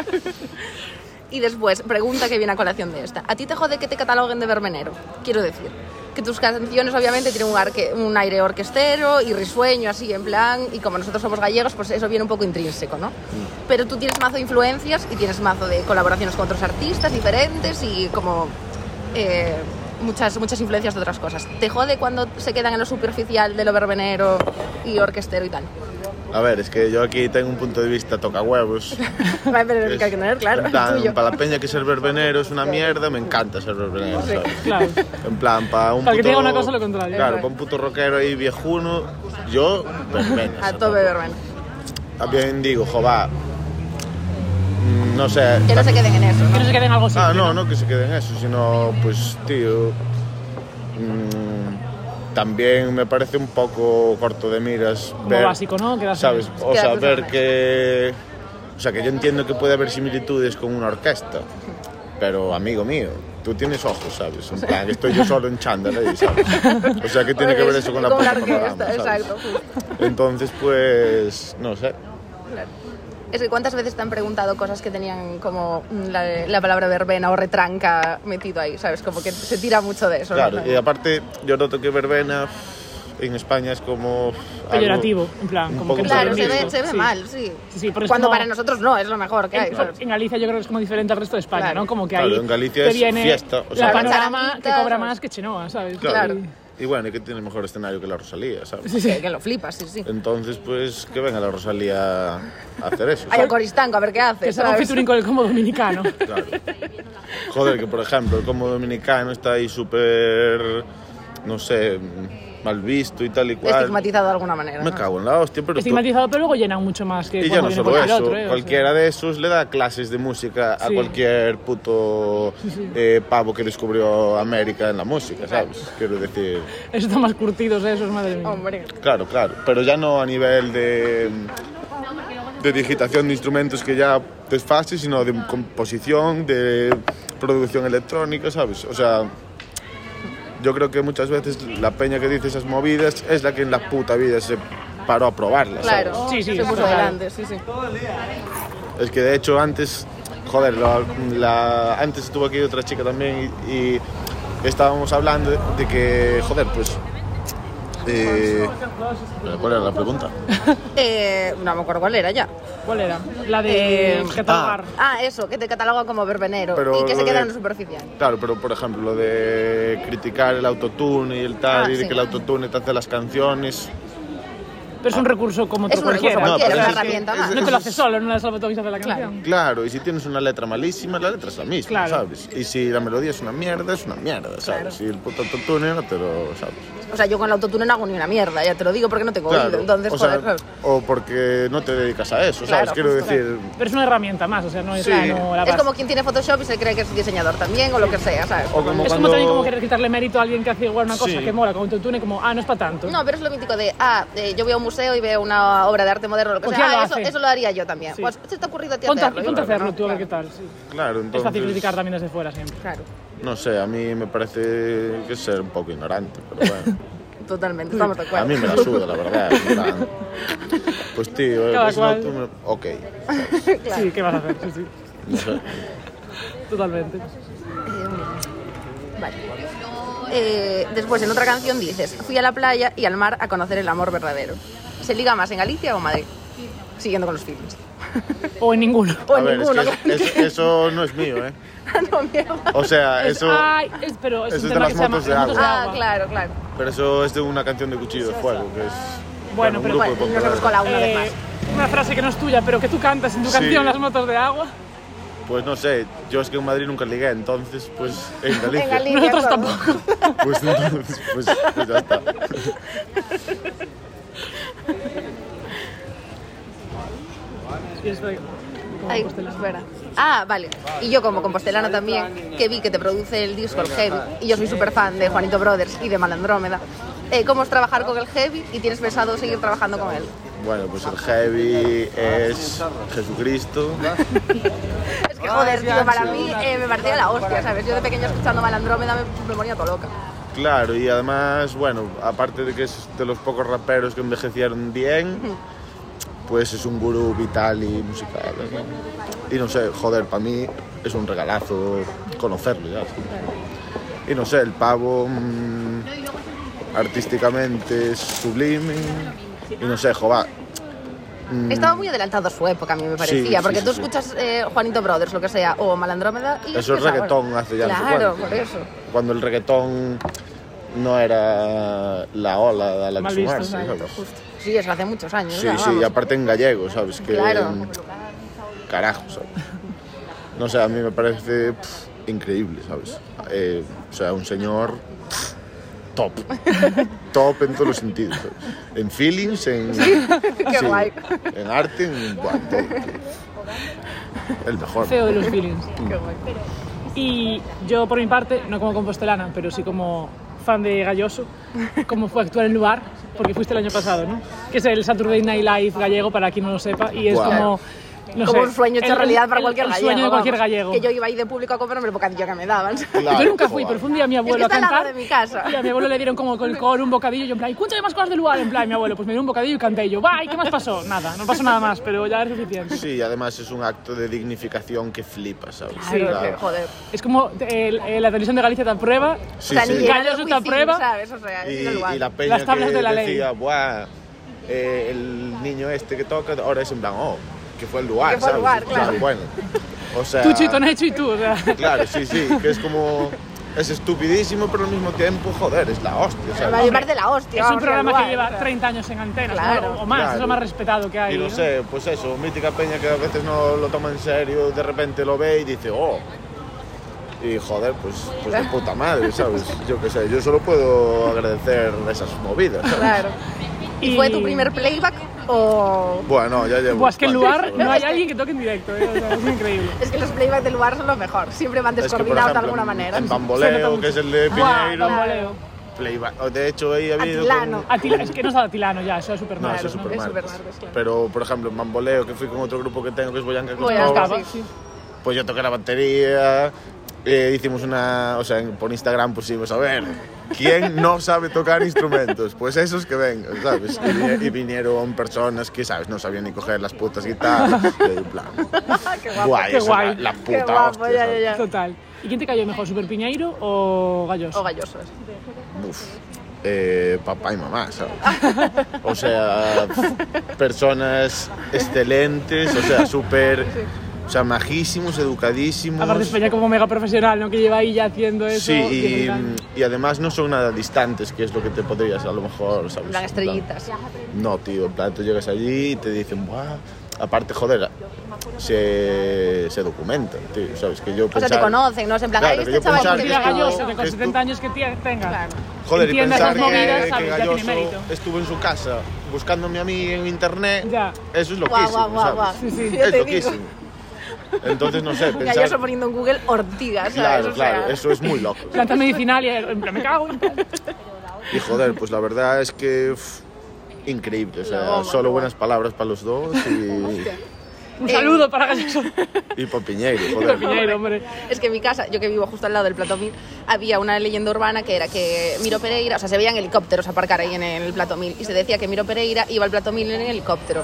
Speaker 2: Y después, pregunta que viene a colación de esta. ¿A ti te jode que te cataloguen de vermenero? Quiero decir, que tus canciones obviamente tienen un, arque- un aire orquestero y risueño, así en plan, y como nosotros somos gallegos, pues eso viene un poco intrínseco, ¿no?
Speaker 16: Mm.
Speaker 2: Pero tú tienes mazo de influencias y tienes mazo de colaboraciones con otros artistas diferentes y como eh, muchas, muchas influencias de otras cosas. ¿Te jode cuando se quedan en lo superficial de lo verbenero y orquestero y tal?
Speaker 16: A ver, es que yo aquí tengo un punto de vista toca huevos.
Speaker 2: Vale, pero hay que tener, claro,
Speaker 16: En
Speaker 2: es
Speaker 16: plan,
Speaker 2: tuyo.
Speaker 16: para la peña que ser verbenero es una mierda, me encanta ser verbenero,
Speaker 2: Sí,
Speaker 16: ¿sabes?
Speaker 1: claro.
Speaker 16: En plan, para un
Speaker 1: Para que
Speaker 16: puto...
Speaker 1: te diga una cosa, lo contrario.
Speaker 16: Claro, para un puto rockero ahí viejuno, yo, verbenero.
Speaker 2: A tope verbenero.
Speaker 16: También digo, jo, va, mm, no sé...
Speaker 2: Que no se queden en eso. ¿no?
Speaker 1: Que no se queden algo simple.
Speaker 16: Ah, no, no que se queden eso, sino, pues, tío... mm, también me parece un poco corto de miras
Speaker 1: Como
Speaker 16: ver-
Speaker 1: básico, ¿no? Quedarse-
Speaker 16: ¿Sabes? O
Speaker 1: Quedarse
Speaker 16: sea, ver
Speaker 1: en
Speaker 16: que... O sea, que yo entiendo que puede haber similitudes con una orquesta, pero amigo mío, tú tienes ojos, ¿sabes? En plan, estoy yo solo en chándal ahí, ¿sabes? O sea, ¿qué tiene que ver eso con la
Speaker 2: Como
Speaker 16: puta
Speaker 2: orquesta,
Speaker 16: panorama, ¿sabes?
Speaker 2: Exacto. justo.
Speaker 16: Entonces, pues, no sé.
Speaker 2: Claro. Es que cuántas veces te han preguntado cosas que tenían como mm, la, la palabra verbena o retranca metido ahí, ¿sabes? Como que se tira mucho de eso. ¿no?
Speaker 16: Claro, y aparte, yo noto que verbena en España es como... algo
Speaker 1: Peyorativo, en plan,
Speaker 16: un
Speaker 1: como que
Speaker 16: poco
Speaker 1: no
Speaker 2: Claro, se
Speaker 1: peyorativo.
Speaker 2: ve, se ve
Speaker 1: Sí.
Speaker 2: mal, sí.
Speaker 1: Sí, sí, por eso
Speaker 2: Cuando
Speaker 1: no- Eh,
Speaker 2: para nosotros no, es lo mejor que hay.
Speaker 1: En,
Speaker 2: ¿sabes?
Speaker 1: en Galicia yo creo que es como diferente al resto de España, ¿no? Como que
Speaker 16: Claro,
Speaker 1: ahí
Speaker 16: en Galicia
Speaker 1: te
Speaker 16: es
Speaker 1: viene
Speaker 16: fiesta, o sea,
Speaker 1: la panorama que
Speaker 2: Charanguitas,
Speaker 1: cobra
Speaker 2: ¿sabes?
Speaker 1: más que Chenoa, ¿sabes?
Speaker 16: Claro. Y bueno, y que tiene mejor escenario que la Rosalía, ¿sabes?
Speaker 2: Sí, Que, que lo flipas, sí,
Speaker 16: Eh,
Speaker 2: sí.
Speaker 16: Entonces, pues, que venga la Rosalía a hacer eso.
Speaker 2: Hay
Speaker 16: ¿sabes?
Speaker 2: un coristanco, a ver qué hace.
Speaker 1: Que se haga un
Speaker 2: ¿sabes?
Speaker 1: featuring con el combo dominicano.
Speaker 16: Claro. Joder, que por ejemplo, el como dominicano está ahí súper, no sé, mal visto y tal y cual.
Speaker 2: Estigmatizado de alguna manera.
Speaker 16: Me
Speaker 2: ¿no?
Speaker 16: cago en la hostia, pero tú...
Speaker 1: Estigmatizado, pero luego llenan mucho más que
Speaker 16: Y ya
Speaker 1: cuando
Speaker 16: no
Speaker 1: viene
Speaker 16: solo
Speaker 1: por el
Speaker 16: eso,
Speaker 1: otro, ¿eh? O sea,
Speaker 16: cualquiera de esos le da clases de música a
Speaker 1: Sí.
Speaker 16: cualquier puto eh, pavo que descubrió América en la música, ¿sabes? Quiero decir,
Speaker 1: Eso está más curtidos esos, madre mía.
Speaker 2: Hombre.
Speaker 16: claro, claro, pero ya no a nivel de, de digitación de instrumentos que ya es fácil, sino de composición, de producción electrónica, ¿sabes? O sea, yo creo que muchas veces la peña que dice esas movidas es la que en la puta vida se paró a probarlas, ¿sabes?
Speaker 2: Claro,
Speaker 1: Sí, sí,
Speaker 2: se puso
Speaker 1: claro.
Speaker 2: adelante, sí, sí.
Speaker 16: Es que de hecho antes, joder, la, la- antes estuvo aquí otra chica también y, y estábamos hablando de, de que, joder, pues... eh, ¿Cuál era la pregunta?
Speaker 2: Eh, no me acuerdo cuál era ya.
Speaker 1: ¿Cuál era? La de
Speaker 2: Eh,
Speaker 1: catalogar.
Speaker 2: Ah, eso, que te catalogan como verbenero
Speaker 16: Pero
Speaker 2: y que
Speaker 16: lo
Speaker 2: se queda
Speaker 16: de-
Speaker 2: en lo superficial.
Speaker 16: Claro, pero por ejemplo, lo de criticar el autotune y el tal,
Speaker 2: Ah,
Speaker 16: y de
Speaker 2: sí.
Speaker 16: que el autotune te hace las canciones.
Speaker 1: Pero es un recurso como
Speaker 2: Ah. Es
Speaker 1: otro
Speaker 2: un recurso
Speaker 1: cualquiera.
Speaker 2: cualquiera,
Speaker 1: O sea,
Speaker 2: es una herramienta más.
Speaker 1: No te lo haces solo, no le das la botomiza de la
Speaker 2: Claro.
Speaker 1: canción.
Speaker 16: Claro, y si tienes una letra malísima, la letra es la misma,
Speaker 1: Claro.
Speaker 16: ¿sabes? Y si la melodía es una mierda, es una mierda, ¿sabes? Y el puto autotune no te lo sabes.
Speaker 2: O sea, yo con el autotune no hago ni una mierda, ya te lo digo porque no tengo
Speaker 16: Claro,
Speaker 2: oído. Entonces,
Speaker 16: o, sea,
Speaker 2: joder, claro.
Speaker 16: o porque no te dedicas a eso, ¿sabes?
Speaker 2: Claro,
Speaker 16: Quiero
Speaker 2: justo.
Speaker 16: decir,
Speaker 1: Pero es una herramienta más, o sea, no es,
Speaker 16: Sí.
Speaker 1: no la
Speaker 2: Es
Speaker 1: base.
Speaker 2: como quien tiene Photoshop y se cree que es diseñador también o lo que sea, ¿sabes?
Speaker 16: O como
Speaker 1: es como
Speaker 16: cuando-
Speaker 1: también como querer quitarle mérito a alguien que hace igual una cosa
Speaker 16: Sí.
Speaker 1: que mola con autotune, como, ah, no es para tanto.
Speaker 2: No, pero es lo mítico de, ah, eh, yo voy a un museo y veo una obra de arte moderno o lo que
Speaker 1: Pues
Speaker 2: sea.
Speaker 1: ya lo
Speaker 2: ah, eso,
Speaker 1: hace.
Speaker 2: eso lo haría yo también.
Speaker 1: Sí.
Speaker 2: Pues, ¿se te ha ocurrido a ti
Speaker 1: Ponte, a-
Speaker 2: hacerlo?
Speaker 1: ponte a
Speaker 2: Yo creo
Speaker 1: hacerlo
Speaker 2: que
Speaker 1: tú a ver qué tal. sí.
Speaker 16: claro, entonces...
Speaker 1: Es fácil criticar también desde fuera siempre.
Speaker 2: Claro.
Speaker 16: No sé, a mí me parece que es ser un poco ignorante, pero bueno.
Speaker 2: no. Totalmente, estamos de acuerdo.
Speaker 16: a mí me la suda, la verdad. en plan, Pues tío, eh,
Speaker 1: Cada
Speaker 16: pues no,
Speaker 1: cual.
Speaker 16: tú me- Ok,
Speaker 1: Sí, ¿qué vas a hacer? Sí, sí,
Speaker 16: no sé.
Speaker 1: totalmente.
Speaker 2: Vale. Eh, después, en otra canción dices, fui a la playa y al mar a conocer el amor verdadero. ¿Se liga más en Galicia o Madrid? Siguiendo con los filmes.
Speaker 1: O en ninguno.
Speaker 2: O
Speaker 16: A
Speaker 2: en
Speaker 16: ver, es
Speaker 2: Pues ninguno.
Speaker 16: que es- es- eso no es mío, ¿eh?
Speaker 2: no, mierda.
Speaker 16: O sea,
Speaker 1: Es-
Speaker 16: Ah, eso...
Speaker 1: ay, es- pero es
Speaker 16: eso es
Speaker 1: un
Speaker 16: de
Speaker 1: tema
Speaker 16: las
Speaker 1: que se llama
Speaker 16: motos de
Speaker 1: las motos
Speaker 16: agua.
Speaker 2: Ah, claro, claro.
Speaker 16: Pero eso es de una canción de Cuchillo de Fuego, que es...
Speaker 1: Bueno,
Speaker 16: un
Speaker 1: pero
Speaker 16: grupo de
Speaker 1: bueno,
Speaker 2: nos
Speaker 16: pop
Speaker 2: hemos colado.
Speaker 16: rock.
Speaker 2: Una vez más.
Speaker 1: Una frase que no es tuya, pero que tú cantas en tu
Speaker 16: Sí.
Speaker 1: canción Las motos de agua.
Speaker 16: Pues no sé, yo es que en Madrid nunca ligué, entonces pues en Galicia.
Speaker 2: En Galicia.
Speaker 1: Nosotros
Speaker 2: claro.
Speaker 1: tampoco.
Speaker 16: Pues entonces, pues, pues ya está.
Speaker 1: Y es de- como
Speaker 2: Ay,
Speaker 1: Compostela.
Speaker 2: espera. Ah, vale. Y yo como compostelano también, que vi que te produce el disco el Heavy, y yo soy súper fan de Juanito Brothers y de Malandrómeda, eh, ¿cómo es trabajar con el Heavy y tienes pensado seguir trabajando con él?
Speaker 16: Bueno, pues el heavy es Jesucristo.
Speaker 2: Es que, joder, tío, para mí eh, me parecía la hostia, ¿sabes? Yo de pequeña escuchando Malandrómeda me, me ponía todo loca.
Speaker 16: Claro, y además, bueno, aparte de que es de los pocos raperos que envejecieron bien, pues es un gurú vital y musical. ¿no? Y no sé, joder, para mí es un regalazo conocerlo ya. Y no sé, el pavo mm, artísticamente es sublime. Y no sé, jova. mm,
Speaker 2: Estaba muy adelantado a su época, a mí me parecía,
Speaker 16: Sí, sí,
Speaker 2: porque
Speaker 16: sí,
Speaker 2: tú
Speaker 16: sí.
Speaker 2: escuchas eh, Juanito Brothers, lo que sea, o Malandrómeda y...
Speaker 16: Eso es
Speaker 2: ahora.
Speaker 16: reggaetón hace ya no sé
Speaker 2: Claro,
Speaker 16: cuánto.
Speaker 2: por eso.
Speaker 16: cuando el reggaetón no era la ola a la
Speaker 1: Mal
Speaker 16: que
Speaker 1: visto,
Speaker 16: sumarse,
Speaker 1: exacto,
Speaker 16: ¿sabes?
Speaker 2: Sí, eso hace muchos años,
Speaker 16: Sí,
Speaker 2: ¿verdad?
Speaker 16: sí,
Speaker 2: Vamos.
Speaker 16: y aparte en gallego, ¿sabes? Que,
Speaker 2: Claro.
Speaker 16: mm, Carajo, ¿sabes? No sé, a mí me parece pff, increíble, ¿sabes? Eh, o sea, un señor pff, top. top en todos los sentidos. ¿sabes? En feelings, en.
Speaker 2: Qué
Speaker 16: sí,
Speaker 2: guay.
Speaker 16: En arte, en. buah, en todo, tío. el mejor.
Speaker 1: Feo de los feelings. Y yo, por mi parte, no como compostelana, pero sí como fan de Galloso, como fue actuar en lugar, porque fuiste el año pasado, ¿no? Que es el Saturday Night Live gallego, para quien no lo sepa, y es
Speaker 16: Guau.
Speaker 1: como. no
Speaker 2: como
Speaker 1: sé,
Speaker 2: un sueño hecho
Speaker 1: el-
Speaker 2: realidad para
Speaker 1: el-
Speaker 2: cualquier
Speaker 1: el
Speaker 2: gallego.
Speaker 1: sueño de cualquier
Speaker 2: vamos.
Speaker 1: gallego.
Speaker 2: Que yo iba ahí de público a comprarme el bocadillo que me daban.
Speaker 16: Claro,
Speaker 1: Yo nunca fui,
Speaker 16: joder.
Speaker 1: pero fue un día mi abuelo
Speaker 2: Es que está
Speaker 1: a
Speaker 2: al lado
Speaker 1: cantar.
Speaker 2: de mi casa.
Speaker 1: Y a mi abuelo le dieron como con el coro un bocadillo. Y yo, en plan, ¿y cuéntame más cosas del lugar? En plan, mi abuelo, pues me dio un bocadillo y canté. Y yo, ¡va! ¿Y qué más pasó? Nada, no pasó nada más, pero ya es suficiente.
Speaker 16: Sí, y además es un acto de dignificación que flipa, ¿sabes?
Speaker 2: Claro, que, joder.
Speaker 1: Es como eh, el- eh, la televisión de Galicia te aprueba.
Speaker 16: Sí,
Speaker 2: o sea,
Speaker 16: sí.
Speaker 2: ni llegar
Speaker 1: Gallos
Speaker 2: al
Speaker 1: otra
Speaker 2: juicio,
Speaker 1: prueba.
Speaker 2: ¿sabes? O sea,
Speaker 16: y,
Speaker 2: es el lugar.
Speaker 16: y la peña
Speaker 1: Las tablas
Speaker 16: que
Speaker 1: de la ley.
Speaker 16: decía, Buah, eh, el niño este que toca, ahora es en plan, oh, que fue el lugar,
Speaker 2: Que fue el lugar,
Speaker 16: ¿sabes? O sea,
Speaker 2: claro.
Speaker 16: bueno, o sea,
Speaker 1: Tú, Chito, Necho y tú. O sea,
Speaker 16: claro, sí, sí, que es como, es estupidísimo, pero al mismo tiempo, joder, es la hostia,
Speaker 2: Me va a
Speaker 16: ¿sabes?
Speaker 2: llevar de la hostia.
Speaker 1: es un
Speaker 2: vamos,
Speaker 1: programa
Speaker 2: igual,
Speaker 1: que
Speaker 2: o
Speaker 1: lleva
Speaker 2: sea.
Speaker 1: 30 años en antena,
Speaker 2: Claro.
Speaker 1: o más, es
Speaker 16: Claro.
Speaker 1: lo más respetado que hay.
Speaker 16: Y no
Speaker 1: ¿no?
Speaker 16: sé, pues eso, mítica peña que a veces no lo toma en serio, de repente lo ve y dice, oh. Y joder, pues, pues de puta madre, ¿sabes? Yo qué sé, yo solo puedo agradecer esas movidas, ¿sabes?
Speaker 2: Claro. ¿Y fue tu primer playback o.?
Speaker 16: Bueno, ya llevo.
Speaker 1: Buah, es que en
Speaker 16: cuantos, la
Speaker 1: lugar no
Speaker 16: verdad.
Speaker 1: hay alguien que toque en directo, ¿eh? o sea, es increíble.
Speaker 2: Es que los playbacks del lugar son lo mejor. Siempre van
Speaker 16: Es que, por
Speaker 2: descoordinados de
Speaker 16: ejemplo,
Speaker 2: alguna
Speaker 16: en-
Speaker 2: manera.
Speaker 16: En
Speaker 1: Se nota
Speaker 16: Bamboleo,
Speaker 1: mucho.
Speaker 16: que es el de
Speaker 1: Buah,
Speaker 16: Piñeiro.
Speaker 1: bamboleo.
Speaker 16: Playba- De hecho, ahí ha habido.
Speaker 2: Atilano.
Speaker 16: con-
Speaker 1: Atila- es que no está Tilano ya, eso es súper
Speaker 16: No,
Speaker 1: malo,
Speaker 16: eso es
Speaker 1: ¿no?
Speaker 16: super
Speaker 2: Es
Speaker 16: mal.
Speaker 2: supermartes, claro.
Speaker 16: Pero, por ejemplo, en Bamboleo, que fui con otro grupo que tengo, que es Boyanca con
Speaker 2: Boyanca,
Speaker 16: Cobras,
Speaker 1: Estaba, sí.
Speaker 16: pues yo toqué la batería. eh, hicimos una. O sea, en- por Instagram pusimos, a ver, ¿quién no sabe tocar instrumentos? Pues esos que vengan, ¿sabes? Y, vi- y vinieron personas que, ¿sabes? No sabían ni coger las putas guitarras. Y en plan. guay,
Speaker 1: Qué
Speaker 16: eso, La,
Speaker 1: guay.
Speaker 16: la
Speaker 2: Qué
Speaker 16: puta
Speaker 2: guapo,
Speaker 16: hostia,
Speaker 2: ya,
Speaker 16: ¿sabes?
Speaker 2: ya, ya.
Speaker 1: Total. ¿Y quién te cayó mejor, Super Piñeiro o Gallos?
Speaker 2: O gallosos.
Speaker 16: Uf. Eh, papá y mamá, ¿sabes? O sea, personas excelentes, o sea, súper O sea, majísimos, educadísimos.
Speaker 1: Aparte es peña como mega profesional, ¿no? Que lleva ahí ya haciendo eso.
Speaker 16: Sí,
Speaker 1: diez
Speaker 16: y,
Speaker 1: años.
Speaker 16: y además no son nada distantes, que es lo que te podrías a lo mejor,
Speaker 2: En plan,
Speaker 16: ¿sabes? En plan,
Speaker 2: estrellitas.
Speaker 16: No, tío, en plan, tú llegas allí y te dicen, ¡buah! Aparte, joder, se, se documentan, tío, ¿sabes? Que yo
Speaker 2: O sea, te
Speaker 16: pensar-
Speaker 2: conocen, ¿no? Es en plan,
Speaker 16: Claro,
Speaker 2: "Ay,
Speaker 16: que
Speaker 2: este
Speaker 16: yo
Speaker 2: chaval
Speaker 16: pensar
Speaker 2: que
Speaker 16: que
Speaker 2: le
Speaker 16: es
Speaker 2: gusta".
Speaker 16: como-
Speaker 1: Eso, que con 70 años que tie- tenga.
Speaker 16: Joder, y
Speaker 1: entiendas
Speaker 16: pensar
Speaker 1: las movidas,
Speaker 16: que, que
Speaker 1: ¿sabes? Ya tiene
Speaker 16: Galloso
Speaker 1: mérito.
Speaker 16: estuvo en su casa buscándome a mí en internet, eso es
Speaker 2: Guau,
Speaker 16: loquísimo,
Speaker 2: guau, guau,
Speaker 16: ¿sabes?
Speaker 2: guau. Sí, sí. Ya
Speaker 16: Es
Speaker 2: te
Speaker 16: loquísimo. Entonces, no sé,
Speaker 2: Ya yo estoy
Speaker 16: pensar...
Speaker 2: poniendo en Google ortigas, ¿sabes?
Speaker 16: Claro,
Speaker 2: O sea,
Speaker 16: claro, eso es muy loco.
Speaker 1: Planta medicinal y en plan, me cago en
Speaker 16: Y joder, pues la verdad es que... uf, increíble, o sea,
Speaker 1: La goma,
Speaker 16: solo buenas palabras para los dos y...
Speaker 1: Un saludo para Galloso.
Speaker 16: Y para Piñeiro, joder.
Speaker 1: hombre.
Speaker 2: Es que en mi casa, yo que vivo justo al lado del Plato Mil, había una leyenda urbana que era que Miro Pereira, o sea, se veían helicópteros aparcar ahí en el Plato Mil, y se decía que Miro Pereira iba al Plato Mil en helicóptero.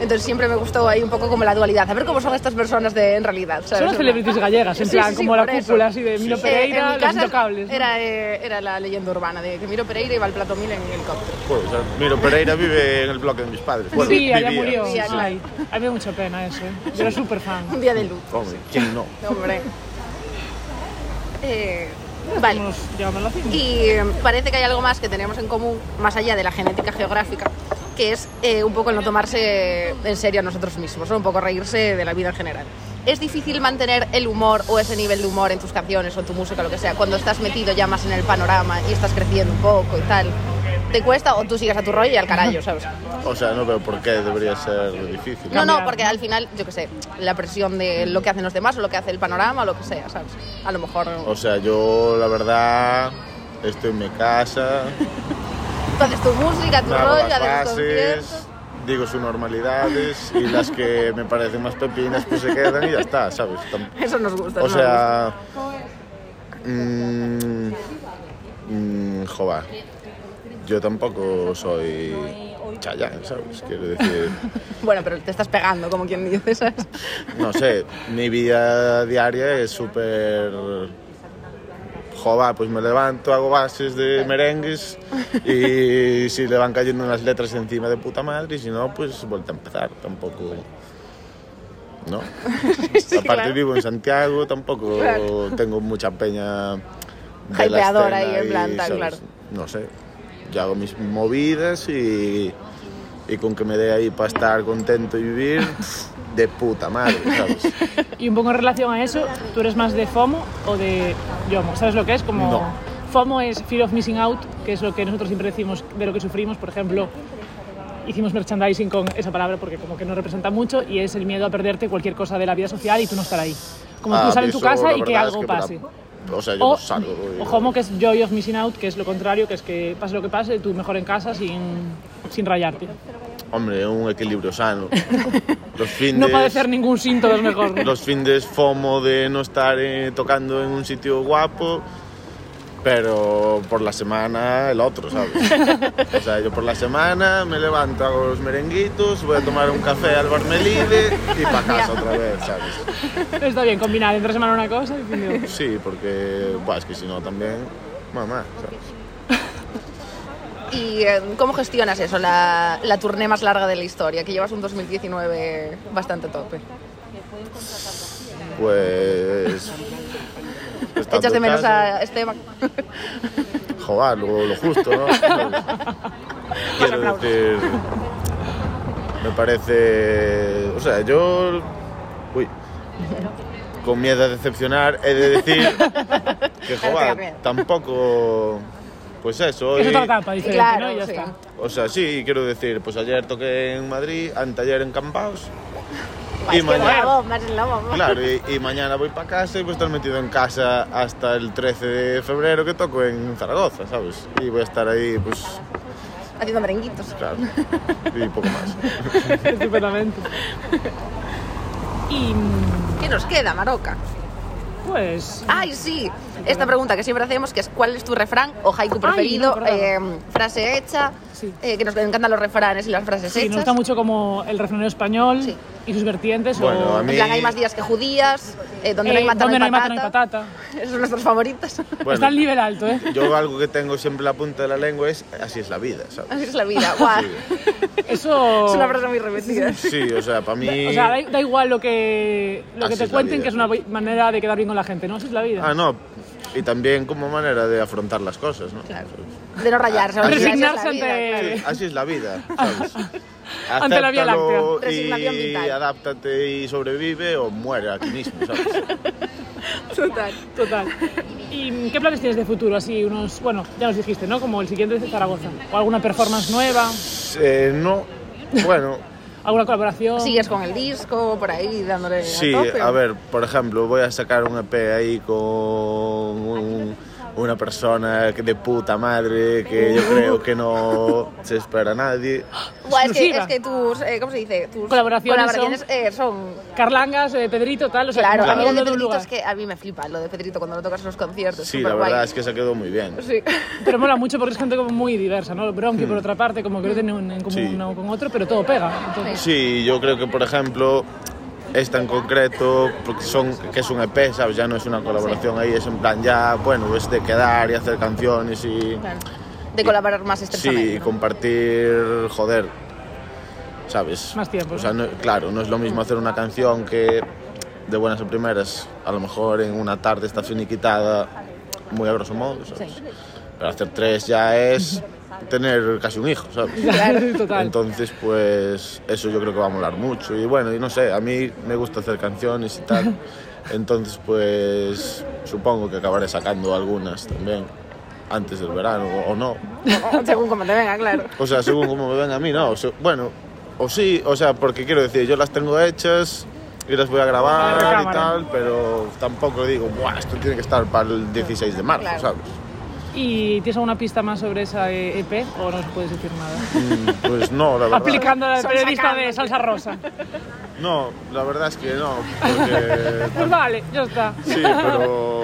Speaker 2: Entonces siempre me gustó ahí un poco como la dualidad, a ver cómo son estas personas de, en realidad. ¿sabes?
Speaker 1: Son las celebrities gallegas, en
Speaker 2: Sí,
Speaker 1: plan,
Speaker 2: sí, sí,
Speaker 1: como la
Speaker 2: por eso.
Speaker 1: cúpula así de Milo
Speaker 2: Eh, en mi
Speaker 1: Pereira, los
Speaker 2: casa
Speaker 1: intocables. ¿no?
Speaker 2: Era, eh, era la leyenda urbana de que Miro Pereira iba al Plato Mil en helicóptero.
Speaker 16: Joder, Pues, o sea, Miro Pereira vive en el bloque de mis padres. Bueno,
Speaker 1: sí, allá
Speaker 16: vivía.
Speaker 1: murió.
Speaker 16: Sí, sí.
Speaker 1: Ay, a mí me da mucha pena eso. ¿eh? Yo era súper fan.
Speaker 2: Un día de luz.
Speaker 16: Hombre, ¿quién no?
Speaker 2: Hombre. Eh, vale.
Speaker 1: llegando a la cima.
Speaker 2: Y eh, parece que hay algo más que tenemos en común, más allá de la genética geográfica, que es eh, un poco el no tomarse en serio a nosotros mismos, ¿no? un poco reírse de la vida en general. ¿Es difícil mantener el humor o ese nivel de humor en tus canciones o en tu música, lo que sea, cuando estás metido ya más en el panorama y estás creciendo un poco y tal? ¿Te cuesta o tú sigues a tu rollo y al carallo, sabes?
Speaker 16: O sea, no veo por qué debería ser difícil.
Speaker 2: No, no, porque al final, yo qué sé, la presión de lo que hacen los demás o lo que hace el panorama o lo que sea, ¿sabes? A lo mejor...
Speaker 16: O sea, yo, la verdad, estoy en mi casa,
Speaker 2: Tú haces tu música, tu
Speaker 16: me hago
Speaker 2: rollo,
Speaker 16: las
Speaker 2: haces tus conciertos...
Speaker 16: bases, digo sus normalidades y las que me parecen más pepinas pues se quedan y ya está, ¿sabes? Tam-
Speaker 2: Eso nos gusta.
Speaker 16: O
Speaker 2: eso nos
Speaker 16: sea... mm, mm, joba, yo tampoco soy Chayanne, ¿sabes? Quiero decir...
Speaker 2: gusta. Bueno, pero te estás pegando, como quien dice, ¿sabes?
Speaker 16: no sé, mi vida diaria es súper... Joba, pues me levanto, hago bases de merengues y si le van cayendo unas letras encima de puta madre y si no, pues vuelta a empezar, tampoco... No. Aparte
Speaker 2: claro.
Speaker 16: vivo en Santiago, tampoco
Speaker 2: Claro.
Speaker 16: tengo mucha peña... De la
Speaker 2: Hypeadora ahí,
Speaker 16: escena
Speaker 2: en plan,
Speaker 16: y,
Speaker 2: tal,
Speaker 16: ¿sabes?
Speaker 2: claro.
Speaker 16: No sé, yo hago mis movidas y, y con que me dé ahí para estar contento y vivir, de puta madre, ¿sabes?
Speaker 1: Y un poco en relación a eso, ¿tú eres más de FOMO o de YOMO? ¿Sabes lo que es? Como
Speaker 16: No.
Speaker 1: FOMO es Fear of Missing Out, que es lo que nosotros siempre decimos de lo que sufrimos. Por ejemplo, hicimos merchandising con esa palabra porque como que no representa mucho y es el miedo a perderte cualquier cosa de la vida social y tú no estar ahí. Como
Speaker 16: Ah,
Speaker 1: tú sales de tu
Speaker 16: eso,
Speaker 1: casa
Speaker 16: la
Speaker 1: y que
Speaker 16: verdad es
Speaker 1: algo
Speaker 16: que me da-
Speaker 1: pase.
Speaker 16: O sea, yo
Speaker 1: O-
Speaker 16: no salgo. y-
Speaker 1: O FOMO, que es Joy of Missing Out, que es lo contrario, que es que pase lo que pase, tú mejor en casa sin, sin rayarte.
Speaker 16: Hombre, un equilibrio sano. Los fines...
Speaker 1: No padecer ningún síntoma es mejor.
Speaker 16: Los fines FOMO de no estar eh, tocando en un sitio guapo, pero por la semana el otro, ¿sabes? O sea, yo por la semana me levanto, hago los merenguitos, voy a tomar un café al Barmelide y para casa otra vez, ¿sabes?
Speaker 1: Está bien combinar entre semana una cosa y fin de otra.
Speaker 16: Sí, porque, buah, es que si no también, mamá, ¿sabes?
Speaker 2: ¿Y eh, cómo gestionas eso, la, la tournée más larga de la historia? Que llevas un 2019 bastante tope.
Speaker 16: Pues... estando
Speaker 2: ¿Echas de
Speaker 16: en
Speaker 2: menos
Speaker 16: casa-
Speaker 2: a Esteban?
Speaker 16: Joder, lo, lo justo, ¿no? Quiero decir, me parece, o sea, yo, uy, con miedo a decepcionar, he de decir que joder, tampoco, pues eso.
Speaker 1: Es
Speaker 16: y-
Speaker 1: otra etapa diferente,
Speaker 2: Eh, Claro,
Speaker 1: ¿no? Y ya
Speaker 2: sí.
Speaker 1: está.
Speaker 16: o sea, sí, quiero decir, pues ayer toqué en Madrid, anteayer en Campaos.
Speaker 2: Buah, Pues es que es la bomba, es la bomba.
Speaker 16: Claro, y, y mañana voy para casa y voy a estar metido en casa hasta el 13 de febrero que toco en Zaragoza, ¿sabes? Y voy a estar ahí, pues,
Speaker 2: Haciendo merenguitos.
Speaker 16: claro, y poco más.
Speaker 1: Estupendamente. Y mm,
Speaker 2: ¿Qué nos queda, Maroca?
Speaker 1: pues...
Speaker 2: ¡Ay, sí! Esta pregunta que siempre hacemos, que es ¿cuál es tu refrán o haiku preferido?
Speaker 1: no me acordaba.
Speaker 2: eh, frase hecha, eh, que nos encantan los refranes y las frases
Speaker 1: Sí,
Speaker 2: hechas.
Speaker 1: nos gusta mucho como el refranero español, y sus vertientes.
Speaker 16: Bueno,
Speaker 1: o...
Speaker 16: a mí-
Speaker 2: En plan, hay más días que judías, eh, donde no
Speaker 1: Eh,
Speaker 2: hay matar,
Speaker 1: donde
Speaker 2: no hay
Speaker 1: no hay
Speaker 2: patata. Esos son nuestros favoritos.
Speaker 16: Bueno. Está el
Speaker 1: nivel alto, ¿eh?
Speaker 16: Yo algo que tengo siempre en la punta de la lengua es así es la vida, ¿sabes?
Speaker 2: Así es la vida. Guau.
Speaker 1: Eso...
Speaker 2: Es una frase muy repetida.
Speaker 16: Sí, o sea, para mí...
Speaker 1: O sea, da, da igual lo que, lo
Speaker 16: Así
Speaker 1: que te
Speaker 16: es la
Speaker 1: cuenten,
Speaker 16: vida.
Speaker 1: que es una manera de quedar bien con la gente, ¿no? Así es la vida.
Speaker 16: Ah, no. Y también como manera de afrontar las cosas, ¿no?
Speaker 2: De no rayarse.
Speaker 16: Así es la
Speaker 1: Resignarse
Speaker 16: vida,
Speaker 1: ante-
Speaker 16: Sí, así es la vida, ¿sabes?
Speaker 1: Eh. Ante la Vía
Speaker 16: Acéptalo
Speaker 1: Láctea. Resignación
Speaker 16: y
Speaker 1: vital.
Speaker 16: adáptate y sobrevive o muere aquí mismo, ¿sabes?
Speaker 2: Total.
Speaker 1: Total. ¿Y mm, qué planes tienes de futuro? Así unos, bueno, ya nos dijiste, ¿no? Como el siguiente de Zaragoza. ¿O alguna performance nueva?
Speaker 16: Eh, no, bueno,
Speaker 1: ¿Alguna colaboración?
Speaker 2: Sigues con el disco, por ahí, dándole
Speaker 16: sí,
Speaker 2: a tope.
Speaker 16: a ver, por ejemplo, voy a sacar un EP ahí con un- una persona que de puta madre que yo creo que no se espera a nadie.
Speaker 2: Buah, es, que,
Speaker 1: Exclusiva.
Speaker 2: es que tus, eh, ¿cómo se dice? Tus
Speaker 1: Colaboraciones son-
Speaker 2: eh, son...
Speaker 1: Carlangas, eh, Pedrito, tal, o sea,
Speaker 2: Claro,
Speaker 1: como
Speaker 2: a mí
Speaker 1: cada
Speaker 2: lo de
Speaker 1: uno de un
Speaker 2: Pedrito
Speaker 1: lugar.
Speaker 2: es que a mí me flipa lo de Pedrito cuando lo tocas en los conciertos.
Speaker 16: Sí, la
Speaker 2: superguay.
Speaker 16: verdad es que se quedó muy bien.
Speaker 2: Sí.
Speaker 1: Pero mola mucho porque es gente como muy diversa, ¿no? Bronqui,
Speaker 16: Mm.
Speaker 1: por otra parte, como que no tiene un- en común
Speaker 16: Sí.
Speaker 1: uno con otro, pero todo pega. Entonces,
Speaker 16: Sí, yo creo que por ejemplo esta en concreto, porque son, que es un EP, ¿sabes? Ya no es una colaboración ahí, es en plan ya, bueno, es de quedar y hacer canciones y...
Speaker 2: Claro. De colaborar más
Speaker 16: Sí, y
Speaker 2: estrechamente.
Speaker 16: compartir, joder, ¿sabes?
Speaker 1: Más tiempo,
Speaker 16: O sea, no- claro, no es lo mismo hacer una canción que de buenas a primeras, a lo mejor en una tarde está finiquitada, muy a grosso modo, ¿sabes? Pero hacer tres ya es tener casi un hijo, ¿sabes?
Speaker 1: Claro, total.
Speaker 16: Entonces, pues eso yo creo que va a molar mucho. Y bueno, y no sé, a mí me gusta hacer canciones y tal. Entonces, pues supongo que acabaré sacando algunas también antes del verano o no.
Speaker 2: Según como te venga, claro.
Speaker 16: O sea, según como me ven a mí, no. O sea, bueno, o sí, o sea, porque quiero decir, yo las tengo hechas y las voy a grabar
Speaker 1: Para la
Speaker 16: y
Speaker 1: cámara.
Speaker 16: tal, pero tampoco digo, Buah, esto tiene que estar para el 16 de marzo,
Speaker 1: Claro.
Speaker 16: ¿sabes?
Speaker 1: ¿Y tienes alguna pista más sobre esa eh, EP o no nos puedes decir nada?
Speaker 16: Mm, Pues no, la verdad.
Speaker 1: Aplicando la de
Speaker 2: Son
Speaker 1: periodista
Speaker 2: sacando.
Speaker 1: de Salsa Rosa.
Speaker 16: No, la verdad es que no, porque
Speaker 1: Pues vale, ya está.
Speaker 16: Sí, pero,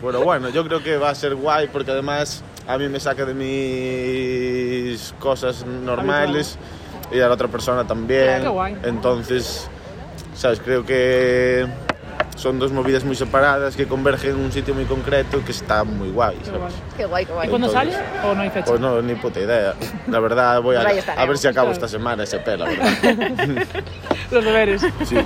Speaker 16: pero bueno, yo creo que va a ser guay porque además a mí me saca de mis cosas normales y a la otra persona también.
Speaker 1: Claro, qué guay.
Speaker 16: Entonces, ¿sabes? Creo que son dos movidas muy separadas que convergen en un sitio muy concreto que está muy guay. ¿sabes?
Speaker 2: Qué guay, qué guay.
Speaker 1: ¿Y cuándo sale
Speaker 16: Entonces-
Speaker 1: o no hay fecha?
Speaker 16: Pues no, ni puta idea. La verdad, voy a,
Speaker 2: Pues ahí estaremos.
Speaker 16: a ver si acabo
Speaker 1: Claro.
Speaker 16: esta semana ese pelo. la verdad.
Speaker 1: Los deberes.
Speaker 16: Sí.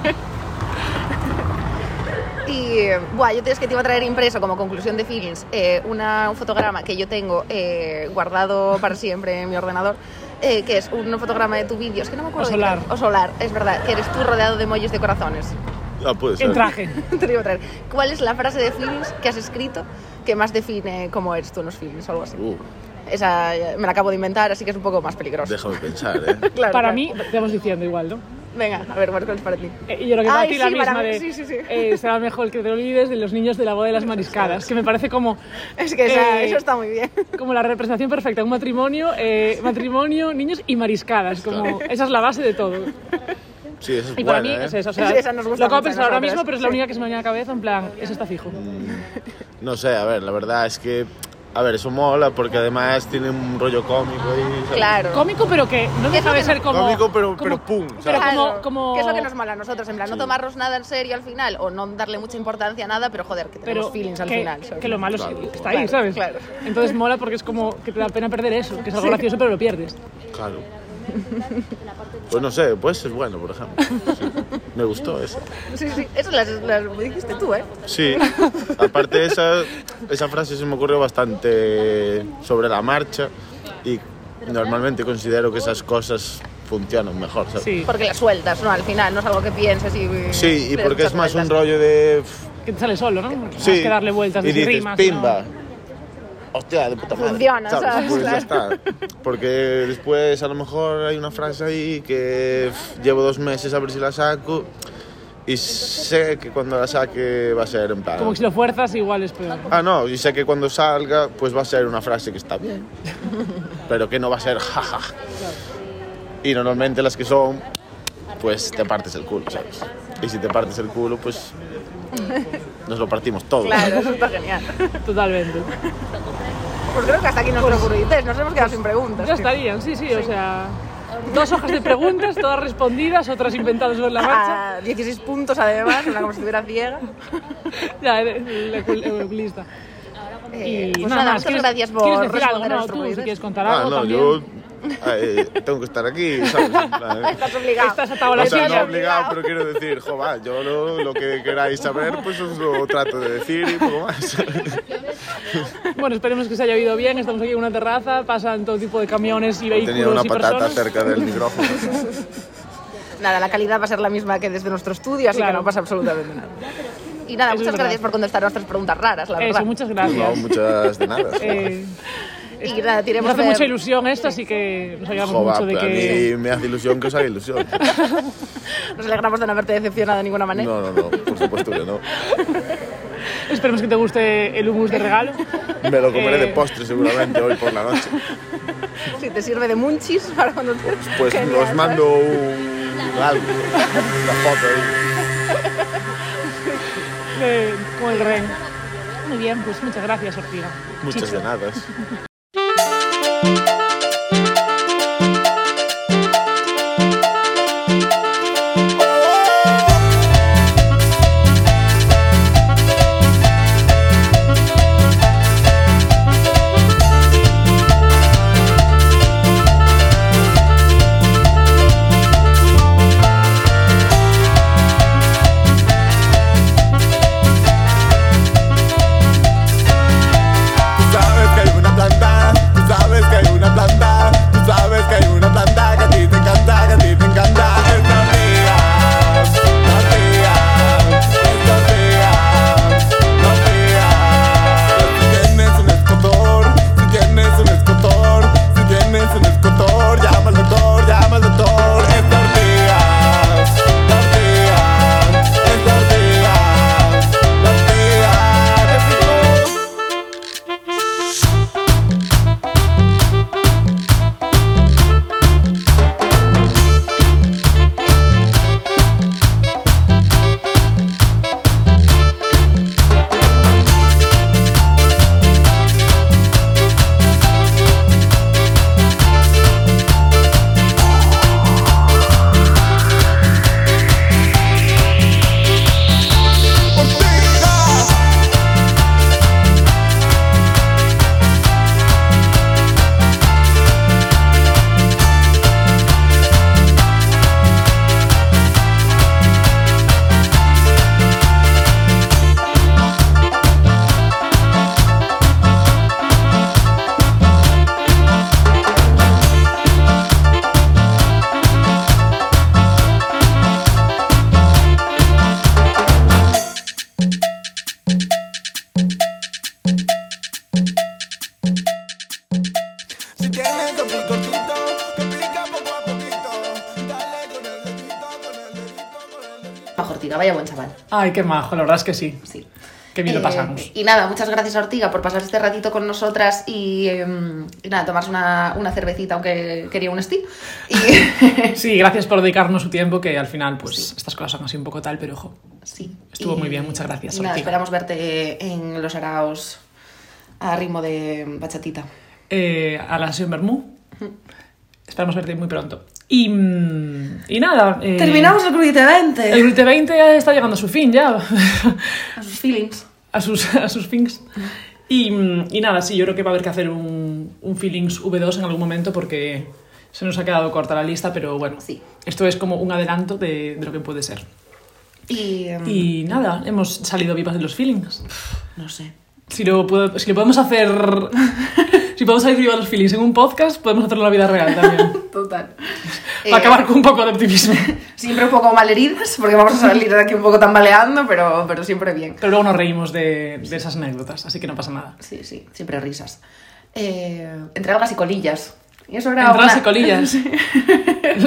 Speaker 2: Y, buah, yo te, es que te iba a traer impreso como conclusión de feelings eh, una, un fotograma que yo tengo eh, guardado para siempre en mi ordenador, eh, que es un fotograma de tu vídeo. Es que no me acuerdo.
Speaker 1: O
Speaker 2: de
Speaker 1: solar.
Speaker 2: qué- O solar, es verdad, que eres tú rodeado de emojis de corazones.
Speaker 16: Ah, puede ser.
Speaker 2: te lo iba a traer. ¿Cuál es la frase de feelings que has escrito que más define cómo eres tú en los feelings o algo así?
Speaker 16: Uh,
Speaker 2: Esa eh, me la acabo de inventar, así que es un poco más peligroso.
Speaker 16: déjame pensar, ¿eh?
Speaker 2: Claro,
Speaker 1: para
Speaker 2: claro.
Speaker 1: mí, te vamos diciendo igual, ¿no?
Speaker 2: Venga, a ver, Marco, es para ti.
Speaker 1: Eh, Y yo creo que para
Speaker 2: Ay,
Speaker 1: ti la
Speaker 2: sí, para
Speaker 1: misma
Speaker 2: mí,
Speaker 1: de
Speaker 2: sí, sí, sí.
Speaker 1: eh, será mejor que te olvides de los niños de la boda de las mariscadas, que me parece como
Speaker 2: Es que esa-
Speaker 1: eh,
Speaker 2: eso está muy bien.
Speaker 1: como la representación perfecta, un matrimonio, eh, matrimonio, niños y mariscadas, como esa es la base de todo.
Speaker 16: Sí, eso es
Speaker 1: Y para
Speaker 16: buena,
Speaker 1: mí
Speaker 16: ¿eh?
Speaker 1: es eso, o sea,
Speaker 2: Sí, esa nos gusta
Speaker 1: lo acabo de
Speaker 2: mucho a
Speaker 1: pensar ahora
Speaker 2: nosotras,
Speaker 1: mismo, pero es la
Speaker 2: sí.
Speaker 1: única que se me viene a la cabeza, en plan, eso está fijo.
Speaker 16: No sé, a ver, la verdad es que. A ver, eso mola porque además tiene un rollo cómico ahí. ¿sabes?
Speaker 1: Cómico, pero que no deja de ser como...
Speaker 16: Cómico, pero, pero pum.
Speaker 1: Pero
Speaker 16: ¿sabes?
Speaker 1: como, como...
Speaker 2: Que es lo que nos mola a nosotros, en plan, no
Speaker 16: Sí.
Speaker 2: tomarnos nada en serio al final o no darle mucha importancia a nada, pero joder, que tenemos
Speaker 1: pero
Speaker 2: feelings al
Speaker 1: que,
Speaker 2: final. ¿sabes?
Speaker 1: que lo malo es que
Speaker 2: Claro,
Speaker 1: está ahí,
Speaker 2: claro,
Speaker 1: ¿sabes?
Speaker 2: Claro.
Speaker 1: Entonces mola porque es como que te da pena perder eso, que es algo gracioso pero lo pierdes.
Speaker 16: Claro. Pues no sé, pues es bueno, por ejemplo. Sí. Me gustó eso.
Speaker 2: Sí, sí, eso las, las dijiste tú, ¿eh?
Speaker 16: Sí. Aparte, esa, esa frase se me ocurrió bastante sobre la marcha y normalmente considero que esas cosas funcionan mejor, ¿sabes?
Speaker 2: Porque las sueltas, ¿no? Al final, no es algo que pienses y...
Speaker 16: Sí, y
Speaker 2: le das
Speaker 16: porque
Speaker 2: muchas
Speaker 16: es más un
Speaker 2: vueltas.
Speaker 16: rollo de.
Speaker 1: Que te sale solo, ¿no? Más
Speaker 16: Sí.
Speaker 1: que darle vueltas,
Speaker 16: y
Speaker 1: de
Speaker 16: dices,
Speaker 1: rimas. ¿no?
Speaker 16: pimba. Hostia, de puta madre.
Speaker 2: Funciona, ¿sabes?
Speaker 16: Pues ya
Speaker 2: Claro.
Speaker 16: está. Porque después a lo mejor hay una frase ahí que pff, llevo dos meses a ver si la saco y sé que cuando la saque va a ser en plan.
Speaker 1: Como que si lo fuerzas igual es peor.
Speaker 16: Ah, no, y sé que cuando salga pues va a ser una frase que está bien, pero que no va a ser jaja. Y normalmente las que son, pues te partes el culo, ¿sabes? Y si te partes el culo, pues nos lo partimos todos.
Speaker 2: Claro, eso está genial.
Speaker 1: Totalmente.
Speaker 2: Pues creo que hasta aquí nuestro currites, nos hemos quedado sin preguntas.
Speaker 1: Pues Ya
Speaker 2: tío.
Speaker 1: estarían, sí, sí, o sea... Dos hojas de preguntas, todas respondidas, otras inventadas sobre la marcha.
Speaker 3: Ah, 16 puntos además, una como si estuviera ciega.
Speaker 1: ya, el oculista.
Speaker 3: Eh, pues nada, muchas gracias por
Speaker 1: ¿Quieres decir
Speaker 3: responder
Speaker 1: algo?
Speaker 3: a
Speaker 1: No,
Speaker 3: nuestros
Speaker 1: tú, si
Speaker 3: oyentes.
Speaker 1: quieres contar algo
Speaker 16: Ah, no,
Speaker 1: también.
Speaker 16: yo eh, tengo que estar aquí, ¿sabes? En plan,
Speaker 2: Ah,
Speaker 3: Estás obligado.
Speaker 1: Estás atado a la
Speaker 16: o sea,
Speaker 1: silla.
Speaker 16: no obligado, pero quiero decir, jo, va, yo lo, lo que queráis saber, pues os lo trato de decir y poco más.
Speaker 1: Bueno, esperemos que se haya oído bien. Estamos aquí en una terraza, pasan todo tipo de camiones y vehículos
Speaker 16: Tenía una
Speaker 1: y
Speaker 16: patata
Speaker 1: personas.
Speaker 16: cerca del micrófono.
Speaker 3: Nada, la calidad va a ser la misma que desde nuestro estudio, así que no pasa absolutamente nada. Y nada,
Speaker 1: Eso es
Speaker 3: muchas
Speaker 1: verdad.
Speaker 3: gracias por contestar nuestras preguntas raras, la
Speaker 1: Eso,
Speaker 3: verdad.
Speaker 1: muchas gracias.
Speaker 16: No, muchas de nada.
Speaker 1: Eh,
Speaker 3: Y nada, tiremos
Speaker 1: Nos hace
Speaker 3: a ver-
Speaker 1: mucha ilusión esto, así que nos alegramos
Speaker 16: Jo, va,
Speaker 1: mucho de
Speaker 16: a
Speaker 1: que...
Speaker 16: mí me hace ilusión que os haga ilusión.
Speaker 3: Nos alegramos de no haberte decepcionado de ninguna manera.
Speaker 16: No, no, no, por supuesto que no.
Speaker 1: Esperemos que te guste el hummus de regalo.
Speaker 16: Me lo comeré de
Speaker 1: Eh.
Speaker 16: postre seguramente hoy por la noche.
Speaker 3: Si te sirve de munchis para cuando te...
Speaker 16: Pues
Speaker 3: Genial,
Speaker 16: os
Speaker 3: ¿sabes?
Speaker 16: mando un algo, una foto ahí.
Speaker 1: Eh, como el rey. Muy bien, pues muchas gracias, Ortiga.
Speaker 16: Muchas
Speaker 1: Chicho.
Speaker 16: de nada.
Speaker 17: Tú sabes que hay una planta, tú sabes que hay una planta, tú sabes que hay una planta que a ti te encanta, que a ti te encanta. Estas días, las días, estas días, las días. Si tienes un escotor, si tienes un escotor, si tienes un escotor, llama al doctor, llama al doctor. Estas días, las días, estas días, las días. Te digo, Si tienes un picorcito que pica poco a poquito, dale con el dedito, con el dedito.
Speaker 2: Majo Ortiga, vaya buen chaval.
Speaker 1: Ay, qué majo, la verdad es que sí.
Speaker 2: Sí.
Speaker 1: Qué bien
Speaker 2: Eh,
Speaker 1: lo pasamos.
Speaker 2: Y nada, muchas gracias a Ortiga por pasar este ratito con nosotras y, eh,
Speaker 3: em,
Speaker 2: y nada, tomarse una, una cervecita, aunque quería un Steve.
Speaker 1: Sí, gracias por dedicarnos su tiempo, que al final, pues, estas cosas son así un poco tal, pero ojo.
Speaker 2: Sí.
Speaker 1: Estuvo
Speaker 2: Y-
Speaker 1: muy bien, muchas gracias,
Speaker 2: Y nada,
Speaker 1: Ortiga.
Speaker 2: esperamos verte en los araos a ritmo de bachatita.
Speaker 1: eh, a la sesión Bermú. Esperamos verte muy pronto. Y, mm, y nada. eh,
Speaker 2: Terminamos el Crudite 20.
Speaker 1: El Crudite 20 ya está llegando a su fin ya.
Speaker 2: A sus feelings.
Speaker 1: A sus, a sus fins. Y, mm, y nada, sí, yo creo que va a haber que hacer un, un Feelings V2 en algún momento porque se nos ha quedado corta la lista, pero bueno. Esto es como un adelanto de, de lo que puede ser.
Speaker 2: Y, em,
Speaker 1: Y nada, hemos salido vivas de los feelings.
Speaker 2: No sé.
Speaker 1: Si lo, puedo- si lo podemos hacer. si podemos salir vivas de los feelings en un podcast, podemos hacerlo en la vida real también.
Speaker 2: Total.
Speaker 1: Para acabar con un poco de optimismo.
Speaker 2: Siempre un poco malheridas, porque vamos a salir de aquí un poco tambaleando, pero, pero siempre bien.
Speaker 1: Pero luego nos reímos de, de esas anécdotas, así que no pasa nada.
Speaker 2: Sí, sí, siempre risas. Eh, entre algas y colillas. Y eso era
Speaker 1: Entradas
Speaker 2: una-
Speaker 1: y colillas.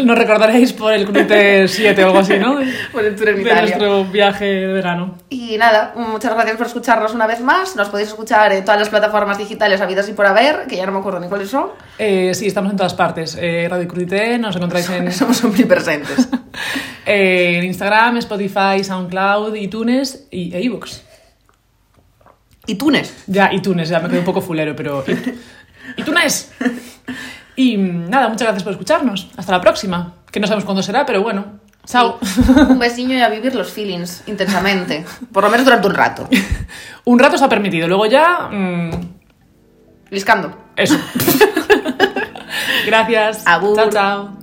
Speaker 1: Nos recordaréis por el Clute 7 o algo así, ¿no?
Speaker 2: Por el tour en
Speaker 1: de
Speaker 2: Italia.
Speaker 1: nuestro viaje de verano.
Speaker 2: Y nada, muchas gracias por escucharnos una vez más. Nos podéis escuchar en todas las plataformas digitales habidas y por haber, que ya no me acuerdo ni cuáles son.
Speaker 1: Eh, sí, estamos en todas partes. Eh, Radio Crudité, nos encontráis en...
Speaker 2: Somos omnipresentes.
Speaker 1: eh, en Instagram, Spotify, SoundCloud, iTunes y, e iVoox.
Speaker 2: ¿iTunes?
Speaker 1: Ya, iTunes, ya me quedé un poco fulero, pero... i- ¡iTunes! Y mm, nada, muchas gracias por escucharnos. Hasta la próxima, que no sabemos cuándo será, pero bueno. Chao.
Speaker 2: Un besiño y a vivir los feelings intensamente. Por lo menos durante un rato.
Speaker 1: un rato se ha permitido, luego ya... mm,
Speaker 2: Liscando.
Speaker 1: Eso. gracias. Chao, chao.